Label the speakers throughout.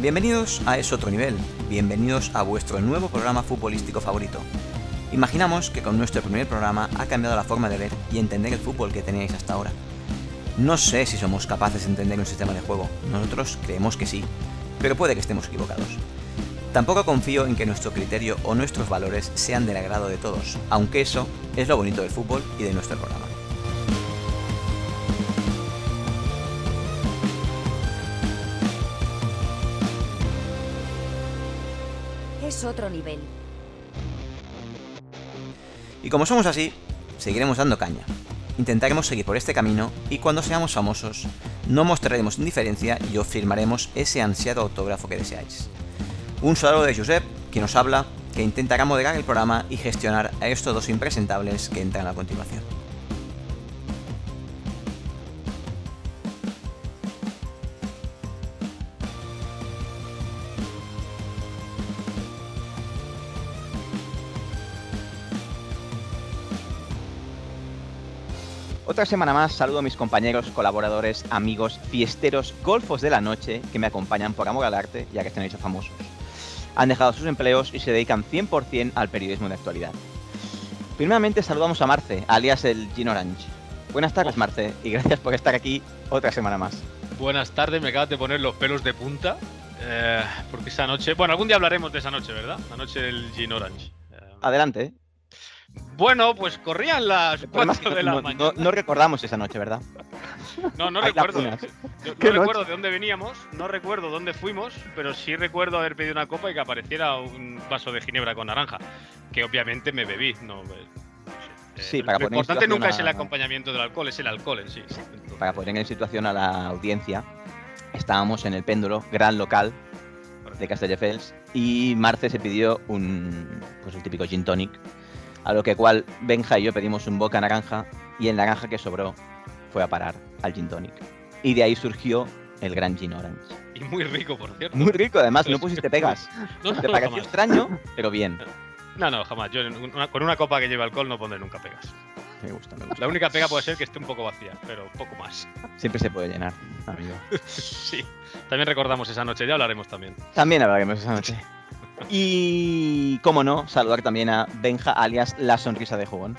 Speaker 1: Bienvenidos a Es Otro Nivel, bienvenidos a vuestro nuevo programa futbolístico favorito. Imaginamos que con nuestro primer programa ha cambiado la forma de ver y entender el fútbol que teníais hasta ahora. No sé si somos capaces de entender un sistema de juego, nosotros creemos que sí, pero puede que estemos equivocados. Tampoco confío en que nuestro criterio o nuestros valores sean del agrado de todos, aunque eso es lo bonito del fútbol y de nuestro programa.
Speaker 2: Es otro nivel.
Speaker 1: Y como somos así, seguiremos dando caña. Intentaremos seguir por este camino y cuando seamos famosos, no mostraremos indiferencia y os firmaremos ese ansiado autógrafo que deseáis. Un saludo de Josep, quien os habla, que intentará moderar el programa y gestionar a estos dos impresentables que entran a continuación. Otra semana más saludo a mis compañeros, colaboradores, amigos, fiesteros, golfos de la noche que me acompañan por amor al arte, ya que están hechos famosos. Han dejado sus empleos y se dedican 100% al periodismo de actualidad. Primeramente saludamos a Marce, alias el Gin Orange. Buenas tardes, Marce, y gracias por estar aquí otra semana más.
Speaker 3: Buenas tardes, me acabas de poner los pelos de punta. eh, porque esa noche. Bueno, algún día hablaremos de esa noche, ¿verdad? La noche del Gin Orange. Eh,
Speaker 1: Adelante.
Speaker 3: bueno, pues corrían las
Speaker 1: El problema es
Speaker 3: 4
Speaker 1: que
Speaker 3: de la
Speaker 1: no, no-
Speaker 3: mañana.
Speaker 1: no recordamos esa noche, ¿verdad?
Speaker 3: No, no
Speaker 1: hay
Speaker 3: recuerdo.
Speaker 1: lagunas.
Speaker 3: Yo
Speaker 1: ¿Qué
Speaker 3: no
Speaker 1: noche?
Speaker 3: recuerdo de dónde veníamos, no recuerdo dónde fuimos, pero sí recuerdo haber pedido una copa y que apareciera un vaso de ginebra con naranja, que obviamente me bebí. No, eh, no sé. Eh,
Speaker 1: Sí, para
Speaker 3: lo
Speaker 1: poner en
Speaker 3: importante
Speaker 1: situación
Speaker 3: nunca es
Speaker 1: a-
Speaker 3: el acompañamiento del alcohol, es el alcohol en sí. Entonces,
Speaker 1: Para poner en situación a la audiencia, estábamos en el péndulo, gran local de Castelldefels, y Marce se pidió un, pues el típico gin tonic, a lo que cual Benja y yo pedimos un boca naranja, y el naranja que sobró fue a parar al gin tonic. Y de ahí surgió el gran gin orange.
Speaker 3: Y muy rico, por cierto.
Speaker 1: Muy rico, además, no
Speaker 3: Pues-
Speaker 1: pusiste pegas.
Speaker 3: No, no,
Speaker 1: Te pareció
Speaker 3: jamás.
Speaker 1: extraño, pero bien.
Speaker 3: No, no, jamás. Yo en una- con una copa que lleve alcohol no pondré nunca pegas.
Speaker 1: Me gusta, me gusta.
Speaker 3: La única pega puede ser que esté un poco vacía, pero poco más.
Speaker 1: Siempre se puede llenar, amigo.
Speaker 3: Sí. También recordamos esa noche, ya hablaremos también.
Speaker 1: También hablaremos esa noche. Y, como no, saludar también a Benja, alias La Sonrisa de Jugón.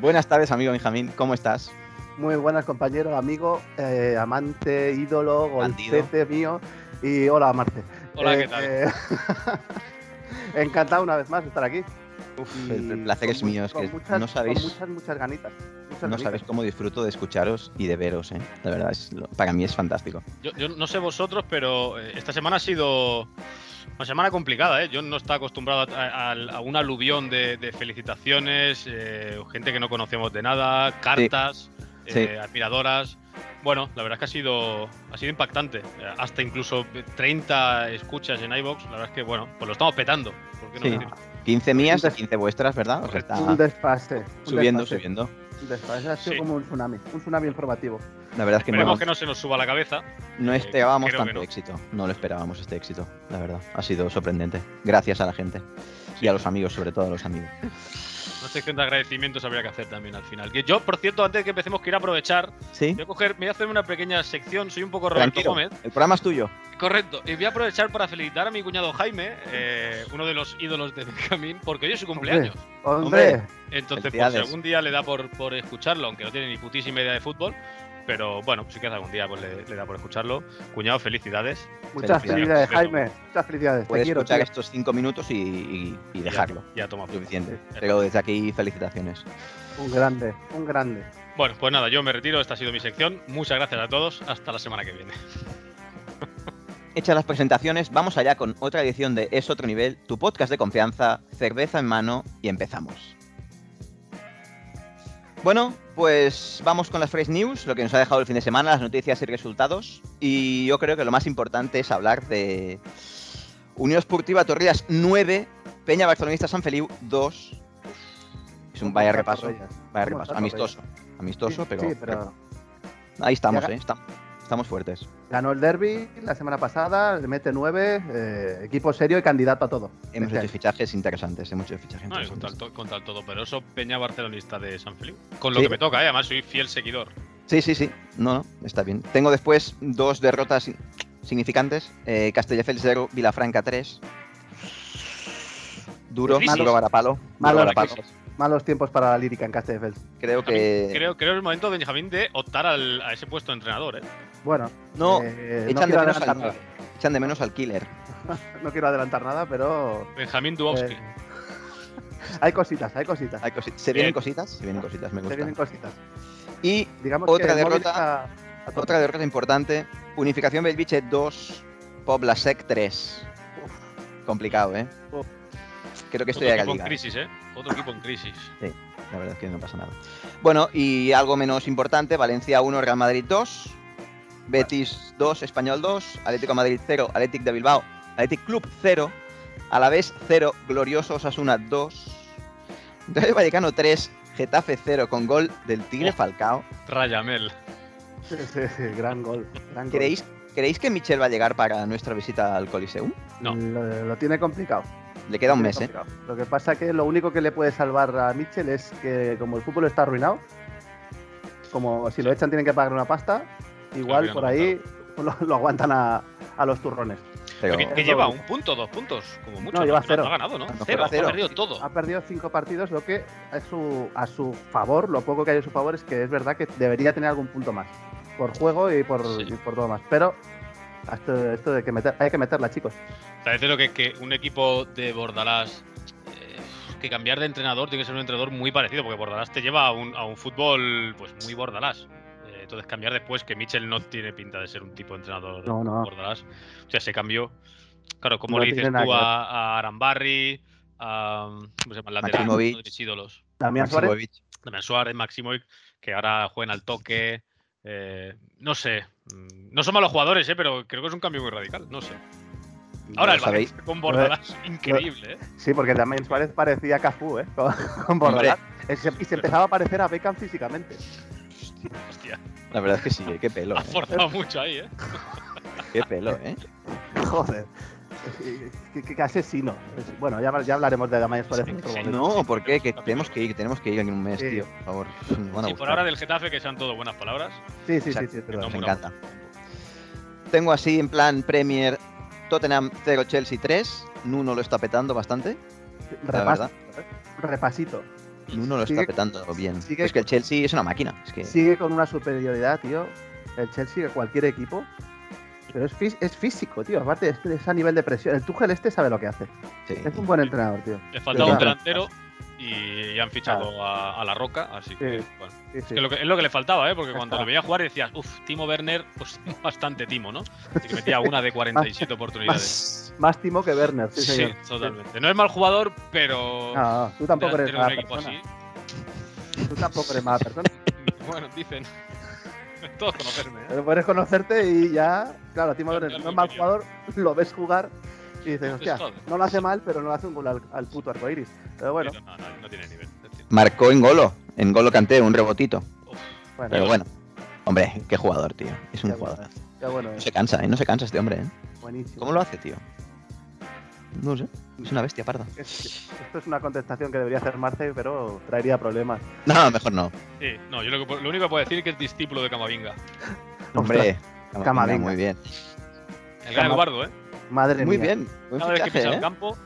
Speaker 1: Buenas tardes, amigo Benjamín, ¿cómo estás?
Speaker 4: Muy buenas compañeros, amigos, eh, amante, ídolo,
Speaker 1: Bandido.
Speaker 4: golcete mío. Y hola, Marte.
Speaker 3: Hola,
Speaker 4: Eh,
Speaker 3: ¿qué tal?
Speaker 4: eh, encantado una vez más de estar aquí. Y
Speaker 1: el- el placer
Speaker 4: con
Speaker 1: es
Speaker 4: mu-
Speaker 1: mío, es
Speaker 4: con
Speaker 1: que
Speaker 4: muchas-
Speaker 1: no sabéis-
Speaker 4: Con muchas, muchas ganitas. muchas
Speaker 1: No
Speaker 4: ganitas.
Speaker 1: sabéis cómo disfruto de escucharos y de veros, ¿eh? La verdad, es lo- para mí es fantástico.
Speaker 3: Yo, yo no sé vosotros, pero eh, esta semana ha sido una semana complicada, ¿eh? Yo no estaba acostumbrado a, a- a un aluvión de, de felicitaciones, eh, gente que no conocemos de nada, cartas,
Speaker 1: Sí.
Speaker 3: eh, admiradoras. Bueno, la verdad es que ha sido, ha sido impactante. Eh, Hasta incluso 30 escuchas en iBox. La verdad es que, bueno, pues lo estamos petando. ¿Por qué no
Speaker 1: Sí.
Speaker 3: decirlo?
Speaker 1: 15 mías y 15 vuestras, ¿verdad? O sea, está
Speaker 4: Un desfase. un
Speaker 1: subiendo,
Speaker 4: desfase,
Speaker 1: subiendo.
Speaker 4: Un desfase. Ha sido
Speaker 3: Sí.
Speaker 4: como un tsunami, un tsunami informativo.
Speaker 1: La verdad es que no,
Speaker 3: Esperemos que no se nos suba a la cabeza.
Speaker 1: no
Speaker 3: eh,
Speaker 1: esperábamos
Speaker 3: creo que
Speaker 1: tanto
Speaker 3: no.
Speaker 1: éxito. No lo esperábamos este éxito, la verdad. Ha sido sorprendente. Gracias a la gente. Y a los amigos, sobre todo a los amigos.
Speaker 3: Una sección de agradecimientos habría que hacer también al final. Que yo, por cierto, antes de que empecemos, quiero aprovechar.
Speaker 1: ¿Sí?
Speaker 3: Voy a, coger, me voy a hacer una pequeña sección. Soy un poco Roberto
Speaker 1: Tranquilo.
Speaker 3: Gómez.
Speaker 1: El programa es tuyo.
Speaker 3: Correcto. Y voy a aprovechar para felicitar a mi cuñado Jaime, eh, uno de los ídolos de Benjamín, porque hoy es su cumpleaños.
Speaker 4: Hombre,
Speaker 1: Hombre.
Speaker 3: Entonces, pues, si
Speaker 1: Felicidades.
Speaker 3: algún día le da por, por escucharlo, aunque no tiene ni putísima idea de fútbol. Pero bueno, sí que algún día pues, le, le da por escucharlo. Cuñado, felicidades.
Speaker 4: muchas
Speaker 3: Felicidades.
Speaker 4: felicidades, Jaime. Muchas felicidades. Te
Speaker 1: Puedes
Speaker 4: quiero.
Speaker 1: escuchar
Speaker 4: tío.
Speaker 1: estos cinco minutos y, y- y
Speaker 3: Y ya-
Speaker 1: dejarlo.
Speaker 3: Ya, toma por
Speaker 1: Suficiente. Pero desde aquí, felicitaciones.
Speaker 4: Un grande, un grande.
Speaker 3: Bueno, pues nada, yo me retiro. Esta ha sido mi sección. Muchas gracias a todos. Hasta la semana que viene.
Speaker 1: Hechas las presentaciones, vamos allá con otra edición de Es Otro Nivel, tu podcast de confianza, cerveza en mano y empezamos. Bueno, pues vamos con las Fresh News, lo que nos ha dejado el fin de semana, las noticias y resultados. Y yo creo que lo más importante es hablar de Unión Esportiva Torrellas 9, Peña Barcelonista San Feliu 2. Es un vaya repaso, vaya
Speaker 4: ¿Cómo
Speaker 1: repaso.
Speaker 4: está
Speaker 1: Amistoso, amistoso,
Speaker 4: Sí,
Speaker 1: pero,
Speaker 4: sí, pero
Speaker 1: ahí estamos,
Speaker 4: Llega-
Speaker 1: eh, estam- estamos fuertes.
Speaker 4: Ganó el derby la semana pasada, le mete 9, equipo serio y candidato a todo.
Speaker 1: Hemos hecho
Speaker 4: Este año.
Speaker 1: fichajes interesantes, hemos hecho fichajes
Speaker 3: No, y
Speaker 1: interesantes.
Speaker 3: contra, el Ah, to- contra el todopoderoso Peña Barcelonista de San Felipe. Con lo
Speaker 1: Sí.
Speaker 3: que me toca, ¿eh? además soy fiel seguidor.
Speaker 1: Sí, sí, sí. No, no, está bien. Tengo después dos derrotas significantes. Eh, Castelldefels 0, Vilafranca 3. Duro,
Speaker 3: Difícil.
Speaker 1: duro varapalo.
Speaker 4: Malo.
Speaker 1: Duro varapalo.
Speaker 4: Malos tiempos para la lírica en Castelldefels.
Speaker 1: Creo
Speaker 3: Benjamín,
Speaker 1: que.
Speaker 3: Creo, creo es el momento de Benjamín de optar al- a ese puesto de entrenador. ¿eh?
Speaker 4: Bueno,
Speaker 1: No,
Speaker 4: eh, no,
Speaker 1: echan, de
Speaker 4: quiero
Speaker 1: menos
Speaker 4: adelantar
Speaker 1: al,
Speaker 4: nada,
Speaker 1: echan de menos al killer.
Speaker 4: no quiero adelantar nada, pero
Speaker 3: Benjamín Duowski.
Speaker 4: Eh, hay cositas, hay cositas.
Speaker 1: Hay cosi- Se
Speaker 3: Bien.
Speaker 1: vienen cositas, se vienen cositas, me
Speaker 4: Se vienen
Speaker 1: gusta.
Speaker 4: cositas.
Speaker 1: Y
Speaker 4: Digamos
Speaker 1: Otra
Speaker 4: que el móvil
Speaker 1: derrota-
Speaker 4: está a tope.
Speaker 1: otra derrota importante: Unificación Belviche 2, Poblasec 3. Complicado, ¿eh?
Speaker 4: Uf.
Speaker 1: Creo que esto
Speaker 3: Otro
Speaker 1: ya era
Speaker 3: equipo en
Speaker 1: liga.
Speaker 3: crisis, ¿eh? Otro equipo en crisis.
Speaker 1: La verdad es que no pasa nada. Bueno, y algo menos importante, Valencia 1, Real Madrid 2, Betis 2, Español 2, Atlético de Madrid 0, Atlético de Bilbao, Atlético Club 0, Alavés 0, Glorioso Osasuna 2, Rayo Vallecano 3, Getafe 0 con gol del Tigre
Speaker 3: Oh.
Speaker 1: Falcao.
Speaker 3: Rayamel.
Speaker 4: Sí, sí, sí, gran gol. gran gol.
Speaker 1: ¿Creéis, ¿Creéis que Michel va a llegar para nuestra visita al Coliseum?
Speaker 3: No.
Speaker 4: Lo, lo tiene complicado.
Speaker 1: Le queda un
Speaker 4: Lo tiene
Speaker 1: mes, ¿eh?
Speaker 4: complicado. Lo que pasa que lo único que le puede salvar a Mitchell es que como el fútbol está arruinado, como si lo echan tienen que pagar una pasta, igual
Speaker 3: Claro,
Speaker 4: por
Speaker 3: bien
Speaker 4: ahí lo, lo aguantan a, a los turrones.
Speaker 1: ¿eh? Pero Ah,
Speaker 3: Que, que
Speaker 4: Es
Speaker 3: lleva
Speaker 4: lo único.
Speaker 3: un punto, dos puntos, como mucho.
Speaker 4: No, lleva
Speaker 3: No
Speaker 4: cero. Ah.
Speaker 3: ha ganado, ¿no?
Speaker 1: No,
Speaker 3: Cero,
Speaker 1: lleva cero.
Speaker 3: ha perdido todo.
Speaker 4: Ha perdido cinco partidos, lo que a su, a su favor, lo poco que hay a su favor es que es verdad que debería tener algún punto más, por juego y por,
Speaker 3: Sí.
Speaker 4: y por todo más. Pero esto, esto de que meter, hay que meterla, chicos.
Speaker 3: Parece lo que, que un equipo de Bordalás. eh, Que cambiar de entrenador tiene que ser un entrenador muy parecido, porque Bordalás te lleva a un, a un fútbol pues muy Bordalás. Eh, Entonces cambiar después, que Mitchell no tiene pinta de ser un tipo de entrenador
Speaker 4: No, no.
Speaker 3: Bordalás. O sea, se cambió. Claro, como
Speaker 4: No
Speaker 3: le dices
Speaker 4: tiene nada
Speaker 3: tú
Speaker 4: que ver.
Speaker 3: a, a Arambarri, a. ¿Cómo se llama? el Lateral, uno de
Speaker 1: Maximovic.
Speaker 3: mis ídolos.
Speaker 4: Damián Suárez,
Speaker 1: Maximovic.
Speaker 3: Damián Suárez, Maximovic, que ahora juegan al toque. eh, no sé. Mm, No son malos jugadores, eh, pero creo que es un cambio muy radical. No sé. Ahora
Speaker 1: Lo
Speaker 3: el
Speaker 1: sabéis.
Speaker 3: Valencia con Bordalás, increíble, ¿eh?
Speaker 4: sí, porque Damián Suárez parecía Cafú, ¿eh? Con, con Bordalás. Es- Y se empezaba a parecer a Beckham físicamente.
Speaker 3: Hostia,
Speaker 1: La verdad es que sí, eh, qué pelo,
Speaker 3: ha
Speaker 1: eh,
Speaker 3: forzado mucho ahí, ¿eh?
Speaker 1: qué pelo, ¿eh?
Speaker 4: Joder. Eh, Qué, qué- qué asesino. Es- Bueno, ya, ya hablaremos de Damayo Suárez en otro
Speaker 3: Sí,
Speaker 4: momento.
Speaker 1: No, ¿por qué? Que tenemos que ir, tenemos que ir en un mes,
Speaker 4: Sí.
Speaker 1: tío. Por favor, nos van a
Speaker 3: Sí, por
Speaker 1: gustar.
Speaker 3: ahora del Getafe, que sean todo buenas palabras.
Speaker 4: Sí, sí, sí,
Speaker 1: Exacto.
Speaker 4: sí, es
Speaker 3: Que no
Speaker 4: verdad.
Speaker 1: Nos
Speaker 3: muramos.
Speaker 1: encanta. Tengo así en plan Premier Tottenham 0 Chelsea 3. Nuno lo está petando bastante.
Speaker 4: Repas-
Speaker 1: verdad.
Speaker 4: repasito.
Speaker 1: Nuno lo
Speaker 4: Sigue-
Speaker 1: está petando bien.
Speaker 4: sigue-
Speaker 1: es que el Chelsea es una máquina. Es que
Speaker 4: Sigue con una superioridad, tío. El Chelsea, que cualquier equipo. Pero es, fí- es físico, tío. Aparte, es, es a nivel de presión. El Tuchel este sabe lo que hace.
Speaker 1: sí.
Speaker 4: Es un buen entrenador, tío.
Speaker 3: Les faltaba un
Speaker 4: Claro.
Speaker 3: delantero y, y han fichado a, a La Roca, así que,
Speaker 4: Sí,
Speaker 3: bueno. Es
Speaker 4: Sí, sí.
Speaker 3: que lo que- es lo que le faltaba, ¿eh? Porque
Speaker 4: Ya
Speaker 3: cuando
Speaker 4: está.
Speaker 3: lo veía jugar decías, uff, Timo Werner, pues bastante Timo, ¿no? Así que metía una de 47 oportunidades.
Speaker 4: Más, más timo que Werner, sí,
Speaker 3: Sí,
Speaker 4: señor.
Speaker 3: totalmente. No es mal jugador, pero.
Speaker 4: No, no, tú tampoco eres
Speaker 3: delantero de
Speaker 4: mala
Speaker 3: un equipo
Speaker 4: persona. Tú tampoco eres mala persona.
Speaker 3: así. Bueno, dicen. Todos conocerme, ¿eh?
Speaker 4: Pero puedes conocerte y ya, claro, a ti Madrid
Speaker 3: Ya,
Speaker 4: no es mal
Speaker 3: ya.
Speaker 4: jugador, lo ves jugar y dices, hostia,
Speaker 3: Joder.
Speaker 4: no lo hace mal, pero no le hace un gol al, al puto arcoiris. Pero bueno,
Speaker 3: No, no, no tiene nivel. es Oh. decir,
Speaker 1: Marcó en golo. En golo canté un rebotito.
Speaker 3: uf,
Speaker 4: bueno,
Speaker 1: Pero bueno. Hombre, qué jugador, tío. Es un
Speaker 4: Ya,
Speaker 1: jugador.
Speaker 4: ya bueno,
Speaker 1: No se cansa, ¿eh? No se cansa este hombre, ¿eh?
Speaker 4: buenísimo.
Speaker 1: ¿Cómo lo hace, tío? No sé. Es una bestia parda.
Speaker 4: Es que esto es una contestación que debería hacer Marce, pero traería problemas.
Speaker 1: No, mejor no.
Speaker 3: Sí, Eh, no, yo lo, que puedo- lo único que puedo decir es que es discípulo de Camavinga.
Speaker 1: Hombre.
Speaker 4: Camavinga.
Speaker 1: Muy bien.
Speaker 3: El gran
Speaker 4: Cama-
Speaker 3: Eduardo, ¿eh?
Speaker 4: Madre
Speaker 1: Muy
Speaker 4: mía.
Speaker 1: bien. Buen
Speaker 3: Cada vez que
Speaker 1: fichaje,
Speaker 3: pisa el
Speaker 1: ¿eh?
Speaker 3: campo.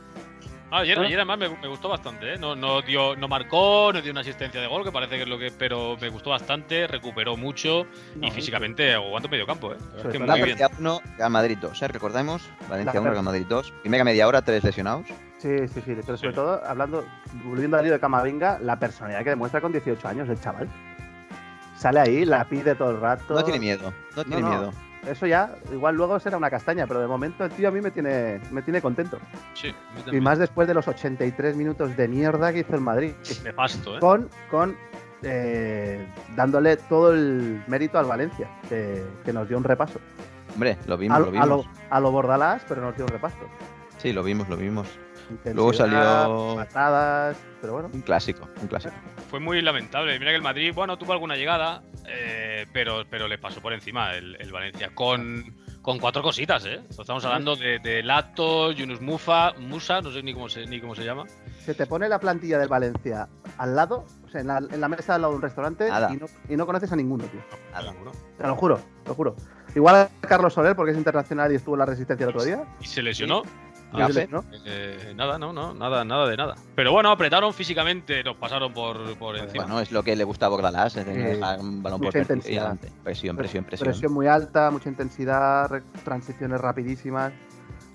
Speaker 3: Ah, ayer,
Speaker 4: Ah.
Speaker 3: ayer además me, me gustó bastante, ¿eh? No, no, dio, no marcó, no dio una asistencia de gol, que parece que es lo que. Pero me gustó bastante, recuperó mucho
Speaker 4: No, eh,
Speaker 3: y físicamente aguantó medio campo, ¿eh? La verdad es que
Speaker 4: Sobre todo
Speaker 3: muy
Speaker 4: la
Speaker 3: bien.
Speaker 1: Valencia 1, Real Madrid 2, ¿eh? Recordemos, Valencia
Speaker 4: La
Speaker 1: 1,
Speaker 4: per-
Speaker 1: Real Madrid 2. Primera media hora, tres lesionados.
Speaker 4: Sí, sí, sí. Pero sobre
Speaker 3: Sí.
Speaker 4: todo, hablando, volviendo al lío de Camavinga, la personalidad que demuestra con 18 años el chaval. Sale ahí, la pide todo el rato.
Speaker 1: No tiene miedo, no tiene
Speaker 4: no.
Speaker 1: miedo.
Speaker 4: Eso ya, igual luego será una castaña, pero de momento el tío a mí me tiene, me tiene contento.
Speaker 3: Sí, a mí
Speaker 4: Y
Speaker 3: también.
Speaker 4: más después de los 83 minutos de mierda que hizo el Madrid.
Speaker 3: Nefasto, ¿eh?
Speaker 4: Con, con eh, dándole todo el mérito al Valencia, que, que nos dio un repaso.
Speaker 1: Hombre, lo
Speaker 4: A,
Speaker 1: vimos, lo
Speaker 4: lo- a
Speaker 1: vimos.
Speaker 4: lo, a lo Bordalás, pero nos dio un repaso.
Speaker 1: Sí, lo vimos, lo vimos.
Speaker 4: Intensidad,
Speaker 1: Luego salió-
Speaker 4: Patadas, pero bueno.
Speaker 1: Un clásico, un clásico.
Speaker 3: Fue muy lamentable. Mira que el Madrid, bueno, tuvo alguna llegada, eh, pero, pero le pasó por encima el, el Valencia con, con cuatro cositas, ¿eh? Estamos hablando de, de Lato, Yunus Mufa, Musa, no sé ni cómo se, ni cómo se llama.
Speaker 4: Se te pone la plantilla del Valencia al lado, o sea, en la, en la mesa al lado de un restaurante,
Speaker 1: Nada.
Speaker 4: y no, y no conoces a ninguno, tío.
Speaker 1: Nada.
Speaker 4: Te lo juro, te lo juro. Igual a Carlos Soler, porque es internacional y estuvo en la resistencia el otro día.
Speaker 3: Y se lesionó.
Speaker 4: Y
Speaker 1: Ah,
Speaker 4: se
Speaker 1: sí.
Speaker 4: lesionó.
Speaker 3: Eh, nada, no, no, nada, nada de nada. Pero bueno, apretaron físicamente, nos pasaron por, por encima.
Speaker 1: Bueno, es lo que le gusta a Bordalás, es de
Speaker 4: Sí.
Speaker 1: dejar un balón por
Speaker 4: Mucha
Speaker 1: perfil y
Speaker 4: intensidad.
Speaker 1: adelante. Presión, presión, presión.
Speaker 4: Presión muy alta, mucha intensidad, re- transiciones rapidísimas.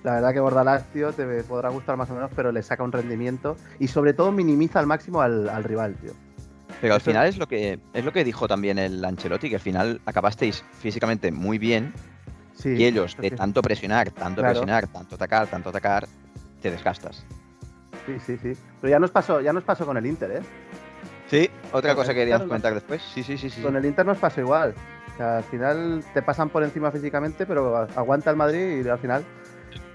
Speaker 4: La verdad que Bordalás, tío, te podrá gustar más o menos, pero le saca un rendimiento y sobre todo minimiza al máximo al, al rival, tío.
Speaker 1: Pero al
Speaker 4: Eso-
Speaker 1: final es lo que es lo que dijo también el Ancelotti, que al final acabasteis físicamente muy bien
Speaker 4: Sí,
Speaker 1: y ellos
Speaker 4: eso
Speaker 1: de
Speaker 4: sí.
Speaker 1: tanto presionar, tanto
Speaker 4: Claro.
Speaker 1: presionar, tanto atacar, tanto atacar, te desgastas.
Speaker 4: Sí, sí, sí. Pero ya nos pasó, ya nos pasó con el Inter, ¿eh?
Speaker 1: Sí, otra
Speaker 4: Claro,
Speaker 1: cosa que
Speaker 4: claro.
Speaker 1: queríamos comentar después. Sí, sí, sí, sí.
Speaker 4: Con el Inter nos pasó igual. O sea, al final te pasan por encima físicamente, pero a- aguanta el Madrid y al final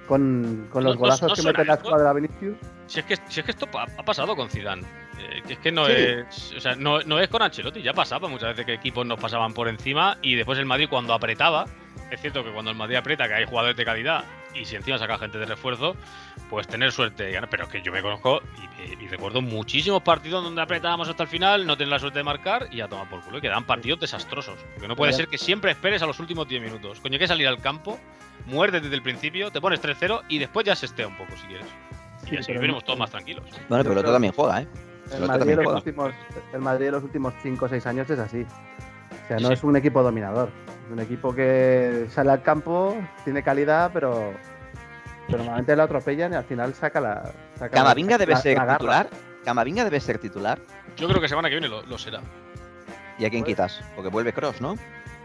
Speaker 4: con, con
Speaker 3: No-
Speaker 4: los
Speaker 3: no-
Speaker 4: golazos
Speaker 3: no
Speaker 4: que
Speaker 3: suena
Speaker 4: mete la
Speaker 3: esto.
Speaker 4: escuadra Vinicius.
Speaker 3: Si es que, si es que esto pa- ha pasado con Zidane. Eh, que es que no
Speaker 4: Sí.
Speaker 3: es. O sea, no, no es con Ancelotti, ya pasaba muchas veces que equipos nos pasaban por encima y después el Madrid cuando apretaba. Es cierto que cuando el Madrid aprieta, que hay jugadores de calidad y si encima saca gente de refuerzo, pues tener suerte. y ganar. Pero es que yo me conozco y, y recuerdo muchísimos partidos donde apretábamos hasta el final, no tener la suerte de marcar y a tomar por culo. Y quedan partidos desastrosos. Porque no puede
Speaker 4: Ya.
Speaker 3: ser que siempre esperes a los últimos 10 minutos. Coño, hay que salir al campo, muerdes desde el principio, te pones 3-0 y después ya se estea un poco si quieres. Y
Speaker 4: Sí,
Speaker 3: así
Speaker 4: pero
Speaker 3: viviremos
Speaker 4: no-
Speaker 3: todos más tranquilos.
Speaker 1: Bueno, pero el otro también juega, ¿eh? El
Speaker 4: El
Speaker 1: otro
Speaker 4: Madrid, de
Speaker 1: también
Speaker 4: los
Speaker 1: juega.
Speaker 4: últimos, el Madrid de los últimos 5 o 6 años es así. O sea, no
Speaker 3: Sí.
Speaker 4: es un equipo dominador. Es un equipo que sale al campo, tiene calidad, pero, pero normalmente la atropellan y al final saca la. Saca
Speaker 1: Camavinga
Speaker 4: la-
Speaker 1: debe
Speaker 4: la-
Speaker 1: ser
Speaker 4: la garra.
Speaker 1: titular. Camavinga debe ser titular.
Speaker 3: Yo creo que semana que viene lo, lo será.
Speaker 1: ¿Y a quién
Speaker 4: Joder.
Speaker 1: quitas? Porque vuelve Cross, ¿no?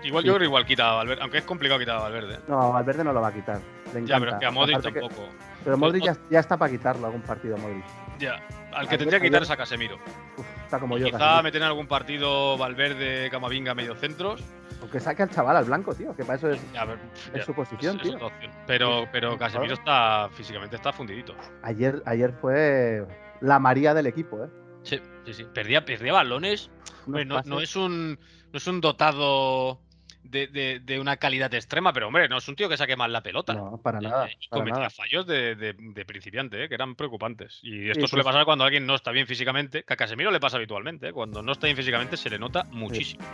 Speaker 3: Igual yo creo que igual quita a Valverde, aunque es complicado quitar a Valverde. ¿eh?
Speaker 4: No, Valverde no lo va a quitar. Le
Speaker 3: Ya,
Speaker 4: encanta.
Speaker 3: pero es que a Modric
Speaker 4: Aparte que-
Speaker 3: tampoco.
Speaker 4: pero Modric ya, ya está para quitarlo algún partido, Modric.
Speaker 3: Ya. Al que
Speaker 4: Ayer-
Speaker 3: tendría que quitar
Speaker 4: ayer-
Speaker 3: es a Casemiro.
Speaker 4: Uf, está como
Speaker 3: Y
Speaker 4: yo.
Speaker 3: Quizá
Speaker 4: casi.
Speaker 3: meter en algún partido Valverde, Camavinga, medio centros.
Speaker 4: Aunque saque al chaval al blanco, tío, que para eso es.
Speaker 3: Ya, a ver, ya,
Speaker 4: Pues, Es su posición,
Speaker 3: es- es
Speaker 4: tío.
Speaker 3: otra opción. Pero, pero Casemiro está físicamente está fundidito.
Speaker 4: Ayer, ayer fue la María del equipo, ¿eh?
Speaker 3: Sí, sí, sí. Perdía, perdía balones. Hombre, no,
Speaker 4: Unos
Speaker 3: no
Speaker 4: pases.
Speaker 3: es un, no es un dotado de, de- de una calidad extrema, pero hombre, no es un tío que saque más la pelota.
Speaker 4: No, para
Speaker 3: Eh,
Speaker 4: nada.
Speaker 3: y
Speaker 4: Para
Speaker 3: cometía
Speaker 4: nada.
Speaker 3: fallos de, de- de principiante, eh, que eran preocupantes. Y esto
Speaker 4: Sí,
Speaker 3: suele
Speaker 4: pues-
Speaker 3: pasar cuando alguien no está bien físicamente, que a Casemiro le pasa habitualmente, eh, cuando no está bien físicamente se le nota muchísimo.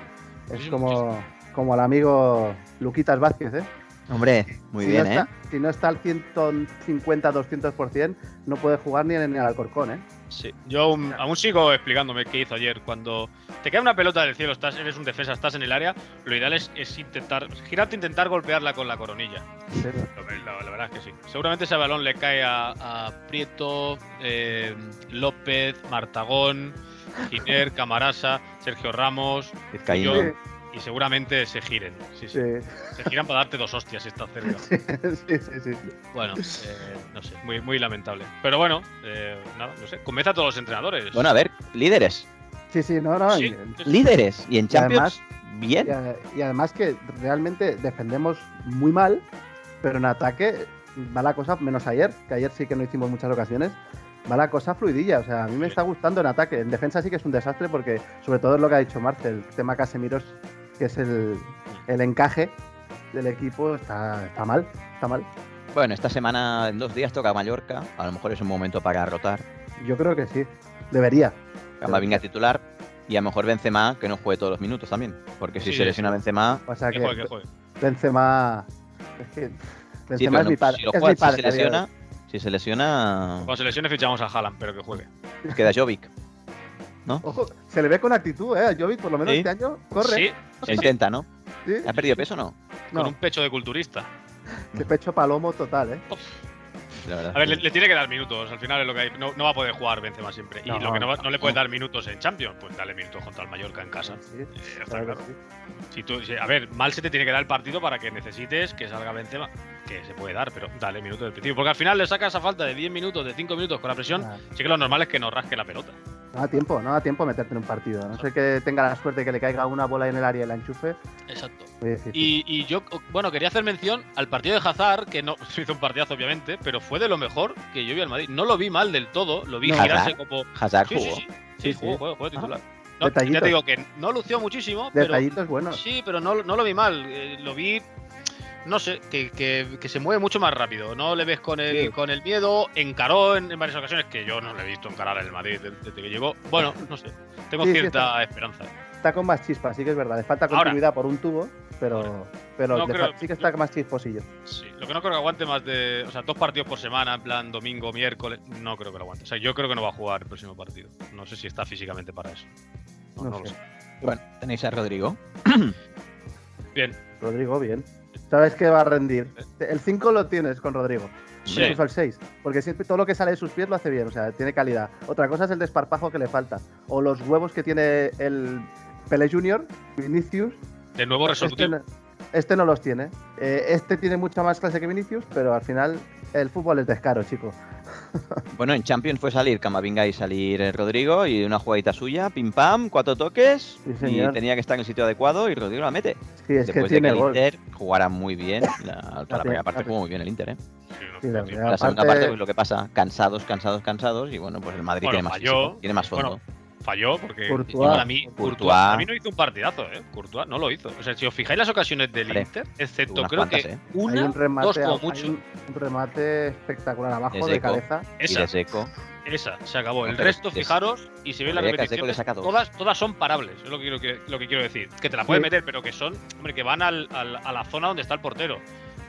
Speaker 4: Es
Speaker 3: Sí,
Speaker 4: como, como al amigo Luquitas Vázquez, ¿eh?
Speaker 1: Hombre, muy
Speaker 4: si
Speaker 1: bien,
Speaker 4: no
Speaker 1: ¿eh?
Speaker 4: Está, si no está al 150, 200%, no puede jugar ni en el Alcorcón, ¿eh?
Speaker 3: Sí. Yo aún, aún sigo explicándome qué hizo ayer. Cuando te cae una pelota del cielo, estás, eres un defensa, estás en el área, lo ideal es, es intentar girarte, intentar golpearla con la coronilla. Lo ve- La, la verdad es que sí. Seguramente ese balón le cae a, a Prieto, eh, López, Martagón, Giner, Camarasa, Sergio Ramos,
Speaker 1: Vizcaíno.
Speaker 3: yo- Y seguramente se giren. Sí, sí.
Speaker 4: Sí,
Speaker 3: Se giran para darte dos hostias si estás cerca.
Speaker 4: sí, sí, sí.
Speaker 3: Bueno, eh, no sé, muy, muy lamentable. Pero bueno, eh, nada, no sé. Convence a todos los entrenadores.
Speaker 1: Bueno, a ver, líderes.
Speaker 4: Sí, sí, no, no.
Speaker 3: Sí,
Speaker 4: y-
Speaker 3: sí, sí.
Speaker 1: Líderes. Y en Champions,
Speaker 4: además-
Speaker 1: bien.
Speaker 4: Y, a- y además que realmente defendemos muy mal, pero en ataque va la cosa, menos ayer, que ayer sí que no hicimos muchas ocasiones, va la cosa fluidilla. O sea, a mí me
Speaker 3: Sí.
Speaker 4: está gustando en ataque. En defensa sí que es un desastre porque, sobre todo es lo que ha dicho Marcel, el tema Casemiros, que es el, el encaje del equipo, está, está mal, está mal.
Speaker 1: Bueno, esta semana, en dos días, toca Mallorca. A lo mejor es un momento para rotar.
Speaker 4: Yo creo que sí, debería.
Speaker 1: Camavinga titular. Y a lo mejor Benzema, que no juegue todos los minutos también. Porque si
Speaker 3: Sí.
Speaker 1: se lesiona Benzema...
Speaker 4: O sea
Speaker 3: Que
Speaker 4: que
Speaker 3: juegue, que juegue.
Speaker 4: Benzema... Es que Benzema
Speaker 1: sí, pero
Speaker 4: es
Speaker 1: no,
Speaker 4: mi padre.
Speaker 1: Si, lo
Speaker 4: es
Speaker 1: juega-
Speaker 4: mi padre
Speaker 1: si se
Speaker 4: a día de hoy.
Speaker 1: lesiona... Si se lesiona,
Speaker 3: Cuando se lesione fichamos a Haaland, pero que juegue.
Speaker 1: queda Jovic.
Speaker 4: Ojo, se le ve con actitud, ¿eh? A Jovic, por lo menos
Speaker 1: Sí.
Speaker 4: este año, corre.
Speaker 3: Sí,
Speaker 1: Se intenta, ¿no?
Speaker 4: sí.
Speaker 1: ¿Ha perdido peso o no?
Speaker 3: con
Speaker 4: No.
Speaker 3: un pecho de culturista.
Speaker 4: Qué pecho palomo total, ¿eh?
Speaker 1: La verdad.
Speaker 3: A ver, le, le tiene que dar minutos. Al final es lo que hay. No, no va a poder jugar Benzema siempre. Y
Speaker 4: No,
Speaker 3: lo que no, va- no le
Speaker 4: no.
Speaker 3: puedes dar minutos en Champions, pues dale minutos contra el Mallorca en casa.
Speaker 4: Sí,
Speaker 3: Eh, está
Speaker 4: claro que
Speaker 3: claro.
Speaker 4: sí.
Speaker 3: Si tú- si- a ver, mal se te tiene que dar el partido para que necesites que salga Benzema. Que se puede dar, pero dale minutos del principio. Porque al final le sacas a falta de 10 minutos, de 5 minutos con la presión.
Speaker 4: Ah,
Speaker 3: Sí que lo normal es que no rasque la pelota.
Speaker 4: No da tiempo, no da tiempo a meterte en un partido. A No sé que tenga la suerte que le caiga una bola en el área y la enchufe. pues,
Speaker 3: Exacto.
Speaker 4: muy difícil.
Speaker 3: Y, y yo, bueno, quería hacer mención al partido de Hazard, que no se hizo un partidazo, obviamente, pero fue de lo mejor que yo vi al Madrid. No lo vi mal del todo, lo vi
Speaker 4: No.
Speaker 3: girarse
Speaker 1: Hazard.
Speaker 3: como.
Speaker 1: Hazard
Speaker 3: Sí, sí,
Speaker 1: jugó.
Speaker 3: sí. Sí,
Speaker 4: Sí,
Speaker 3: jugó,
Speaker 4: sí.
Speaker 3: jugó, jugó titular.
Speaker 4: Ah,
Speaker 3: No, ya
Speaker 4: detallitos.
Speaker 3: te digo que no lució muchísimo, pero
Speaker 4: Detallitos buenos.
Speaker 3: Sí, pero no, no lo vi mal. eh, lo vi, no sé, que, que- que se mueve mucho más rápido. No le ves con el,
Speaker 4: Sí.
Speaker 3: con el miedo. Encaró en, en varias ocasiones, que yo no le he visto encarar en el Madrid desde, desde que llegó. Bueno, no sé. Tengo
Speaker 4: Sí, sí,
Speaker 3: cierta esperanza.
Speaker 4: Está con más chispa, sí que es verdad. Le falta
Speaker 3: Ahora.
Speaker 4: continuidad por un tubo. pero, pero
Speaker 3: No
Speaker 4: le
Speaker 3: creo-
Speaker 4: fa- sí que está más chisposillo.
Speaker 3: Sí, lo que no creo que aguante más de. O sea, dos partidos por semana, en plan domingo, miércoles. No creo que lo aguante. O sea, yo creo que no va a jugar el próximo partido. No sé si está físicamente para eso. No,
Speaker 4: No
Speaker 3: no lo
Speaker 4: sé.
Speaker 3: sé.
Speaker 1: Bueno, tenéis a Rodrigo.
Speaker 3: Bien.
Speaker 4: Rodrigo, bien. Sabes que va a rendir. El 5 lo tienes con Rodrigo.
Speaker 3: Sí.
Speaker 4: Incluso el 6. Porque siempre todo lo que sale de sus pies lo hace bien, o sea, tiene calidad. Otra cosa es el desparpajo que le falta. O los huevos que tiene el Pele Junior, Vinicius.
Speaker 3: De nuevo
Speaker 4: Este
Speaker 3: resolutivo.
Speaker 4: no, este no los tiene. Eh, este tiene mucha más clase que Vinicius, pero al final el fútbol es descaro, chico.
Speaker 1: Bueno, en Champions fue salir Camavinga y salir eh, Rodrigo y una jugadita suya, pim pam, cuatro toques
Speaker 4: Sí,
Speaker 1: y
Speaker 4: señor.
Speaker 1: tenía que estar en el sitio adecuado y Rodrigo la mete.
Speaker 4: Sí, es
Speaker 1: Después
Speaker 4: que tiene
Speaker 1: de que el
Speaker 4: gol.
Speaker 1: Inter jugara muy bien, la, para la
Speaker 4: La
Speaker 1: primera
Speaker 4: primera
Speaker 1: parte
Speaker 4: parte.
Speaker 1: jugó muy bien el Inter, ¿eh?
Speaker 3: Sí, no,
Speaker 4: Sí, la
Speaker 3: tío.
Speaker 4: verdad.
Speaker 1: La segunda
Speaker 4: Aparte-
Speaker 1: parte, pues, lo que pasa, cansados, cansados, cansados y bueno, pues el Madrid
Speaker 3: Bueno,
Speaker 1: tiene, más
Speaker 3: falló.
Speaker 1: físico, tiene más fondo.
Speaker 3: Bueno, Falló porque
Speaker 4: Courtois.
Speaker 3: para mí Courtois,
Speaker 1: Courtois.
Speaker 3: para mí no hizo un partidazo, ¿eh? Courtois no lo hizo. O sea, si os fijáis las ocasiones del
Speaker 1: Hombre,
Speaker 3: Inter, excepto
Speaker 1: unas
Speaker 3: creo que
Speaker 1: cuantas, ¿eh?
Speaker 4: Hay
Speaker 3: una,
Speaker 4: un remate,
Speaker 3: dos como
Speaker 4: hay
Speaker 3: mucho.
Speaker 4: un- un remate espectacular abajo
Speaker 1: Desde
Speaker 4: de
Speaker 1: Eco.
Speaker 4: cabeza.
Speaker 1: Y
Speaker 3: Esa,
Speaker 1: de seco.
Speaker 3: esa, se acabó. El
Speaker 1: Hombre,
Speaker 3: resto,
Speaker 1: es-
Speaker 3: fijaros, y si veis las
Speaker 1: Oye, que a Seco le
Speaker 3: repeticiones,
Speaker 1: saca dos.
Speaker 3: todas, todas son parables, es lo que, quiero, que- lo que quiero decir. Que te la puedes
Speaker 4: Sí.
Speaker 3: meter, pero que son, hombre, que van al- al- a la zona donde está el portero.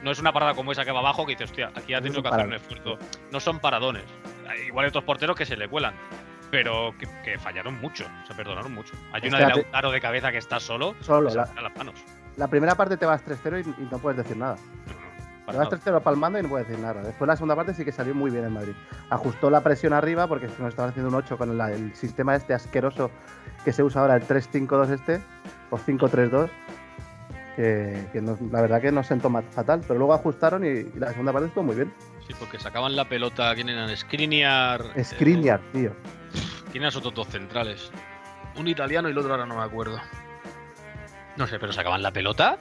Speaker 3: No es una parada como esa que va abajo que dices, hostia, aquí ha
Speaker 4: No
Speaker 3: tenido
Speaker 4: son
Speaker 3: que hacer un
Speaker 4: parables.
Speaker 3: esfuerzo. No son paradones. Hay- Igual hay otros porteros que se le cuelan, pero que, que fallaron mucho, se perdonaron mucho. Hay una de
Speaker 4: Espérate.
Speaker 3: Lautaro de cabeza que está solo,
Speaker 4: Solo.
Speaker 3: se
Speaker 4: La,
Speaker 3: saca las manos.
Speaker 4: la primera parte te vas 3-0 y, y no puedes decir nada. Te
Speaker 3: Para
Speaker 4: vas
Speaker 3: nada.
Speaker 4: 3-0 palmando y no puedes decir nada. Después la segunda parte sí que salió muy bien el Madrid. Ajustó la presión arriba porque nos estaban haciendo un 8 con la- el sistema este asqueroso que se usa ahora, el 3-5-2 este, o 5-3-2, que, que no- la verdad que nos sentó ma- fatal. Pero luego ajustaron y, y la segunda parte estuvo muy bien.
Speaker 3: Sí, porque sacaban la pelota, ¿quién eran?
Speaker 4: Eh,
Speaker 3: Skriniar.
Speaker 4: Skriniar, tío.
Speaker 3: ¿Quién eran los otros dos centrales? Un italiano y el otro ahora no me acuerdo. No sé, pero sacaban la pelota.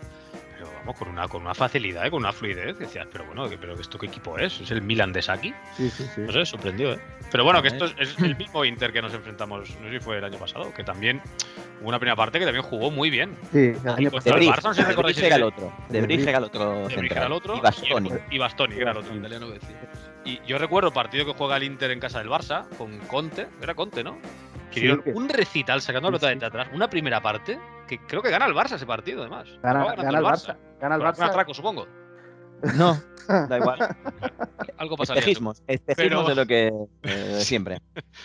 Speaker 3: Pero vamos, con una, con una facilidad, ¿eh? con una fluidez. que Decías, pero bueno, que- pero ¿esto qué equipo es? ¿Es el Milan de Saki?
Speaker 4: Sí, sí, sí.
Speaker 3: No sé, sorprendió, ¿eh? Pero bueno, que
Speaker 1: Ajá.
Speaker 3: esto es, es el mismo Inter que nos enfrentamos, no sé si fue el año pasado, que también hubo una primera parte que también jugó muy bien.
Speaker 4: Sí, el
Speaker 3: Ahí
Speaker 1: De
Speaker 3: contra
Speaker 4: año
Speaker 3: el
Speaker 4: pasado-
Speaker 1: Brij,
Speaker 3: Barça, no sé si
Speaker 1: de Brij
Speaker 3: recordáis
Speaker 1: era el
Speaker 3: ese-
Speaker 1: otro. De Brij era el otro.
Speaker 3: De Brij
Speaker 1: central.
Speaker 3: era el otro.
Speaker 1: Y Bastoni.
Speaker 3: el- Y Bastoni, que era el otro
Speaker 4: Bastoni.
Speaker 3: italiano que decía. Y yo recuerdo el partido que juega el Inter en casa del Barça con Conte. Era Conte, ¿no? Que
Speaker 4: Sí,
Speaker 3: dieron
Speaker 4: que-
Speaker 3: un recital sacando
Speaker 4: sí,
Speaker 3: la pelota
Speaker 4: sí.
Speaker 3: desde atrás. Una primera parte que creo que gana el Barça ese partido, además.
Speaker 4: Gana,
Speaker 3: Acaba ganando
Speaker 4: gana el Barça. Gana el
Speaker 3: Por algún
Speaker 4: Barça.
Speaker 3: atraco, supongo.
Speaker 1: No, da igual.
Speaker 3: Algo
Speaker 4: Este
Speaker 3: pasaría.
Speaker 1: Espejismos. Espejismos
Speaker 3: Pero-
Speaker 1: de lo que eh, siempre.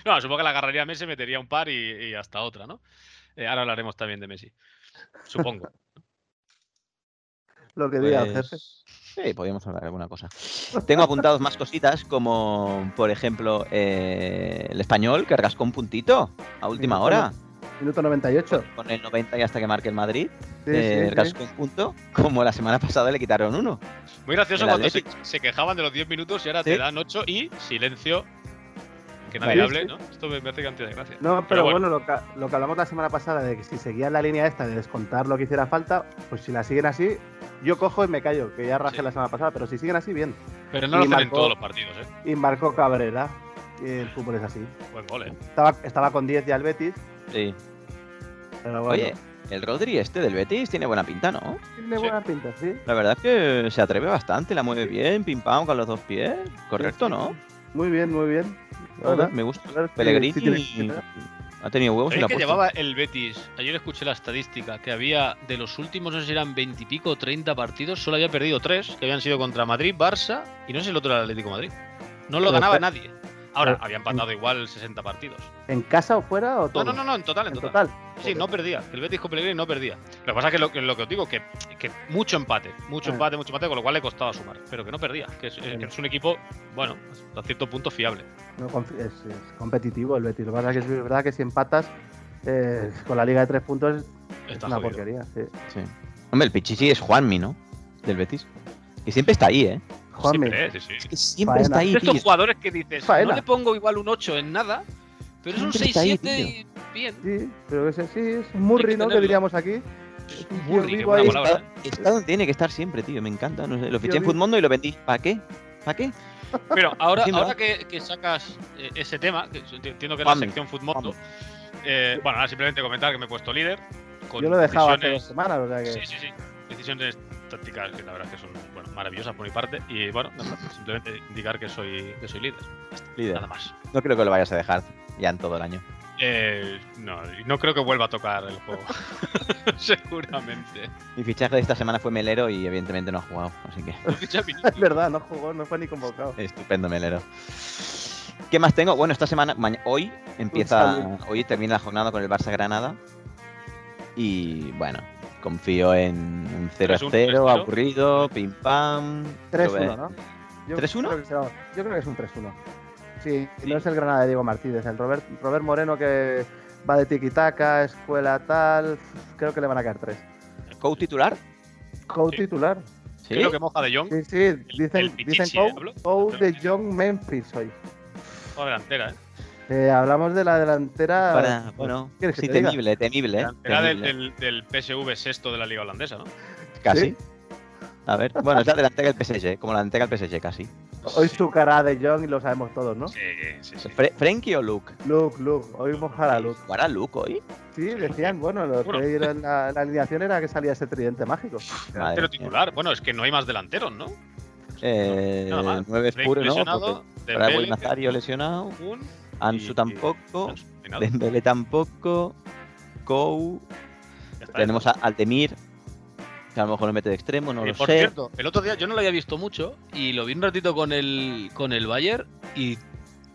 Speaker 3: No, supongo que la agarraría Messi, metería un par y, y hasta otra, ¿no? Eh, ahora hablaremos también de Messi. Supongo.
Speaker 4: Lo que diga el
Speaker 1: Pues,
Speaker 4: jefe.
Speaker 1: Sí, podríamos hablar de alguna cosa. Tengo apuntados más cositas, como por ejemplo eh, el español que rascó un puntito a última
Speaker 4: Minuto
Speaker 1: hora,
Speaker 4: Minuto 98.
Speaker 1: con el 90 y hasta que marque el Madrid.
Speaker 4: Sí,
Speaker 1: eh,
Speaker 4: sí, sí.
Speaker 1: Rascó un punto, como la semana pasada le quitaron uno.
Speaker 3: Muy gracioso
Speaker 1: El
Speaker 3: cuando se,
Speaker 1: Atlético.
Speaker 3: se quejaban de los 10 minutos y ahora
Speaker 1: Sí.
Speaker 3: te dan 8 y silencio. Que nadie
Speaker 1: Vale.
Speaker 3: hable, ¿no? Esto me, me hace cantidad de gracia.
Speaker 4: No, pero,
Speaker 3: Pero bueno.
Speaker 4: bueno, lo, que, lo que hablamos la semana pasada de que si seguían la línea esta de descontar lo que hiciera falta, pues si la siguen así, yo cojo y me callo, que ya rajé
Speaker 3: Sí.
Speaker 4: la semana pasada, pero si siguen así, bien.
Speaker 3: Pero no
Speaker 4: Y
Speaker 3: lo hacen en
Speaker 4: marcó-
Speaker 3: todos los partidos, ¿eh?
Speaker 4: Y marcó Cabrera, y el fútbol es así.
Speaker 3: Buen gol, ¿eh?
Speaker 4: Estaba, estaba con 10 ya el Betis,
Speaker 1: Sí.
Speaker 4: pero bueno,
Speaker 1: Oye, el Rodri este del Betis tiene buena pinta, ¿no?
Speaker 4: tiene
Speaker 3: sí.
Speaker 4: buena pinta, sí.
Speaker 1: La verdad es que se atreve bastante, la mueve bien, pim pam con los dos pies. Correcto, ¿no?
Speaker 4: Muy bien, muy bien. La
Speaker 1: Joder,
Speaker 4: verdad,
Speaker 1: Me gusta.
Speaker 4: la verdad es que
Speaker 1: Pellegrini
Speaker 4: sí tiene pinta.
Speaker 1: ha tenido huevos y
Speaker 3: ¿Sabéis
Speaker 1: la
Speaker 3: que
Speaker 1: ha puesto.
Speaker 3: llevaba el Betis? Ayer escuché la estadística que había de los últimos, no sé si eran 20 y pico, 30 partidos, solo había perdido 3, que habían sido contra Madrid, Barça y no sé si el otro era el Atlético de Madrid. No lo
Speaker 4: Pero
Speaker 3: ganaba
Speaker 4: está-
Speaker 3: nadie. Ahora,
Speaker 4: pero-
Speaker 3: había empatado igual 60 partidos.
Speaker 4: ¿En casa o fuera o
Speaker 3: No,
Speaker 4: todo?
Speaker 3: no, no, no, en total, en
Speaker 4: En
Speaker 3: total.
Speaker 4: total.
Speaker 3: Sí, no perdía. El Betis con Pellegrini no perdía. Lo que pasa es que lo, que- lo que os digo, que, que mucho empate, mucho
Speaker 4: Ah.
Speaker 3: empate, mucho empate, con lo cual le costaba sumar. Pero que no perdía, que es, eh, que es un equipo, bueno, a cierto punto fiable.
Speaker 4: No confi- es, es competitivo el Betis. Lo que pasa es que es verdad que si empatas eh, con la liga de tres puntos es
Speaker 3: Está
Speaker 4: una
Speaker 3: jodido.
Speaker 4: porquería. sí.
Speaker 1: Sí. Hombre, el Pichichi es Juanmi, ¿no? Del Betis. Y siempre está ahí, ¿eh?
Speaker 4: Juanmi,
Speaker 3: Siempre, eh, sí, sí.
Speaker 1: Que siempre
Speaker 4: Faena.
Speaker 1: está ahí,
Speaker 3: de estos
Speaker 1: tío.
Speaker 3: jugadores que dices, no
Speaker 4: Faena.
Speaker 3: le pongo igual un 8 en nada, pero es un
Speaker 1: Siempre está ahí,
Speaker 3: 6-7 y bien.
Speaker 4: Sí, pero ese sí, es un
Speaker 3: Hay que
Speaker 4: Murray, ¿no? Que
Speaker 3: tenerlo.
Speaker 4: diríamos aquí.
Speaker 3: Es
Speaker 4: un
Speaker 3: un
Speaker 4: tío
Speaker 3: burri, qué
Speaker 4: rico
Speaker 3: buena
Speaker 4: ahí.
Speaker 3: palabra. ¿eh?
Speaker 1: Está, está donde tiene que estar siempre, tío. Me encanta. No sé, lo fiché
Speaker 4: Yo
Speaker 1: en
Speaker 4: vi-
Speaker 1: Futmundo y lo vendí. ¿Para qué? ¿Para qué?
Speaker 3: ¿eh? Pero ahora,
Speaker 1: Encima.
Speaker 4: ¿eh?
Speaker 3: ahora que, que sacas eh, ese tema, que yo entiendo que es la
Speaker 1: Juanmi,
Speaker 3: sección Futmoto, eh, bueno, ahora simplemente comentar que me he puesto líder. Con
Speaker 4: Yo lo dejaba hace
Speaker 3: decisiones-
Speaker 4: dos semanas, o sea que.
Speaker 3: Sí, sí, sí. Decisiones tácticas que la verdad es que son bueno, maravillosas por mi parte. Y bueno, nada más, simplemente indicar que soy, que soy líder.
Speaker 1: Líder.
Speaker 3: Nada más.
Speaker 1: No creo que lo vayas a dejar ya en todo el año.
Speaker 3: Yo Eh, no, no creo que vuelva a tocar el juego. Seguramente.
Speaker 1: Mi fichaje de esta semana fue Melero y evidentemente no ha jugado, así que
Speaker 3: Ficha
Speaker 4: Es verdad, no jugó, no fue ni convocado.
Speaker 1: estupendo Melero. ¿Qué más tengo? Bueno, esta semana, maña- hoy empieza,
Speaker 4: saludo.
Speaker 1: hoy termina la jornada con el Barça Granada y bueno, confío en un 0-0,
Speaker 3: 3-1.
Speaker 1: aburrido, pim pam.
Speaker 4: 3-1, ¿no? Yo
Speaker 1: 3-1?
Speaker 4: creo que será- Yo creo que es un 3-1. Sí,
Speaker 3: Sí.
Speaker 4: no es el Granada de Diego Martínez, el Robert, Robert Moreno que va de tiquitaca, escuela tal, creo que le van a caer 3.
Speaker 1: ¿Cow titular?
Speaker 4: Cow
Speaker 3: Sí.
Speaker 4: titular.
Speaker 1: Sí.
Speaker 3: ¿Qué es lo que moja de Jong?
Speaker 4: Sí, sí, dicen,
Speaker 3: el
Speaker 4: dicen
Speaker 3: Pichichi, ¿eh?
Speaker 4: Cow,
Speaker 3: ¿hablo?
Speaker 4: Cow de John Memphis hoy.
Speaker 3: O delantera, ¿eh?
Speaker 4: Eh, hablamos de la delantera.
Speaker 1: Para, bueno,
Speaker 4: ¿Quieres que
Speaker 1: sí,
Speaker 4: te diga?
Speaker 1: temible, temible, ¿eh?
Speaker 3: Era del,
Speaker 1: Temible.
Speaker 3: del, del PSV sexto de la liga holandesa, ¿no?
Speaker 1: Casi.
Speaker 4: Sí.
Speaker 1: A ver, bueno, es la delantera del PSG, como la delantera del PSG casi.
Speaker 4: Hoy su cara de John y lo sabemos todos, ¿no?
Speaker 3: Sí, sí, sí.
Speaker 1: Fre- ¿Frenkie o Luke?
Speaker 4: Luke, Luke, hoy mojar a Luke.
Speaker 1: ¿Jugará Luke hoy?
Speaker 4: Sí, decían, bueno, lo
Speaker 3: Seguro.
Speaker 4: que era en la, la alineación era que salía ese tridente mágico.
Speaker 1: Madre
Speaker 3: Delantero
Speaker 1: mía.
Speaker 3: titular. Bueno, es que no hay más delanteros, ¿no?
Speaker 1: Eh,
Speaker 3: Nada más.
Speaker 1: 9 es
Speaker 3: Drake
Speaker 1: puro, ¿no?
Speaker 3: lesionado,
Speaker 1: Porque Bravo
Speaker 3: Dembele,
Speaker 1: y Nazario lesionado,
Speaker 3: Un,
Speaker 1: Ansu
Speaker 3: y-
Speaker 1: tampoco,
Speaker 3: Ansu, y nada,
Speaker 1: Dembele tampoco, Kou,
Speaker 3: ya está.
Speaker 1: tenemos a Altemir, que a lo mejor lo mete de extremo, no
Speaker 3: Eh,
Speaker 1: lo
Speaker 3: por
Speaker 1: sé.
Speaker 3: cierto, el otro día yo no lo había visto mucho y lo vi un ratito con el con el Bayern y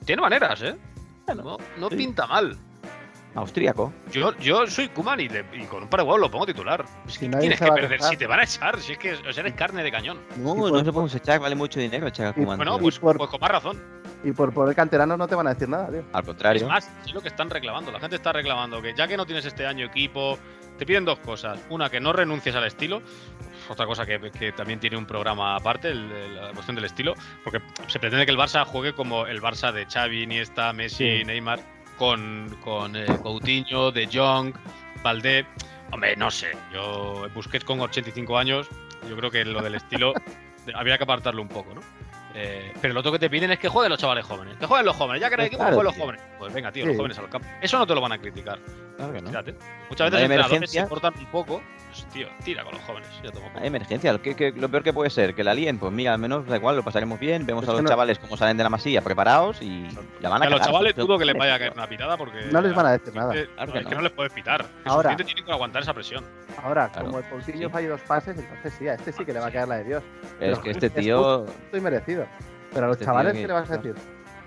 Speaker 3: tiene maneras, ¿eh? No, no
Speaker 1: sí.
Speaker 3: pinta mal.
Speaker 1: Austríaco.
Speaker 3: Yo, yo soy Kuman y, le- y con un par de huevos lo pongo titular. Es
Speaker 4: Pues Si
Speaker 3: que
Speaker 4: nadie
Speaker 3: tienes
Speaker 4: se
Speaker 3: que
Speaker 4: va a
Speaker 3: perder.
Speaker 4: quejar.
Speaker 3: Si te van a echar, si es que o sea, eres carne de cañón.
Speaker 1: No,
Speaker 4: por-
Speaker 1: no se podemos echar, vale mucho dinero echar a
Speaker 4: Y-
Speaker 1: Koeman,
Speaker 3: Bueno,
Speaker 1: tío.
Speaker 3: pues,
Speaker 4: por-
Speaker 3: pues con más razón.
Speaker 4: Y por poner canteranos no te van a decir nada, tío.
Speaker 1: Al
Speaker 3: Es
Speaker 1: contrario,
Speaker 3: más, es lo que están reclamando. La gente está reclamando que ya que no tienes este año equipo, te piden dos cosas. Una, que no renuncies al estilo. Otra cosa que, que también tiene un programa aparte, el- el- la cuestión del estilo. Porque se pretende que el Barça juegue como el Barça de Xavi, Iniesta, Messi,
Speaker 4: Sí.
Speaker 3: Neymar, con, con eh, Coutinho, De Jong, Valdé. Hombre, no sé. Yo Busquets con 85 años, yo creo que lo del estilo habría que apartarlo un poco, ¿no? Eh, pero lo otro que te piden es que jueguen los chavales jóvenes. Que jueguen los jóvenes. Ya que no hay equipo,
Speaker 1: Claro,
Speaker 3: jueguen los
Speaker 1: tío.
Speaker 3: jóvenes. Pues venga, tío,
Speaker 4: Sí.
Speaker 3: los jóvenes al campo. Eso no te lo van a criticar.
Speaker 1: claro que no.
Speaker 3: Fíjate. Muchas
Speaker 1: Cuando hay
Speaker 3: veces los entrenadores
Speaker 1: emergencia-
Speaker 3: se cortan un poco. Pues, tío, tira con los jóvenes. Ya tomo por-
Speaker 1: Hay emergencia, lo, que, que- lo peor que puede ser, que la líen, pues mira, al menos da igual, lo pasaremos bien, vemos
Speaker 4: Es
Speaker 1: a
Speaker 4: que
Speaker 1: los
Speaker 4: no-
Speaker 1: chavales cómo salen de la masilla, preparados y la van a
Speaker 3: Que a los
Speaker 1: cagar,
Speaker 3: chavales
Speaker 1: son-
Speaker 3: dudo que les vaya a caer una pitada porque.
Speaker 4: No les van a decir nada.
Speaker 3: Eh,
Speaker 1: Claro
Speaker 3: no,
Speaker 1: que
Speaker 3: es que
Speaker 1: no.
Speaker 3: no les puedes pitar. Que
Speaker 4: Ahora.
Speaker 3: suficiente tienen que aguantar esa presión.
Speaker 4: Ahora,
Speaker 1: Claro.
Speaker 4: como el Coutinho
Speaker 1: Sí.
Speaker 4: falla dos pases, entonces sí, a este sí que le va a caer la de Dios.
Speaker 1: Es
Speaker 4: Pero
Speaker 1: que este
Speaker 4: es
Speaker 1: tío,
Speaker 4: Estoy merecido. Pero a los
Speaker 1: Este tío
Speaker 4: chavales,
Speaker 1: que-
Speaker 4: ¿qué le vas a decir?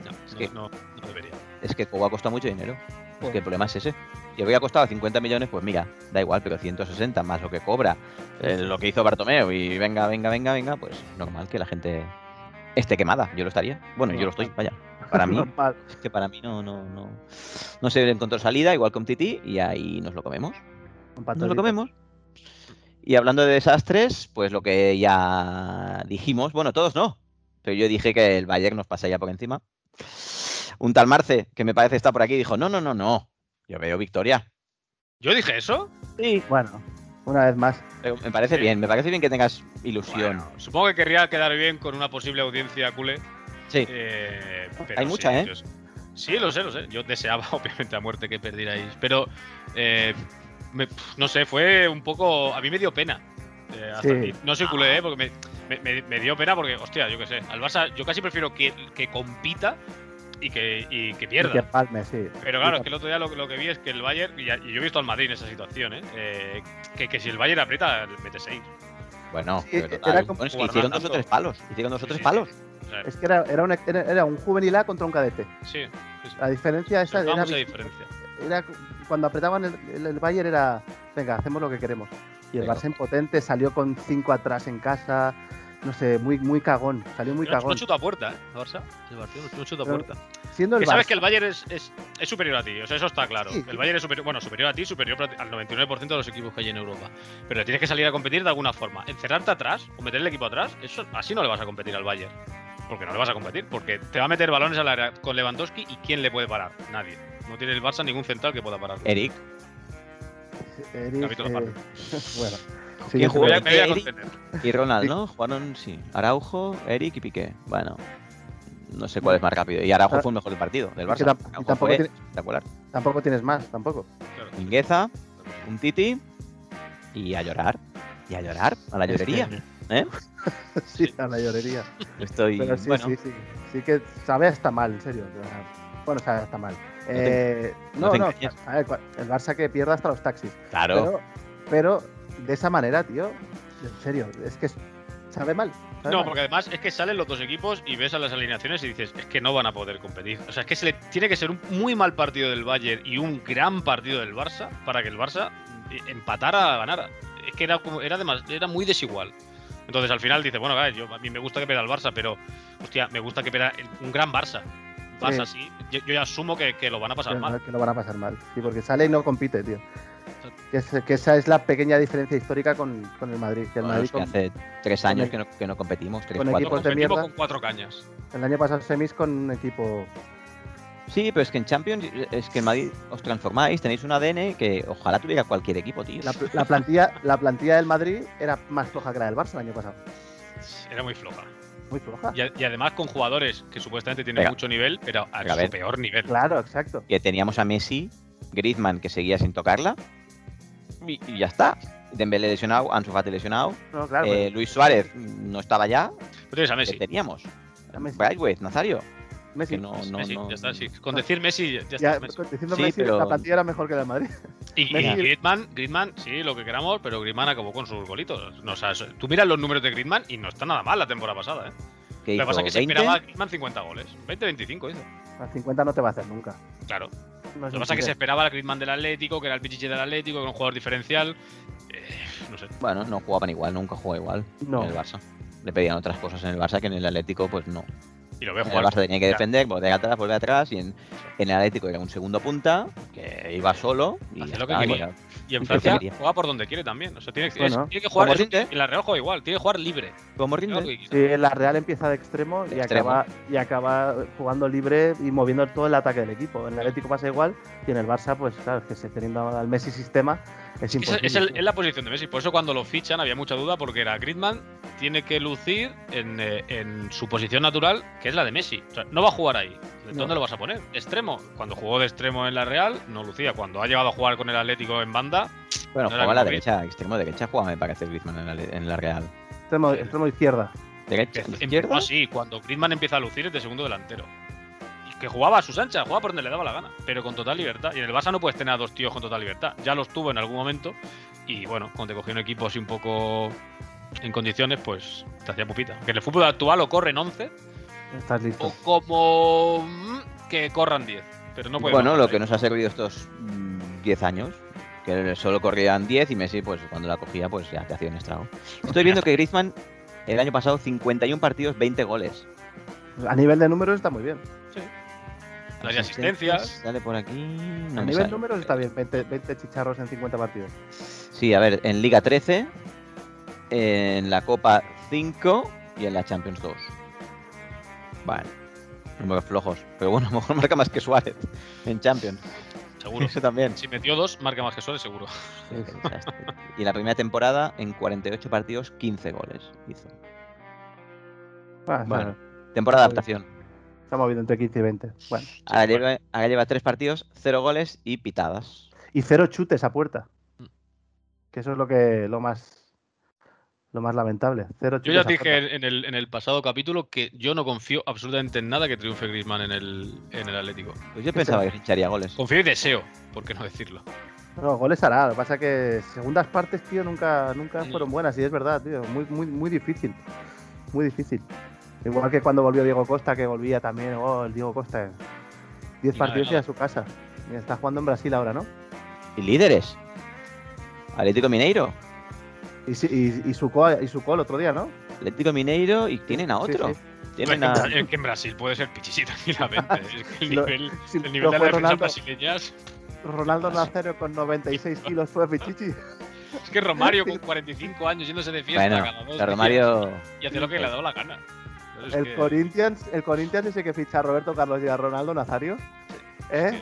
Speaker 3: No,
Speaker 1: Es
Speaker 3: no-
Speaker 1: que-
Speaker 3: no, no debería.
Speaker 1: es que Kowa costado mucho dinero. Es
Speaker 4: Sí.
Speaker 1: que el problema es ese. Si hubiera costado 50 millones, pues mira, da igual, pero 160 más lo que cobra, eh, lo que hizo Bartomeu y venga, venga, venga, venga, pues normal que la gente esté quemada. Yo lo estaría. Bueno, yo lo estoy, vaya. Para mí,
Speaker 4: Normal.
Speaker 1: es que para mí no, no, no. No se le encontró salida, igual con Titi, y ahí nos lo comemos.
Speaker 4: Un
Speaker 1: Nos
Speaker 4: patadito.
Speaker 1: lo comemos. Y hablando de desastres, pues lo que ya dijimos, bueno, todos no, pero yo dije que el Bayern nos pasaría por encima. Un tal Marce, que me parece está por aquí, dijo, no, no, no, no, yo veo victoria.
Speaker 3: ¿Yo dije eso?
Speaker 1: Sí.
Speaker 4: Bueno, una vez más.
Speaker 1: Pero Eh, me parece
Speaker 3: Sí.
Speaker 1: bien, me parece bien que tengas ilusión.
Speaker 3: Bueno, supongo que querría quedar bien con una posible audiencia culé.
Speaker 1: sí,
Speaker 3: Eh, pero
Speaker 1: Hay
Speaker 3: sí,
Speaker 1: mucha, ¿eh?
Speaker 3: yo- sí, lo sé, lo sé. Yo deseaba, obviamente, a muerte que perdierais. Pero, eh, me- pf, no sé, fue un poco. A mí me dio pena. Eh, hasta
Speaker 4: Sí.
Speaker 3: aquí. No soy culé, ¿eh? Porque me, me- me- me dio pena porque, hostia, yo qué sé. Al Barça, yo casi prefiero que, que compita y que, y que pierda.
Speaker 4: Y que palme, sí.
Speaker 3: Pero claro,
Speaker 4: Y
Speaker 3: es que el otro día lo, lo que vi es que el Bayern, y, y yo he visto al Madrid en esa situación, ¿eh? Eh, que, que si el Bayern aprieta, mete 6.
Speaker 1: bueno,
Speaker 4: Sí,
Speaker 1: pero
Speaker 4: era
Speaker 1: total.
Speaker 4: como
Speaker 1: Bueno, es que
Speaker 3: jugar
Speaker 1: hicieron
Speaker 3: más
Speaker 1: dos o
Speaker 3: tanto.
Speaker 1: tres palos, hicieron dos o
Speaker 3: Sí,
Speaker 1: tres
Speaker 3: sí,
Speaker 1: palos.
Speaker 4: Es que era, era, un, era, era un juvenil A contra un cadete.
Speaker 3: Sí, sí, sí.
Speaker 4: La diferencia esa
Speaker 3: Notaba
Speaker 4: era,
Speaker 3: mucha diferencia.
Speaker 4: era cuando apretaban el, el, el Bayern era, venga, hacemos lo que queremos. Y el
Speaker 1: Venga.
Speaker 4: Barça impotente salió con cinco atrás en casa, no sé, muy, muy cagón, salió muy
Speaker 3: Pero no-
Speaker 4: cagón.
Speaker 3: No chuta a puerta, ¿eh? El Barça. El Barça no- no chuta a
Speaker 4: Pero-
Speaker 3: puerta.
Speaker 4: Siendo el
Speaker 3: Que sabes
Speaker 4: Barça-
Speaker 3: que el Bayern es, es- es superior a ti, o sea, eso está claro.
Speaker 4: Sí.
Speaker 3: El Bayern es superior, bueno, superior a ti, superior prá- al 99% de los equipos que hay en Europa. Pero tienes que salir a competir de alguna forma. Encerrarte atrás o meter el equipo atrás, eso así no le vas a competir al Bayern. Porque no le vas a competir, porque te va a meter balones al área con Lewandowski y ¿quién le puede parar? Nadie. No tiene el Barça ningún central que pueda parar.
Speaker 1: Eric,
Speaker 4: Eric,
Speaker 3: Capítulo
Speaker 4: eh,
Speaker 3: aparte.
Speaker 4: bueno.
Speaker 1: ¿Quién
Speaker 4: yo
Speaker 1: jugó?
Speaker 3: Me voy a-
Speaker 4: creo-
Speaker 3: me voy a
Speaker 1: Eric.
Speaker 3: contener.
Speaker 1: Y Ronald, ¿no? Jugaron, sí. Araujo, Eric y Piqué. Bueno, no sé cuál es más rápido. Y Araujo
Speaker 4: Ah.
Speaker 1: fue el mejor del partido, del
Speaker 4: Es que
Speaker 1: Barça.
Speaker 4: tam- y
Speaker 1: Araujo
Speaker 4: tampoco
Speaker 1: fue
Speaker 4: tiene-
Speaker 1: espectacular.
Speaker 4: Tampoco tienes más, tampoco.
Speaker 3: Claro.
Speaker 1: Mingueza, un Titi y a llorar. Y a llorar, a la llorería. ¿eh?
Speaker 4: sí, a la llorería.
Speaker 1: Estoy,
Speaker 4: Pero sí,
Speaker 1: bueno,
Speaker 4: sí, sí. Sí que sabe hasta mal, en serio. o sea, Bueno, sabe hasta mal. Eh,
Speaker 1: no
Speaker 4: no,
Speaker 1: te
Speaker 4: no,
Speaker 1: engañes.
Speaker 4: a ver, cua- el Barça que pierda hasta los taxis.
Speaker 1: Claro.
Speaker 4: Pero, pero de esa manera, tío, en serio, es que es- sabe mal. sabe
Speaker 3: No,
Speaker 4: mal.
Speaker 3: porque además es que salen los dos equipos y ves a las alineaciones y dices, es que no van a poder competir. O sea, es que se le, tiene que ser un muy mal partido del Bayern y un gran partido del Barça para que el Barça eh, empatara, ganara. Es que era, como, era, demas- era muy desigual. Entonces al final dices, bueno, claro, yo, a mí me gusta que peda el Barça, pero hostia, me gusta que peda el- un gran Barça. Barça sí, yo, yo ya asumo que, que lo van a pasar
Speaker 4: Pero
Speaker 3: mal.
Speaker 4: no, que lo van a pasar mal. Sí, porque sale y no compite, tío. Que, es- que esa es la pequeña diferencia histórica con, con el Madrid. Que el,
Speaker 1: Bueno,
Speaker 4: Madrid
Speaker 1: es que
Speaker 4: con-
Speaker 1: hace tres
Speaker 4: con
Speaker 1: años
Speaker 4: el-
Speaker 1: que no, que no competimos, tres,
Speaker 4: con
Speaker 1: cuatro.
Speaker 4: equipos
Speaker 3: Nos
Speaker 4: de
Speaker 3: metimos
Speaker 4: mierda.
Speaker 3: con cuatro cañas.
Speaker 4: el año pasado semis con un equipo.
Speaker 1: Sí, pero es que en Champions es que en Madrid os transformáis, tenéis un ADN que ojalá tuviera cualquier equipo, tío.
Speaker 4: La, la plantilla, la plantilla del Madrid era más floja que la del Barça el año pasado.
Speaker 3: Era muy floja.
Speaker 4: Muy floja.
Speaker 3: Y, a- y además con jugadores que supuestamente tienen
Speaker 1: Venga.
Speaker 3: mucho nivel, pero a
Speaker 1: Venga, a
Speaker 3: su
Speaker 1: ver.
Speaker 3: peor nivel.
Speaker 4: Claro, exacto.
Speaker 1: Que teníamos a Messi, Griezmann que seguía sin tocarla y, y ya está. Dembélé lesionado, Ansu Fati lesionado,
Speaker 4: No, claro,
Speaker 1: eh,
Speaker 4: pero
Speaker 1: Luis Suárez mm, no estaba ya,
Speaker 3: Tú tienes a
Speaker 1: que
Speaker 3: Messi.
Speaker 1: teníamos.
Speaker 4: A Messi.
Speaker 1: Braithwaite, Nazario,
Speaker 4: Messi.
Speaker 1: que no,
Speaker 3: Es
Speaker 1: no,
Speaker 3: Messi,
Speaker 1: no-
Speaker 3: ya está, sí. Con decir Messi, ya está.
Speaker 4: Ya,
Speaker 3: es Messi.
Speaker 4: diciendo
Speaker 1: Sí,
Speaker 4: Messi,
Speaker 1: pero-
Speaker 4: la plantilla era mejor que la del Madrid.
Speaker 3: Y, y
Speaker 1: Venga.
Speaker 3: Griezmann, Griezmann, sí, lo que queramos, pero Griezmann acabó con sus golitos. No, o sea, tú miras los números de Griezmann y no está nada mal la temporada pasada. ¿eh?
Speaker 1: que
Speaker 3: Lo que
Speaker 1: hizo
Speaker 3: pasa es que se
Speaker 1: 20.
Speaker 3: esperaba a Griezmann 50 goles. 20-25 hizo.
Speaker 4: A 50 no te va a hacer nunca.
Speaker 3: Claro.
Speaker 4: No
Speaker 3: Lo
Speaker 4: es
Speaker 3: que pasa es que se
Speaker 4: imposible.
Speaker 3: esperaba al Griezmann del Atlético, que era el pichiche del Atlético, que era un jugador diferencial. Eh, no sé.
Speaker 1: Bueno, no jugaban igual, nunca jugó igual
Speaker 4: No.
Speaker 1: en el Barça. Le pedían otras cosas en el Barça que en el Atlético, pues no.
Speaker 3: Y lo veo
Speaker 1: En el
Speaker 3: jugar.
Speaker 1: Barça tenía que
Speaker 3: Ya.
Speaker 1: defender, volver atrás, volver atrás. Y en, en el Atlético era un segundo punta que iba solo. Y
Speaker 3: Hacía
Speaker 1: ya
Speaker 3: lo que
Speaker 1: está,
Speaker 3: quería.
Speaker 1: bueno,
Speaker 3: Y en
Speaker 1: Yo
Speaker 3: Francia
Speaker 1: quería.
Speaker 3: juega por donde quiere también. O sea, tiene, es-
Speaker 4: Bueno.
Speaker 3: tiene que jugar.
Speaker 1: Como
Speaker 3: es un-
Speaker 1: Rinde.
Speaker 3: en la Real juega igual, tiene que jugar libre.
Speaker 1: ¿Cómo
Speaker 3: Claro
Speaker 1: rinde?
Speaker 3: que-
Speaker 4: Sí, la Real empieza de extremo y
Speaker 1: De extremo.
Speaker 4: acaba y acaba jugando libre y moviendo todo el ataque del equipo. En el Atlético pasa igual y en el Barça, pues claro, es que se teniendo al Messi sistema es
Speaker 3: Es,
Speaker 4: imposible.
Speaker 3: es el- es la posición de Messi. Por eso cuando lo fichan había mucha duda porque era Griezmann tiene que lucir en, eh, en su posición natural, que es la de Messi. O sea, no va a jugar ahí. ¿De
Speaker 4: No.
Speaker 3: ¿Dónde lo vas a poner? Extremo. Cuando jugó de extremo en la Real, no lucía. Cuando ha llegado a jugar con el Atlético en banda,
Speaker 1: Bueno,
Speaker 3: No era
Speaker 1: jugaba a la
Speaker 3: como
Speaker 1: derecha, extremo derecha jugaba, me parece, Griezmann en la, en la Real.
Speaker 4: extremo, extremo izquierda.
Speaker 1: Derecha,
Speaker 3: empezó empezó
Speaker 1: izquierda.
Speaker 3: em, así. Cuando Griezmann empieza a lucir es de segundo delantero. Y que jugaba a sus anchas, jugaba por donde le daba la gana, pero con total libertad. Y en el Barça no puedes tener a dos tíos con total libertad. Ya los tuvo en algún momento. Y bueno, cuando te cogió un equipo así un poco en condiciones, pues te hacía pupita. Que en el fútbol actual o corren 11
Speaker 4: Estás listo.
Speaker 3: o como mm, que corran 10. Pero no puede ¿eh?
Speaker 1: bueno,
Speaker 3: bajar
Speaker 1: lo
Speaker 3: ahí.
Speaker 1: que nos ha servido estos mm, 10 años, que solo corrían 10 y Messi, pues cuando la cogía, pues ya te hacía un estrago. Estoy viendo que Griezmann el año pasado 51 partidos, 20 goles.
Speaker 3: Oh.
Speaker 4: A nivel de números está muy bien.
Speaker 3: Las asistencias.
Speaker 1: Sale por aquí. no
Speaker 4: a
Speaker 1: me
Speaker 4: nivel
Speaker 1: sale.
Speaker 4: números está bien. 20, 20 chicharros en 50 partidos.
Speaker 1: Sí, a ver, en Liga 13, en la Copa 5 y en la Champions 2. Vale. Números flojos. Pero bueno, a lo mejor marca más que Suárez en Champions.
Speaker 3: Seguro.
Speaker 1: Eso también.
Speaker 3: Si metió dos, marca más que Suárez, seguro.
Speaker 1: Qué desastre. Y la primera temporada, en 48 partidos, 15 goles hizo.
Speaker 4: Ah,
Speaker 1: Bueno.
Speaker 4: bueno.
Speaker 1: Temporada de adaptación.
Speaker 4: Está movido entre 15 y 20. Bueno.
Speaker 1: Ahora lleva, ahora lleva 3 partidos, 0 goles y pitadas.
Speaker 4: Y cero chutes a puerta.
Speaker 3: Mm.
Speaker 4: Que eso es lo que lo más lo más lamentable. Cero
Speaker 3: Yo
Speaker 4: chutes
Speaker 3: ya
Speaker 4: a
Speaker 3: te dije
Speaker 4: puerta.
Speaker 3: en el, en el pasado capítulo que yo no confío absolutamente en nada que triunfe Griezmann en el, en el Atlético.
Speaker 1: Pues yo pensaba que hincharía goles.
Speaker 3: Confío y deseo, ¿por qué no decirlo?
Speaker 4: No, goles hará. Lo que pasa que segundas partes, tío, nunca, nunca
Speaker 3: Sí.
Speaker 4: fueron buenas. Y es verdad, tío. Muy, muy, muy difícil. Muy difícil. Igual que cuando volvió Diego Costa, que volvía también. Oh, el Diego Costa. Diez
Speaker 3: Y nada,
Speaker 4: partidos y
Speaker 3: nada.
Speaker 4: a su casa. Y está jugando en Brasil ahora, ¿no?
Speaker 1: Y líderes. Atlético Mineiro.
Speaker 4: Y, si- y, y, sucó, y sucó el otro día, ¿no?
Speaker 1: Atlético Mineiro y tienen a
Speaker 4: Sí,
Speaker 1: otro.
Speaker 4: sí.
Speaker 1: Tienen
Speaker 3: Pues,
Speaker 1: a...
Speaker 3: Es que en Brasil puede ser pichichi tranquilamente. Es que el
Speaker 4: Lo-
Speaker 3: nivel,
Speaker 4: Si
Speaker 3: el nivel
Speaker 4: no
Speaker 3: de Ah, las defensas
Speaker 4: fue Ronaldo,
Speaker 3: brasileñas.
Speaker 4: Ronaldo Nazario con 96 kilos fue Pichichi.
Speaker 3: Es que Romario con 45 años yéndose de fiesta
Speaker 1: Bueno,
Speaker 3: cada dos
Speaker 1: pero
Speaker 3: días
Speaker 1: Mario...
Speaker 3: y hace lo que le ha dado la gana. Entonces,
Speaker 4: El
Speaker 3: que-
Speaker 4: Corinthians, el Corinthians ese que ficha a Roberto Carlos y a Ronaldo Nazario, ¿eh?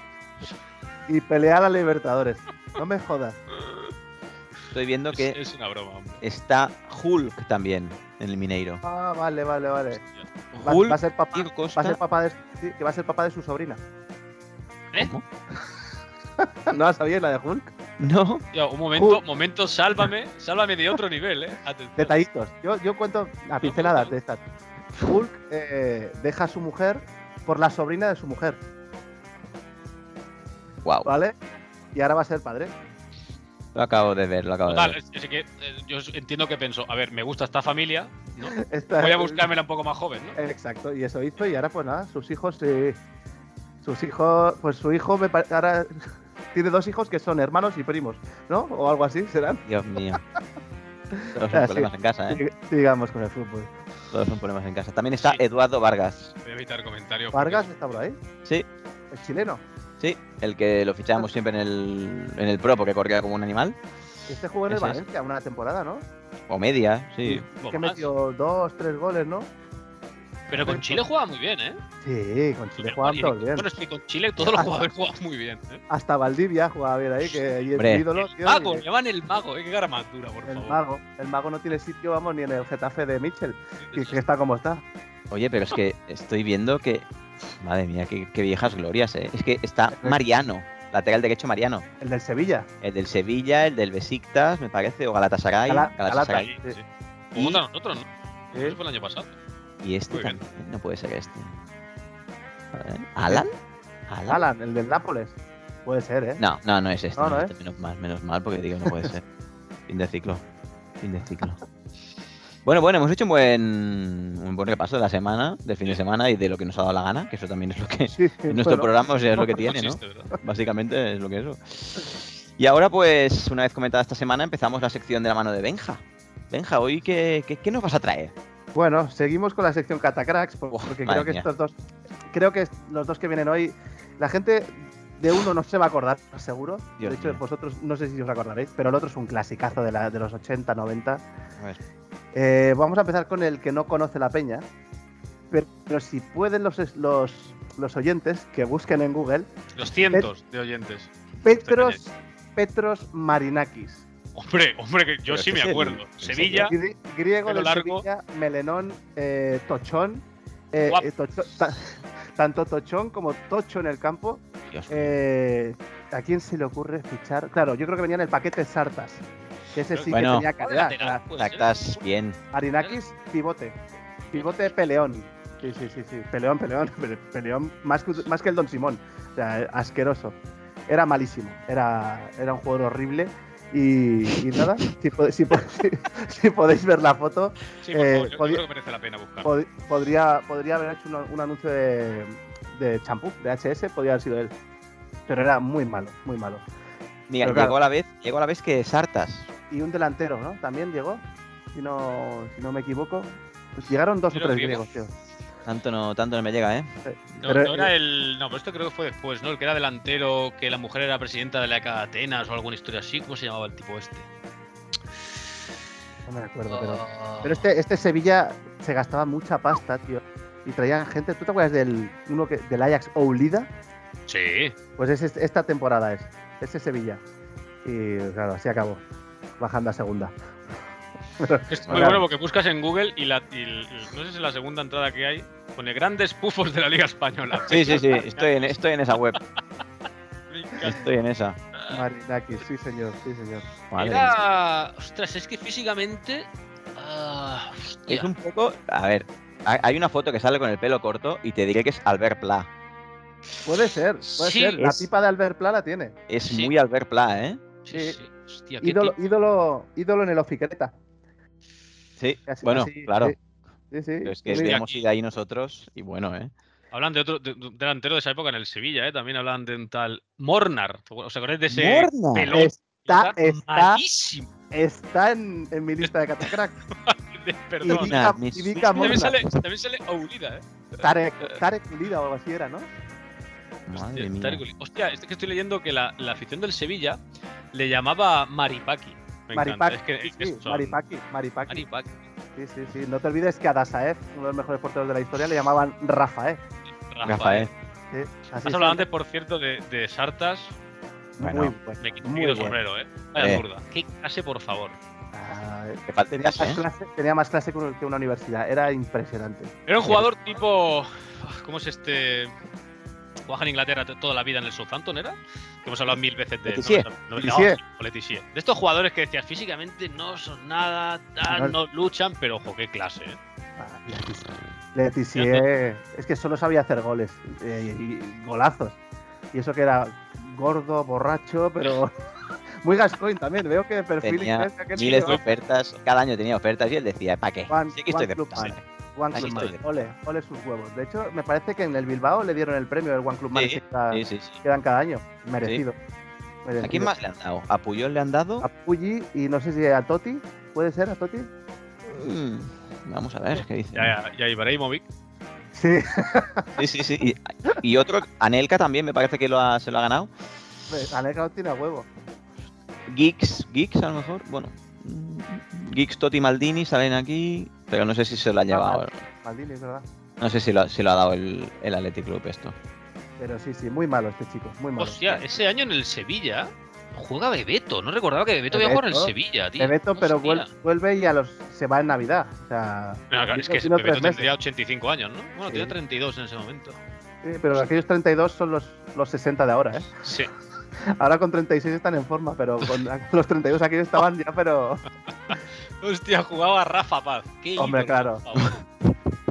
Speaker 4: Y pelea a la Libertadores. No me jodas.
Speaker 1: Estoy viendo
Speaker 3: es-
Speaker 1: que
Speaker 3: es una broma, hombre.
Speaker 1: está Hulk también en el Mineiro.
Speaker 4: Ah, vale, vale, vale. Va,
Speaker 1: Hulk,
Speaker 4: va a ser papá,
Speaker 1: Diego Costa.
Speaker 4: va a ser papá de, sí, que va a ser papá de su sobrina.
Speaker 3: ¿Eh?
Speaker 1: ¿Cómo?
Speaker 4: ¿No la sabíais la de Hulk?
Speaker 1: No,
Speaker 3: Ya, un momento, momento, sálvame, sálvame de otro nivel, eh. Atención.
Speaker 4: Detallitos. Yo, yo cuento a pinceladas de estas. Hulk eh, deja a su mujer por la sobrina de su mujer.
Speaker 1: Wow.
Speaker 4: ¿vale? Y ahora va a ser padre.
Speaker 1: Lo acabo de ver, lo acabo
Speaker 3: Total,
Speaker 1: de ver.
Speaker 3: es- es que, eh, yo entiendo que pensó, a ver, me gusta esta familia, ¿no?
Speaker 4: Esta-
Speaker 3: voy a buscármela un poco más joven, ¿no?
Speaker 4: Exacto, y eso hizo, y ahora pues nada, sus hijos, eh, sus hijos, pues su hijo me pare- ahora tiene dos hijos que son hermanos y primos, ¿no? O algo así, serán.
Speaker 1: Dios mío. Todos
Speaker 4: Ah,
Speaker 1: son
Speaker 4: sí.
Speaker 1: problemas en casa, ¿eh?
Speaker 4: Sig- Sigamos con el fútbol.
Speaker 1: Todos son problemas en casa. También está
Speaker 3: Sí.
Speaker 1: Eduardo Vargas.
Speaker 3: Voy a evitar comentarios. porque-
Speaker 4: Vargas está por ahí,
Speaker 1: Sí,
Speaker 4: el chileno.
Speaker 1: sí. El que lo
Speaker 4: Ah.
Speaker 1: fichábamos siempre en el, en el pro porque corría como un animal.
Speaker 4: Este jugó en el
Speaker 1: Ese es.
Speaker 4: Valencia una temporada, ¿no?
Speaker 1: O media, sí.
Speaker 3: Bueno,
Speaker 4: Que
Speaker 3: más.
Speaker 4: metió dos, tres goles, ¿no?
Speaker 3: Pero con Chile jugaba muy bien, ¿eh?
Speaker 4: Sí, con Chile
Speaker 3: Pero-
Speaker 4: jugaban
Speaker 3: y-
Speaker 4: todos bien.
Speaker 3: Bueno, es que con Chile todos los jugadores jugaban muy bien. ¿eh?
Speaker 4: Hasta Valdivia jugaba bien ahí, que y es
Speaker 1: Hombre.
Speaker 4: mi ídolo,
Speaker 3: el
Speaker 4: tío,
Speaker 3: mago,
Speaker 4: y-
Speaker 3: le van el mago, ¿eh? Qué cara más dura, por
Speaker 4: el
Speaker 3: favor.
Speaker 4: mago. El mago no tiene sitio, vamos, ni en el Getafe de Mitchell, que,
Speaker 3: Es-
Speaker 4: que está como está.
Speaker 1: Oye, pero es que estoy viendo que. Madre mía, qué, qué viejas glorias, ¿eh? Es que está Mariano, lateral derecho Mariano.
Speaker 4: El del Sevilla.
Speaker 1: El del Sevilla, el del Besiktas, me parece, o Galatasaray.
Speaker 4: Gala-
Speaker 1: Galatasaray.
Speaker 4: Galata.
Speaker 3: Sí, sí.
Speaker 1: Y-
Speaker 3: Como contra nosotros, ¿no? Eso fue el año pasado.
Speaker 1: Y este
Speaker 3: Muy bien.
Speaker 1: también, no puede ser este. A ver, ¿Alan? ¿Alan?
Speaker 4: Alan, el del Nápoles. Puede ser, ¿eh?
Speaker 1: No, no, no es este.
Speaker 4: No,
Speaker 1: no
Speaker 4: no
Speaker 1: es este, Menos mal, menos mal, porque digo, no puede ser. fin de ciclo. Fin de ciclo. Bueno, bueno, hemos hecho un buen, un buen repaso de la semana, del fin de semana y de lo que nos ha dado la gana, que eso también es lo que.
Speaker 4: Sí,
Speaker 1: en nuestro
Speaker 4: bueno.
Speaker 1: programa o sea, es lo que tiene, ¿no?
Speaker 3: Consiste, ¿verdad?
Speaker 1: Básicamente es lo que es eso. Y ahora, pues, una vez comentada esta semana, empezamos la sección de la mano de Benja. Benja, hoy, ¿qué, qué, qué nos vas a traer?
Speaker 4: Bueno, seguimos con la sección Catacracks, por-
Speaker 1: Buah,
Speaker 4: porque
Speaker 1: madre
Speaker 4: creo que
Speaker 1: mía.
Speaker 4: estos dos, creo que los dos que vienen hoy, la gente de uno no se va a acordar, seguro.
Speaker 1: Dios
Speaker 4: de hecho,
Speaker 1: mío.
Speaker 4: vosotros no sé si os acordaréis, pero el otro es un clasicazo de, la- de los 80, 90.
Speaker 1: A ver.
Speaker 4: Eh, vamos a empezar con el que no conoce la peña, pero, pero si pueden los, es- los, los oyentes que busquen en Google,
Speaker 3: Los cientos de oyentes.
Speaker 4: Petros, Petros Marinakis.
Speaker 3: Hombre, hombre, que yo
Speaker 1: Pero
Speaker 3: sí
Speaker 1: este
Speaker 3: me
Speaker 1: es el-
Speaker 3: acuerdo.
Speaker 1: el
Speaker 3: Sevilla,
Speaker 4: Gri- griego
Speaker 3: pelo
Speaker 4: del
Speaker 3: largo.
Speaker 4: Sevilla, melenón, eh, tochón. eh,
Speaker 3: Guapo.
Speaker 4: eh, tocho- ta- tanto tochón como tocho en el campo.
Speaker 1: Dios mío.
Speaker 4: Eh, ¿A quién se le ocurre fichar? Claro, yo creo que venía en el paquete Sartas. Que ese sí
Speaker 1: Bueno.
Speaker 4: que tenía
Speaker 3: de
Speaker 4: calidad.
Speaker 3: lateral, puede ser.
Speaker 1: Actas bien.
Speaker 4: Arinakis, pivote. Pivote peleón. Sí, sí, sí, sí. Peleón, peleón, pe- peleón. Más que, más que el Don Simón. O sea, asqueroso. Era malísimo. Era, era un jugador horrible. Y, y nada, si, po- si po- si- si podéis ver la foto,
Speaker 3: Sí, por favor,
Speaker 4: eh,
Speaker 3: yo- yo
Speaker 4: podía-
Speaker 3: creo que merece la pena buscar.
Speaker 4: pod- podría, podría haber hecho un, un anuncio de, de champú, de HS, podría haber sido él. Pero era muy malo, muy malo.
Speaker 1: Mira, llegó
Speaker 4: Pero claro.
Speaker 1: a la vez, llegó a la vez que Sartas.
Speaker 4: Y un delantero, ¿no? También llegó, si no, si no me equivoco. Pues llegaron dos o
Speaker 3: Pero
Speaker 4: tres
Speaker 3: griego.
Speaker 4: griegos, tío.
Speaker 1: Tanto no, tanto no me llega, ¿eh?
Speaker 3: No,
Speaker 4: Pero-
Speaker 3: no era el. No, pero esto creo que fue después, ¿no? El que era delantero, que la mujer era presidenta de la ECA de Atenas o alguna historia así. ¿Cómo se llamaba el tipo este?
Speaker 4: No me acuerdo, pero.
Speaker 3: Ah.
Speaker 4: Pero este, este Sevilla se gastaba mucha pasta, tío. Y traían gente. ¿Tú te acuerdas del uno que, del Ajax Oulida?
Speaker 3: Sí.
Speaker 4: Pues es, es- esta temporada es. Ese Sevilla. Y claro, así acabó. Bajando a segunda.
Speaker 3: Es muy
Speaker 4: Hola.
Speaker 3: bueno porque buscas en Google y, la, y el- el- no sé si en la segunda entrada que hay pone grandes pufos de la Liga Española.
Speaker 1: Sí, sí, sí, estoy en, estoy en esa web.
Speaker 3: Me encanta.
Speaker 1: Estoy en esa.
Speaker 4: Marinakis, sí señor, sí señor.
Speaker 1: Madre mía.
Speaker 3: Era. Ostras, es que físicamente. ah, hostia.
Speaker 1: Es un poco. A ver, ha- hay una foto que sale con el pelo corto y te diré que es Albert Pla.
Speaker 4: Puede ser, puede
Speaker 3: Sí.
Speaker 4: ser. La
Speaker 1: Es-
Speaker 4: pipa de Albert Pla la tiene.
Speaker 1: Es
Speaker 3: Sí.
Speaker 1: muy Albert Pla, ¿eh?
Speaker 3: Sí, sí. Hostia, qué
Speaker 4: Ídolo,
Speaker 3: tipo.
Speaker 4: ídolo, ídolo en el Oficreta.
Speaker 1: Sí,
Speaker 4: Así-
Speaker 1: bueno,
Speaker 4: así,
Speaker 1: claro.
Speaker 4: Sí, sí. sí.
Speaker 1: Pero es que
Speaker 4: Sí,
Speaker 3: mira.
Speaker 1: hemos ido ahí nosotros y bueno, ¿eh?
Speaker 3: Hablan de otro de- de un delantero de esa época en el Sevilla, ¿eh? También hablan de un tal Mornar. ¿Os acordáis de ese
Speaker 1: ¡Morna!
Speaker 3: pelón?
Speaker 4: Está, está,
Speaker 3: malísimo.
Speaker 4: está en, en mi lista de catacrack. Y
Speaker 3: Perdón.
Speaker 1: Una
Speaker 4: Vika-
Speaker 1: mis-
Speaker 4: y Vika
Speaker 3: También
Speaker 4: Morna.
Speaker 3: sale, también sale Aulida, ¿eh?
Speaker 4: Tarek, Tarek Lira o algo así era, ¿no?
Speaker 1: Madre
Speaker 3: Hostia,
Speaker 1: mía.
Speaker 3: Targuli. Hostia, es que estoy leyendo que la, la afición del Sevilla le llamaba Maripaki. Me encanta.
Speaker 4: Maripaki,
Speaker 3: Es que, es que
Speaker 4: sí,
Speaker 3: son-
Speaker 4: Maripaki, Maripaki.
Speaker 3: Maripaki.
Speaker 4: Sí, sí, sí. No te olvides que a Dasaev, uno de los mejores porteros de la historia, le llamaban Rafael.
Speaker 1: Rafael.
Speaker 4: Sí, así
Speaker 3: ¿eh? Has hablado antes, por cierto, de, de Sartas.
Speaker 4: sí.
Speaker 1: Bueno,
Speaker 4: Muy bueno.
Speaker 3: Me quito
Speaker 4: muy
Speaker 3: el
Speaker 4: bueno.
Speaker 3: sombrero, ¿eh? Vaya
Speaker 1: Eh.
Speaker 3: zurda. Qué clase, por favor.
Speaker 4: Ah,
Speaker 1: Te falta
Speaker 4: tenía,
Speaker 1: clase,
Speaker 4: más
Speaker 1: ¿eh?
Speaker 4: clase, tenía más clase que un- que una universidad. Era impresionante.
Speaker 3: Era un jugador tipo. ¿Cómo es este.? Juega en Inglaterra t- toda la vida en el Southampton, ¿era? Que hemos hablado mil veces de.
Speaker 1: Letizier.
Speaker 3: no, no,
Speaker 4: Letizier.
Speaker 3: sí, o Letizier. De estos jugadores que decías físicamente no son nada, tal, no luchan, pero ojo, qué clase, ¿eh?
Speaker 4: Ah, Leticia. Leticia, es que solo sabía hacer goles eh, y, y golazos. Y eso que era gordo, borracho, pero muy Gascoigne también. Veo que perfil
Speaker 1: Tenía
Speaker 4: inglés de aquel
Speaker 1: miles
Speaker 4: que
Speaker 1: de
Speaker 4: lleva-
Speaker 1: ofertas, cada año tenía ofertas y él decía, ¿para qué?
Speaker 4: Juan-
Speaker 1: Sí, aquí estoy
Speaker 4: Juan
Speaker 1: de
Speaker 4: Club
Speaker 1: puta
Speaker 4: Man.
Speaker 1: madre".
Speaker 4: One
Speaker 1: Aquí
Speaker 4: Club
Speaker 1: estoy
Speaker 4: Man.
Speaker 1: de-
Speaker 4: Ole, ole sus huevos. De hecho, me parece que en el Bilbao le dieron el premio del One Club Man
Speaker 1: Sí,
Speaker 4: ese que, da-
Speaker 1: Sí, sí, sí.
Speaker 4: que dan cada año. Merecido. Merecido.
Speaker 1: ¿A quién más le han dado? ¿A Puyol le han dado?
Speaker 4: A Puggy y no sé si a Totti. ¿Puede ser a Totti?
Speaker 1: Mm, Vamos a ver qué dice.
Speaker 3: Ya, ya, Ibrahimovic.
Speaker 4: Sí.
Speaker 1: Sí, sí, sí. Y, y otro, Anelka también me parece que lo ha- se lo ha ganado.
Speaker 4: Alegra no tiene a huevo.
Speaker 1: Geeks, Geeks a lo mejor, bueno. mm, Geeks, Totti Maldini salen aquí, pero no sé si se lo han llevado.
Speaker 4: Maldini, es verdad.
Speaker 1: No sé si lo, si lo ha dado el, el Athletic Club esto.
Speaker 4: Pero sí, sí, muy malo este chico. Muy malo.
Speaker 3: Hostia, ese año en el Sevilla juega Bebeto. No recordaba que Bebeto, había jugado en el
Speaker 4: Bebeto.
Speaker 3: Sevilla, tío.
Speaker 4: Bebeto, pero
Speaker 3: Hostia.
Speaker 4: vuel- vuelve y a los se va en Navidad. O sea,
Speaker 3: No, claro, es que
Speaker 4: vino
Speaker 3: Bebeto
Speaker 4: tres meses.
Speaker 3: tendría 85 años, ¿no? Bueno,
Speaker 4: Sí.
Speaker 3: tenía 32 en ese momento.
Speaker 4: Sí, pero aquellos 32 son los, los 60 de ahora, ¿eh?
Speaker 3: Sí.
Speaker 4: Ahora con 36 están en forma, pero con los 32 aquellos estaban ya, pero
Speaker 3: Hostia, jugaba Rafa Paz. Qué
Speaker 4: Hombre,
Speaker 3: ídolo,
Speaker 4: claro.
Speaker 3: por favor.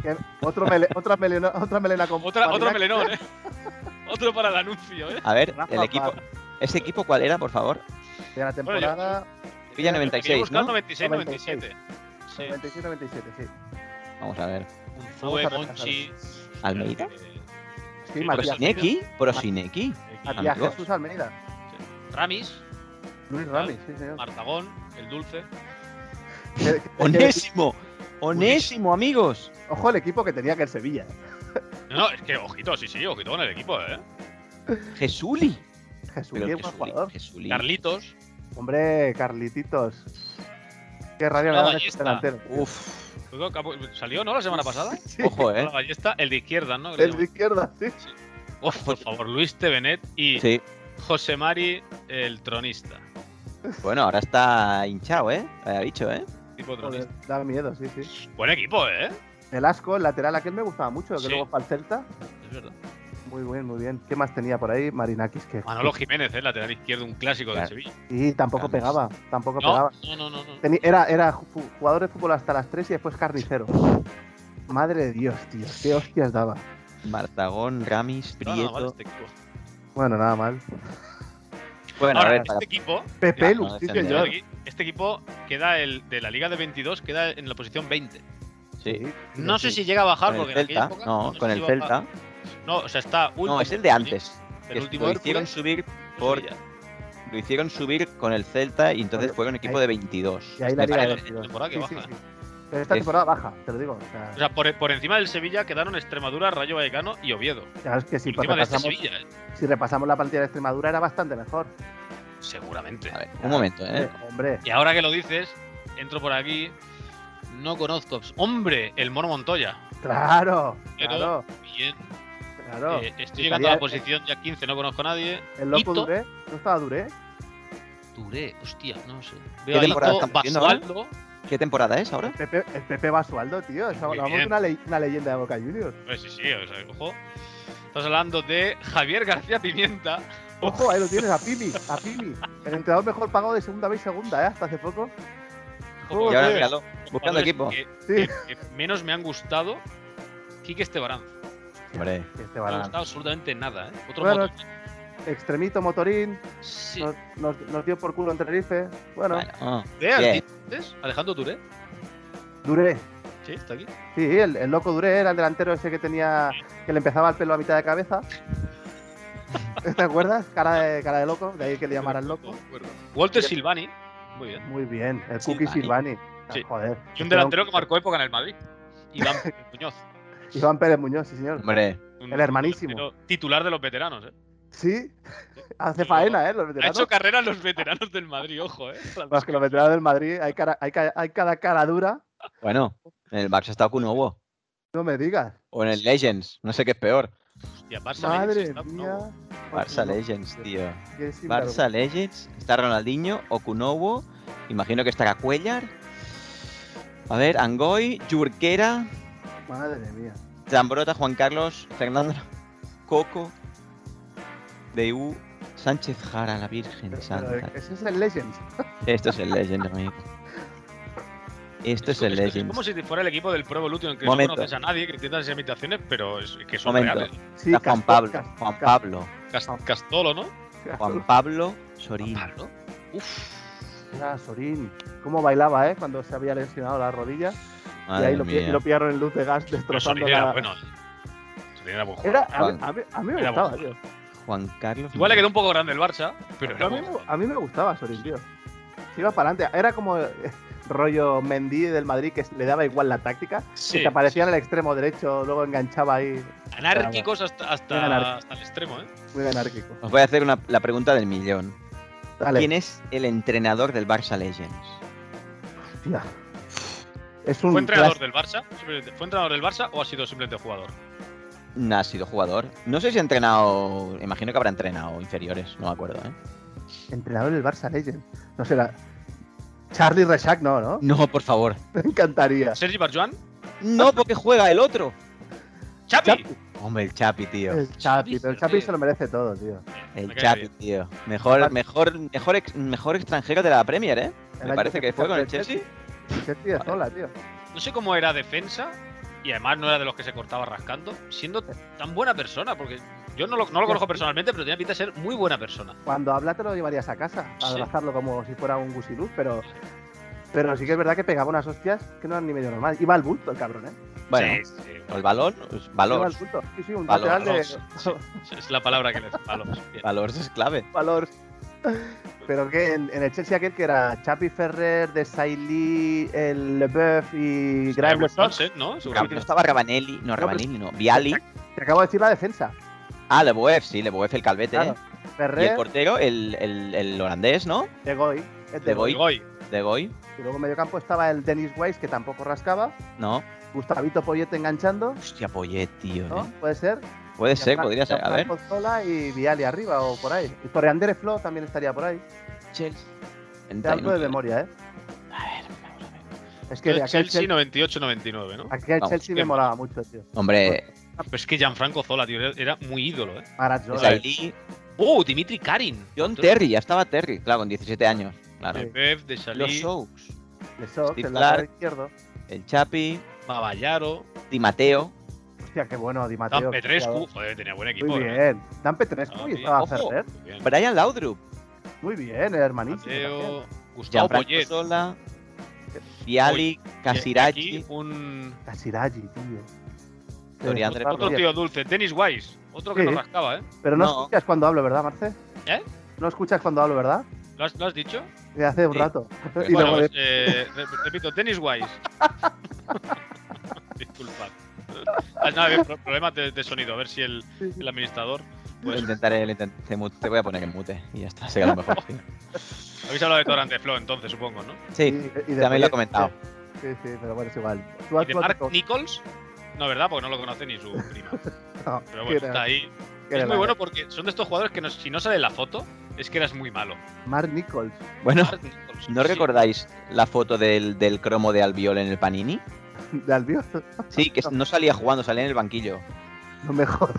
Speaker 4: que otro mele- otra, melena, otra melena con
Speaker 3: Otra,
Speaker 4: barriga.
Speaker 3: otro melenón, ¿eh? otro para el anuncio, ¿eh?
Speaker 1: A ver,
Speaker 4: Rafa
Speaker 1: el equipo.
Speaker 4: Paz.
Speaker 1: ¿Ese equipo cuál era, por favor?
Speaker 4: De
Speaker 3: Bueno,
Speaker 4: la
Speaker 3: yo-
Speaker 4: temporada
Speaker 1: Sevilla
Speaker 4: Yo- yo
Speaker 1: 96,
Speaker 3: buscar
Speaker 1: ¿no?
Speaker 3: 96, 97. Sí.
Speaker 4: 97-97, sí.
Speaker 1: Vamos a ver.
Speaker 3: Fue
Speaker 4: Vamos a
Speaker 3: Monchi. eh,
Speaker 1: ¿Almeida?
Speaker 4: Sí,
Speaker 3: Yo
Speaker 4: Matías,
Speaker 3: creo que
Speaker 1: ¿Prosineki? ¿Prosineki?
Speaker 4: Matías
Speaker 1: Amigos.
Speaker 4: Jesús Almeida.
Speaker 3: eh, Ramis,
Speaker 4: Luis Rami, sí, señor.
Speaker 3: Martagón, el Dulce.
Speaker 4: Que- que-
Speaker 1: ¡Onésimo! ¡Onésimo, amigos!
Speaker 4: que- Ojo el equipo que tenía que el Sevilla. ¿eh?
Speaker 3: No, no, es que ojito, sí, sí, ojito con el equipo, ¿eh?
Speaker 1: ¡Jesuli!
Speaker 4: Jesús,
Speaker 1: Pero
Speaker 4: qué buen
Speaker 1: Jesuli,
Speaker 4: jugador.
Speaker 1: Jesuli.
Speaker 3: Carlitos.
Speaker 4: Hombre, Carlititos. Qué rabia me
Speaker 3: Ah,
Speaker 4: este dan estos
Speaker 3: Ballesta.
Speaker 4: delanteros.
Speaker 1: Uf,
Speaker 3: Luego, capo- ¿Salió, Pues no? La semana pasada.
Speaker 4: Sí,
Speaker 1: ojo,
Speaker 3: La
Speaker 1: eh.
Speaker 3: ballesta, el de izquierda, ¿no?
Speaker 4: el de izquierda, sí.
Speaker 3: Uf, por favor, Luis Tevenet y
Speaker 1: Sí.
Speaker 3: José Mari, el tronista.
Speaker 1: Bueno, ahora está hinchado, ¿eh? Lo había dicho, ¿eh?
Speaker 3: Tipo
Speaker 4: Joder,
Speaker 3: tronista.
Speaker 4: da miedo, sí, sí.
Speaker 3: Buen equipo, ¿eh?
Speaker 4: El asco, el lateral aquel me gustaba mucho, que
Speaker 3: Sí.
Speaker 4: luego fue al Celta.
Speaker 3: Es verdad.
Speaker 4: Muy bien, muy bien. ¿Qué más tenía por ahí? Marinakis, que.
Speaker 3: Manolo Jiménez, ¿eh? lateral izquierdo, un clásico
Speaker 1: Claro.
Speaker 3: de Sevilla.
Speaker 4: Y tampoco
Speaker 1: Vamos.
Speaker 4: pegaba, tampoco
Speaker 3: No,
Speaker 4: pegaba.
Speaker 3: no, no, no. no.
Speaker 4: Teni- era, era ju- jugador de fútbol hasta las 3 y después carnicero. Madre de Dios, tío. Qué hostias daba.
Speaker 1: Martagón, Ramis,
Speaker 3: No, no, vale,
Speaker 1: Prieto.
Speaker 3: este equipo.
Speaker 4: Bueno, nada mal.
Speaker 1: Bueno, a
Speaker 3: Ahora,
Speaker 1: ver,
Speaker 3: este
Speaker 1: para-
Speaker 3: equipo,
Speaker 4: Pepe
Speaker 1: Ya,
Speaker 4: Lu,
Speaker 1: no
Speaker 4: sí,
Speaker 1: defender.
Speaker 4: señor.
Speaker 3: este, equipo queda el de la Liga de 22, queda en la posición 20.
Speaker 1: sí.
Speaker 4: Sí,
Speaker 3: No
Speaker 4: sí.
Speaker 3: sé si llega a bajar
Speaker 1: Con el
Speaker 3: porque en
Speaker 1: Celta,
Speaker 3: aquella época.
Speaker 1: no,
Speaker 3: sé
Speaker 1: con
Speaker 3: si
Speaker 1: el
Speaker 3: va a
Speaker 1: Celta.
Speaker 3: bajar. No, o sea, está último.
Speaker 1: No, es el de antes.
Speaker 3: El
Speaker 1: que
Speaker 3: último
Speaker 1: lo
Speaker 3: Hércules,
Speaker 1: hicieron subir
Speaker 3: el
Speaker 1: por
Speaker 3: Sevilla.
Speaker 1: lo hicieron subir con el Celta y entonces
Speaker 4: Bueno,
Speaker 1: fueron equipo de 22.
Speaker 4: Y ahí la
Speaker 1: Me
Speaker 4: liga de
Speaker 1: parece.
Speaker 3: esta
Speaker 4: 22.
Speaker 3: temporada que
Speaker 4: Sí, sí,
Speaker 3: baja.
Speaker 4: sí. Pero esta
Speaker 1: Es-
Speaker 4: temporada baja, te lo digo. O sea,
Speaker 3: O sea, por, por encima del Sevilla quedaron Extremadura, Rayo Vallecano y Oviedo.
Speaker 4: claro, es que si,
Speaker 3: por encima de este
Speaker 4: repasamos,
Speaker 3: Sevilla, ¿eh?
Speaker 4: si repasamos la plantilla de Extremadura era bastante mejor.
Speaker 3: seguramente.
Speaker 1: A ver, un momento, ¿eh?
Speaker 4: Eh, Hombre,
Speaker 3: Y ahora que lo dices, entro por aquí. No conozco. Hombre, el Mono Montoya.
Speaker 4: claro,
Speaker 3: Pero-
Speaker 4: claro,
Speaker 3: Bien.
Speaker 4: claro.
Speaker 3: eh, estoy
Speaker 4: Estaría-
Speaker 3: llegando a la posición ya 15, no conozco a nadie.
Speaker 4: El loco
Speaker 3: Ito.
Speaker 4: Duré, ¿no estaba eh? Duré?
Speaker 3: Duré, hostia, no sé. Veo a
Speaker 1: temporada
Speaker 3: Ito,
Speaker 1: estamos haciendo ahora?
Speaker 3: Basualdo.
Speaker 1: ¿Qué temporada es
Speaker 4: El
Speaker 1: ahora?
Speaker 4: Pepe, el Pepe Basualdo, tío. Estamos
Speaker 3: Muy
Speaker 4: hablamos de
Speaker 3: bien.
Speaker 4: una, le- una leyenda de Boca Juniors.
Speaker 3: Pues sí, sí, o sea, ojo. Estamos hablando de Javier García Pimienta.
Speaker 4: Ojo, ahí lo tienes, a Pimi, a Pimi. El entrenador mejor pagado de segunda vez segunda, ¿eh? Hasta hace poco.
Speaker 3: Como
Speaker 1: Y ahora
Speaker 3: que-
Speaker 1: míralo, buscando
Speaker 3: jugadores
Speaker 1: equipo.
Speaker 3: Que,
Speaker 4: Sí.
Speaker 3: que- que menos me han gustado Quique Estebarán. No
Speaker 1: Hombre,
Speaker 4: Este
Speaker 3: me ha
Speaker 4: balán.
Speaker 3: gustado absolutamente nada, ¿eh? Otro
Speaker 4: Bueno,
Speaker 3: motor.
Speaker 4: Extremito Motorín,
Speaker 3: Sí.
Speaker 4: nos, nos- nos dio por culo en Tenerife. Bueno,
Speaker 1: bueno, oh,
Speaker 3: ¿Ve al
Speaker 1: bien.
Speaker 3: Tigres? Alejandro Duré.
Speaker 4: Duré.
Speaker 3: Sí, está aquí.
Speaker 4: Sí, el, el loco Duré era el delantero ese que tenía. que le empezaba el pelo a mitad de cabeza. ¿Te acuerdas? Cara de, cara de loco, de ahí que le llamaran loco.
Speaker 3: Walter Silvani. Muy bien.
Speaker 4: Muy bien, el
Speaker 1: Silvani.
Speaker 4: Cookie Silvani. Ah,
Speaker 3: Sí.
Speaker 4: Joder.
Speaker 3: Y un delantero que marcó época en el Madrid. Iván Muñoz.
Speaker 4: Iván Pérez Muñoz, sí, señor.
Speaker 1: hombre.
Speaker 3: Un
Speaker 4: El hermanísimo.
Speaker 3: delantero Titular de los veteranos, ¿eh?
Speaker 4: Sí, hace
Speaker 3: Pero-
Speaker 4: faena, ¿eh? Los
Speaker 3: Ha
Speaker 4: veteranos.
Speaker 3: hecho carrera en los veteranos del Madrid, ojo, ¿eh?
Speaker 4: Más que los veteranos del Madrid, hay, cara- hay, ca- hay cada cara dura.
Speaker 1: Bueno, en el Barça está Kunobo.
Speaker 4: No me digas.
Speaker 1: O en el Legends, no sé qué es peor.
Speaker 3: Hostia, Barça
Speaker 4: Madre
Speaker 3: Leeds, está- no.
Speaker 4: mía.
Speaker 1: Barça
Speaker 4: Bueno,
Speaker 1: Legends, tío.
Speaker 4: qué sinvergüenza.
Speaker 1: Barça Legends, está Ronaldinho, Okunobo, imagino que estará Cuellar. A ver, Angoy, Yurquera,
Speaker 4: Madre mía.
Speaker 1: Zambrota, Juan Carlos, Fernando, Coco, Deu, Sánchez Jara, la Virgen
Speaker 4: Pero-
Speaker 1: Santa.
Speaker 4: pero Ese es el Legends.
Speaker 1: Esto es el Legend, amigo. Esto es el
Speaker 3: Este Es- es
Speaker 1: Legend.
Speaker 3: como si fuera el equipo del Pro Evolution, que
Speaker 1: Momento.
Speaker 3: no conoces a nadie, que entiendas esas imitaciones, pero es que son
Speaker 1: Momento.
Speaker 3: reales.
Speaker 4: Sí,
Speaker 1: Está Juan
Speaker 4: Castor-
Speaker 1: Pablo,
Speaker 4: Cas-
Speaker 1: Juan
Speaker 4: Cas-
Speaker 1: Pablo.
Speaker 3: Cas- Castolo, ¿no?
Speaker 1: Juan Pablo Sorín.
Speaker 3: Pablo. Uf.
Speaker 4: Ah, Sorín. Cómo bailaba, ¿eh? Cuando se había lesionado la rodilla. y ahí lo, pi- lo pillaron en luz de gas
Speaker 3: Pero
Speaker 4: destrozando
Speaker 3: Sorín era
Speaker 4: la-
Speaker 3: bueno. pues, Sorín era buen
Speaker 4: Era-
Speaker 3: jugador.
Speaker 4: a, mí, a mí- a mí me
Speaker 3: Era
Speaker 4: gustaba,
Speaker 3: bueno.
Speaker 4: tío.
Speaker 1: Juan Carlos.
Speaker 3: Igual le quedó un poco grande el Barça, pero era
Speaker 4: A mí,
Speaker 3: buen
Speaker 4: me- a mí me gustaba Sorín, tío. Se iba para adelante. Era como eh, rollo Mendy del Madrid que le daba igual la táctica.
Speaker 3: Sí,
Speaker 4: que te aparecía en el extremo derecho, luego enganchaba ahí.
Speaker 3: anárquicos hasta, hasta,
Speaker 4: Era anárquico.
Speaker 3: hasta el extremo, ¿eh?
Speaker 4: Muy anárquico.
Speaker 1: Os voy a hacer una- la pregunta del millón.
Speaker 4: Dale.
Speaker 1: ¿Quién es el entrenador del Barça Legends?
Speaker 4: Hostia. Es un
Speaker 3: ¿Fue entrenador
Speaker 4: clas-
Speaker 3: del Barça? Simplemente- ¿Fue entrenador del Barça o ha sido simplemente jugador?
Speaker 1: No ha sido jugador. No sé si ha entrenado. Imagino que habrá entrenado inferiores, no me acuerdo, ¿eh?
Speaker 4: entrenador del Barça Legend. No será. Charlie Rechac, no, ¿no?
Speaker 1: No, por favor.
Speaker 4: Me encantaría.
Speaker 3: ¿Sergi Barjuan?
Speaker 1: No, porque juega el otro.
Speaker 3: ¡Chapi!
Speaker 4: Chapi.
Speaker 1: Hombre, el Chapi, tío.
Speaker 4: El Chapi, pero el Chapi
Speaker 3: tío.
Speaker 4: se lo merece todo, tío.
Speaker 1: El
Speaker 3: Me cae
Speaker 1: Chapi,
Speaker 3: bien.
Speaker 1: tío. Mejor, mejor, mejor, ex- mejor extranjero de la Premier, ¿eh?
Speaker 4: El
Speaker 1: Me parece
Speaker 4: año
Speaker 1: que fue con el
Speaker 4: fichó
Speaker 1: Chelsea.
Speaker 4: El Chelsea de sola, tío.
Speaker 3: No sé cómo era defensa y además no era de los que se cortaba rascando, siendo tan buena persona, porque yo no lo, no lo conozco personalmente, pero tenía pinta de ser muy buena persona.
Speaker 4: Cuando habla te lo llevarías a casa, a
Speaker 3: Sí.
Speaker 4: abrazarlo como si fuera un gusiluz, pero. Pero sí que es verdad que pegaba unas hostias que no eran ni medio normal. Iba al bulto el cabrón, ¿eh?
Speaker 1: Bueno,
Speaker 3: Sí, sí,
Speaker 1: o el balón, pues,
Speaker 4: Iba
Speaker 1: valor.
Speaker 4: al bulto. Sí, sí, un
Speaker 1: Valor,
Speaker 4: lateral de.
Speaker 3: valor. sí, es la palabra que le palos. Bien.
Speaker 1: Valor es clave.
Speaker 4: valor. Pero que en, en el Chelsea aquel que era Chapi Ferrer, de Sailly, el Leboeuf y Graham Wilson,
Speaker 3: Wilson, ¿no?
Speaker 1: Gab- No
Speaker 3: Seguramente.
Speaker 1: estaba Rabanelli, no, Rabanelli, no. Viali.
Speaker 4: te acabo de decir la defensa.
Speaker 1: Ah, Leboev, sí, Leboev, el calvete. ¿eh?
Speaker 4: Claro.
Speaker 1: Y el
Speaker 4: Ferrer,
Speaker 1: portero, el, el- el holandés, ¿no?
Speaker 4: De Goy. es
Speaker 1: De
Speaker 4: De
Speaker 1: Goy.
Speaker 4: Goy.
Speaker 3: Goy.
Speaker 1: De Goy,
Speaker 4: Y luego en medio campo estaba el Dennis Weiss, que tampoco rascaba.
Speaker 1: ¿no?
Speaker 4: Gustavito Poyet enganchando,
Speaker 1: Hostia, Poyet, tío.
Speaker 4: ¿no?
Speaker 1: ¿eh?
Speaker 4: Puede ser.
Speaker 1: Puede
Speaker 4: Y
Speaker 1: ser,
Speaker 4: Fran-
Speaker 1: podría ser. A ver.
Speaker 4: Franco Zola y Viali arriba o por ahí. Y Torreandere Flo también estaría por ahí.
Speaker 1: Chelsea.
Speaker 4: Te hablo
Speaker 1: 31.
Speaker 4: de memoria, ¿eh?
Speaker 1: A ver, vamos a ver.
Speaker 4: Es que
Speaker 3: Chelsea,
Speaker 4: aquel Chelsea,
Speaker 3: 98-99, ¿no?
Speaker 4: aquel
Speaker 1: Vamos,
Speaker 4: Chelsea me
Speaker 3: bien.
Speaker 4: molaba mucho, tío.
Speaker 1: Hombre,
Speaker 3: Pero es que Gianfranco Zola, tío, era- era muy ídolo, ¿eh?
Speaker 4: Maradona.
Speaker 1: Sailly,
Speaker 3: ¡Oh, Dimitri Karin!
Speaker 1: John Terry, ya estaba Terry, claro, con 17 años. Claro.
Speaker 3: De Pep, de
Speaker 1: Los
Speaker 3: Salí,
Speaker 1: Soaks,
Speaker 4: De Sox,
Speaker 1: Steve
Speaker 4: el lateral
Speaker 1: Clark.
Speaker 4: izquierdo.
Speaker 1: el Chapi,
Speaker 3: Maballaro,
Speaker 1: Di Mateo.
Speaker 4: Hostia, qué bueno, Di Matteo.
Speaker 3: Dan
Speaker 4: qué
Speaker 3: Petrescu.
Speaker 4: jugador.
Speaker 3: Joder, tenía buen equipo.
Speaker 4: Muy
Speaker 3: ¿eh?
Speaker 4: bien. Dan Petrescu
Speaker 3: Ah,
Speaker 4: y
Speaker 3: tío,
Speaker 4: estaba
Speaker 1: ojo.
Speaker 4: Ferrer.
Speaker 3: Muy bien.
Speaker 1: Brian Laudrup,
Speaker 4: Muy bien, el hermanito.
Speaker 3: Mateo, Gustavo
Speaker 1: Gianfranco
Speaker 3: Poyet.
Speaker 1: Sola, Fiali,
Speaker 3: Y
Speaker 1: Casiraghi,
Speaker 3: aquí Un...
Speaker 4: Casiraghi, tío.
Speaker 1: Tori
Speaker 4: Debes
Speaker 1: Andrés.
Speaker 4: notarlo.
Speaker 3: Otro tío dulce, Dennis Wise. Otro que
Speaker 4: Sí.
Speaker 3: no rascaba, ¿eh?
Speaker 4: Pero no,
Speaker 1: No.
Speaker 4: escuchas cuando hablo, ¿verdad, Marce?
Speaker 3: ¿Eh?
Speaker 4: No escuchas cuando hablo, ¿verdad?
Speaker 3: ¿Lo has, lo has dicho?
Speaker 4: De hace un
Speaker 1: Sí.
Speaker 4: rato.
Speaker 1: Pero
Speaker 4: y
Speaker 3: bueno,
Speaker 4: luego de-
Speaker 3: pues, eh, re- repito, Dennis Wise. Disculpad. Ah, nada, bien, pro- problemas de, de sonido, a ver si el,
Speaker 4: sí, sí.
Speaker 3: el administrador.
Speaker 1: Lo
Speaker 3: Pues,
Speaker 1: intentaré, lo intentaré. Te mu- Te voy a poner en mute y ya está, será lo mejor. sí.
Speaker 3: habéis hablado de Torrante Flow, entonces, supongo, ¿no?
Speaker 4: Y-
Speaker 1: Sí,
Speaker 4: y de-
Speaker 1: también lo he comentado.
Speaker 4: Sí, sí, pero bueno, es igual. Tú
Speaker 3: ¿Y
Speaker 4: has
Speaker 3: de Mark Nichols? No, ¿verdad? Porque no lo conoce ni su prima. Pero bueno, está ahí. Es muy bueno porque son de estos jugadores que no- si no sale en la foto, es que eras muy malo.
Speaker 4: Mark Nichols.
Speaker 1: Bueno,
Speaker 3: Mark Nichols,
Speaker 1: ¿no
Speaker 3: sí.
Speaker 1: recordáis la foto del, del cromo de Albiol en el Panini?
Speaker 4: De Albiol.
Speaker 1: Sí, que no salía jugando, salía en el banquillo.
Speaker 4: No me jodas.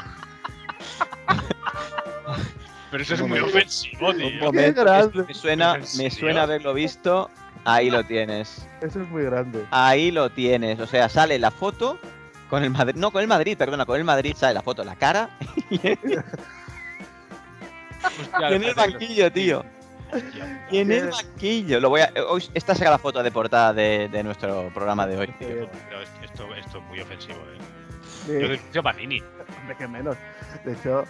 Speaker 3: Pero eso es
Speaker 1: Un
Speaker 3: muy
Speaker 1: momento.
Speaker 3: ofensivo,
Speaker 1: Un
Speaker 3: tío.
Speaker 1: momento,
Speaker 4: grande.
Speaker 1: esto me suena,
Speaker 3: ¿En
Speaker 1: me
Speaker 3: serio?
Speaker 1: suena haberlo visto. Ahí lo tienes.
Speaker 4: Eso es muy grande.
Speaker 1: Ahí lo tienes. O sea, sale la foto con el Madrid. No, con el Madrid, perdona, con el Madrid sale la foto, la cara
Speaker 3: Hostia,
Speaker 1: y en el
Speaker 3: parece que-
Speaker 1: banquillo, tío.
Speaker 3: Hostia,
Speaker 1: Y en el
Speaker 4: Qué-
Speaker 1: banquillo. Lo voy a, hoy- esta será la foto de portada de, de nuestro programa de hoy. tío.
Speaker 3: tío, pero es- esto, esto es muy ofensivo, eh. Yo denuncio a Panini.
Speaker 4: Hombre, que menos. De hecho,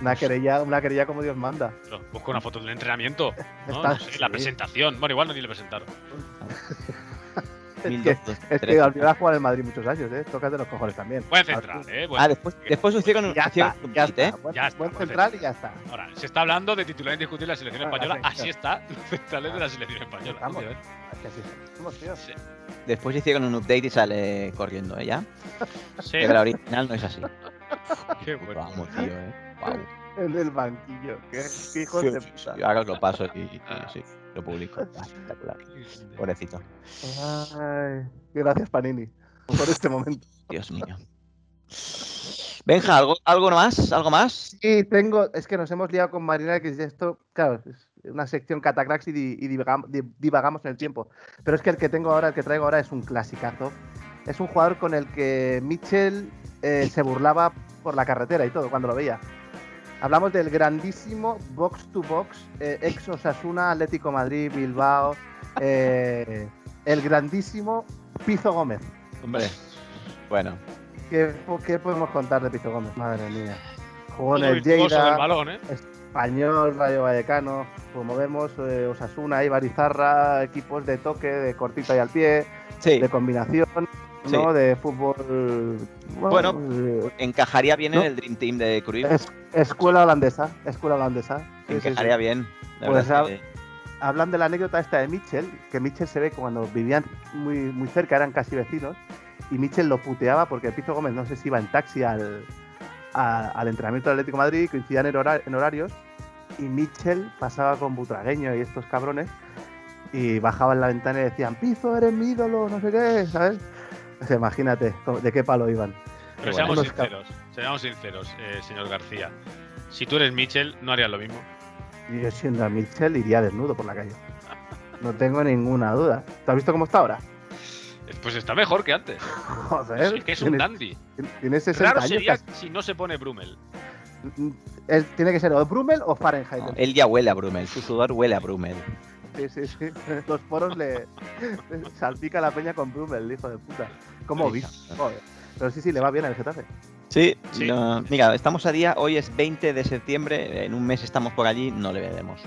Speaker 4: una querella, una querella como Dios manda.
Speaker 3: Pero Busco una foto del entrenamiento. ¿no?
Speaker 4: Está-
Speaker 3: No sé, la
Speaker 4: sí.
Speaker 3: presentación. Bueno, igual no ni le presentaron.
Speaker 4: Es que,
Speaker 1: 1213.
Speaker 4: es que Albiol ha jugado en Madrid muchos años, ¿eh? Tócate los cojones también.
Speaker 3: Buen central, eh. buen-
Speaker 1: Ah, después, después hicieron,
Speaker 4: Ya
Speaker 1: hicieron
Speaker 4: está,
Speaker 1: un
Speaker 4: ya
Speaker 1: tweet, ¿eh?
Speaker 4: está. Buen,
Speaker 3: Ya está,
Speaker 4: buen
Speaker 3: buen
Speaker 4: central y ya está.
Speaker 3: Ahora, se está hablando de titular indiscutible de la selección
Speaker 4: Ah,
Speaker 3: española.
Speaker 4: sí,
Speaker 3: Así está, los centrales de la selección española.
Speaker 4: Vamos.
Speaker 3: tío, eh.
Speaker 4: Así es. Vamos, tío.
Speaker 3: Sí,
Speaker 1: Después hicieron un update y sale corriendo ¿eh? ella.
Speaker 3: sí, Pues,
Speaker 1: Pero la original no es así.
Speaker 3: qué bueno.
Speaker 1: Vamos, tío, ¿eh? Guau.
Speaker 4: El del banquillo. Qué hijos
Speaker 1: Sí,
Speaker 4: de
Speaker 1: sí,
Speaker 4: puta.
Speaker 1: sí, ahora os lo paso y, y- sí, lo publico. Ah, Espectacular.
Speaker 3: Pues
Speaker 1: Pobrecito.
Speaker 4: Ay, gracias, Panini, por este momento.
Speaker 1: Dios mío. Benja, ¿algo, algo más? ¿Algo más?
Speaker 4: Sí, tengo. Es que nos hemos liado con Marina, que es esto, claro, es una sección catacrax y, di- y divagam- di- divagamos en el tiempo. Pero es que el que tengo ahora, el que traigo ahora es un clasicazo. Es un jugador con el que Mitchell eh, se burlaba por la carretera y todo cuando lo veía. Hablamos del grandísimo box to box, eh, ex Osasuna, Atlético Madrid, Bilbao, eh, el grandísimo Pizo Gómez.
Speaker 1: Hombre. Bueno.
Speaker 4: ¿Qué, po- qué podemos contar de Pizo Gómez? Madre mía. Jugó en
Speaker 3: Todo
Speaker 4: el
Speaker 3: virtuoso del
Speaker 4: Lleida,
Speaker 3: balón, ¿eh?
Speaker 4: Español, Rayo Vallecano, como vemos, eh, Osasuna, Ibar Izarra, equipos de toque, de cortita y al pie,
Speaker 1: Sí,
Speaker 4: de combinación,
Speaker 1: Sí.
Speaker 4: ¿no? De fútbol. eh,
Speaker 1: encajaría bien
Speaker 4: ¿No?
Speaker 1: en el Dream Team de Cruyff.
Speaker 4: Es- escuela holandesa, escuela holandesa. Sí, sí, sí.
Speaker 1: encajaría bien. La
Speaker 4: Pues
Speaker 1: verdad
Speaker 4: ha-
Speaker 1: es que-
Speaker 4: Hablan de la anécdota esta de Mitchell, que Mitchell se ve cuando vivían muy, muy cerca, eran casi vecinos, y Mitchell lo puteaba porque Pizo Gómez no sé si iba en taxi al, a- al entrenamiento del Atlético de Madrid, coincidían en, hora- en horarios, y Mitchell pasaba con Butragueño y estos cabrones, y bajaban la ventana y decían, Pizo, eres mi ídolo, no sé qué, ¿sabes? Pues imagínate co- de qué palo iban.
Speaker 3: Pero
Speaker 1: bueno.
Speaker 3: seamos
Speaker 4: Los ca-
Speaker 3: sinceros, seamos sinceros, eh, señor García. Si tú eres Mitchell, no harías lo mismo.
Speaker 4: Y yo siendo a Mitchell iría desnudo por la calle. No tengo ninguna duda. ¿Te has visto cómo está ahora?
Speaker 3: Eh, Pues está mejor que antes.
Speaker 4: Joder.
Speaker 3: Es que es un
Speaker 4: tiene-
Speaker 3: dandy.
Speaker 4: Tiene 60
Speaker 3: Raro
Speaker 4: años.
Speaker 3: sería
Speaker 4: casi.
Speaker 3: si no se pone Brummel.
Speaker 4: Mm, él tiene que ser o Brummel o Fahrenheit.
Speaker 1: no, él ya huele a Brummel, su sudor huele a Brummel.
Speaker 4: Sí, sí, sí. Los poros le le salpica la peña con Brummel, hijo de puta. ¿Cómo
Speaker 1: Hija.
Speaker 4: vis? Joder. Pero sí, sí, le va bien al Getafe.
Speaker 1: Sí,
Speaker 3: Sí.
Speaker 1: no- mira, estamos a día, hoy es 20 de septiembre, en un mes estamos por allí, no le veremos.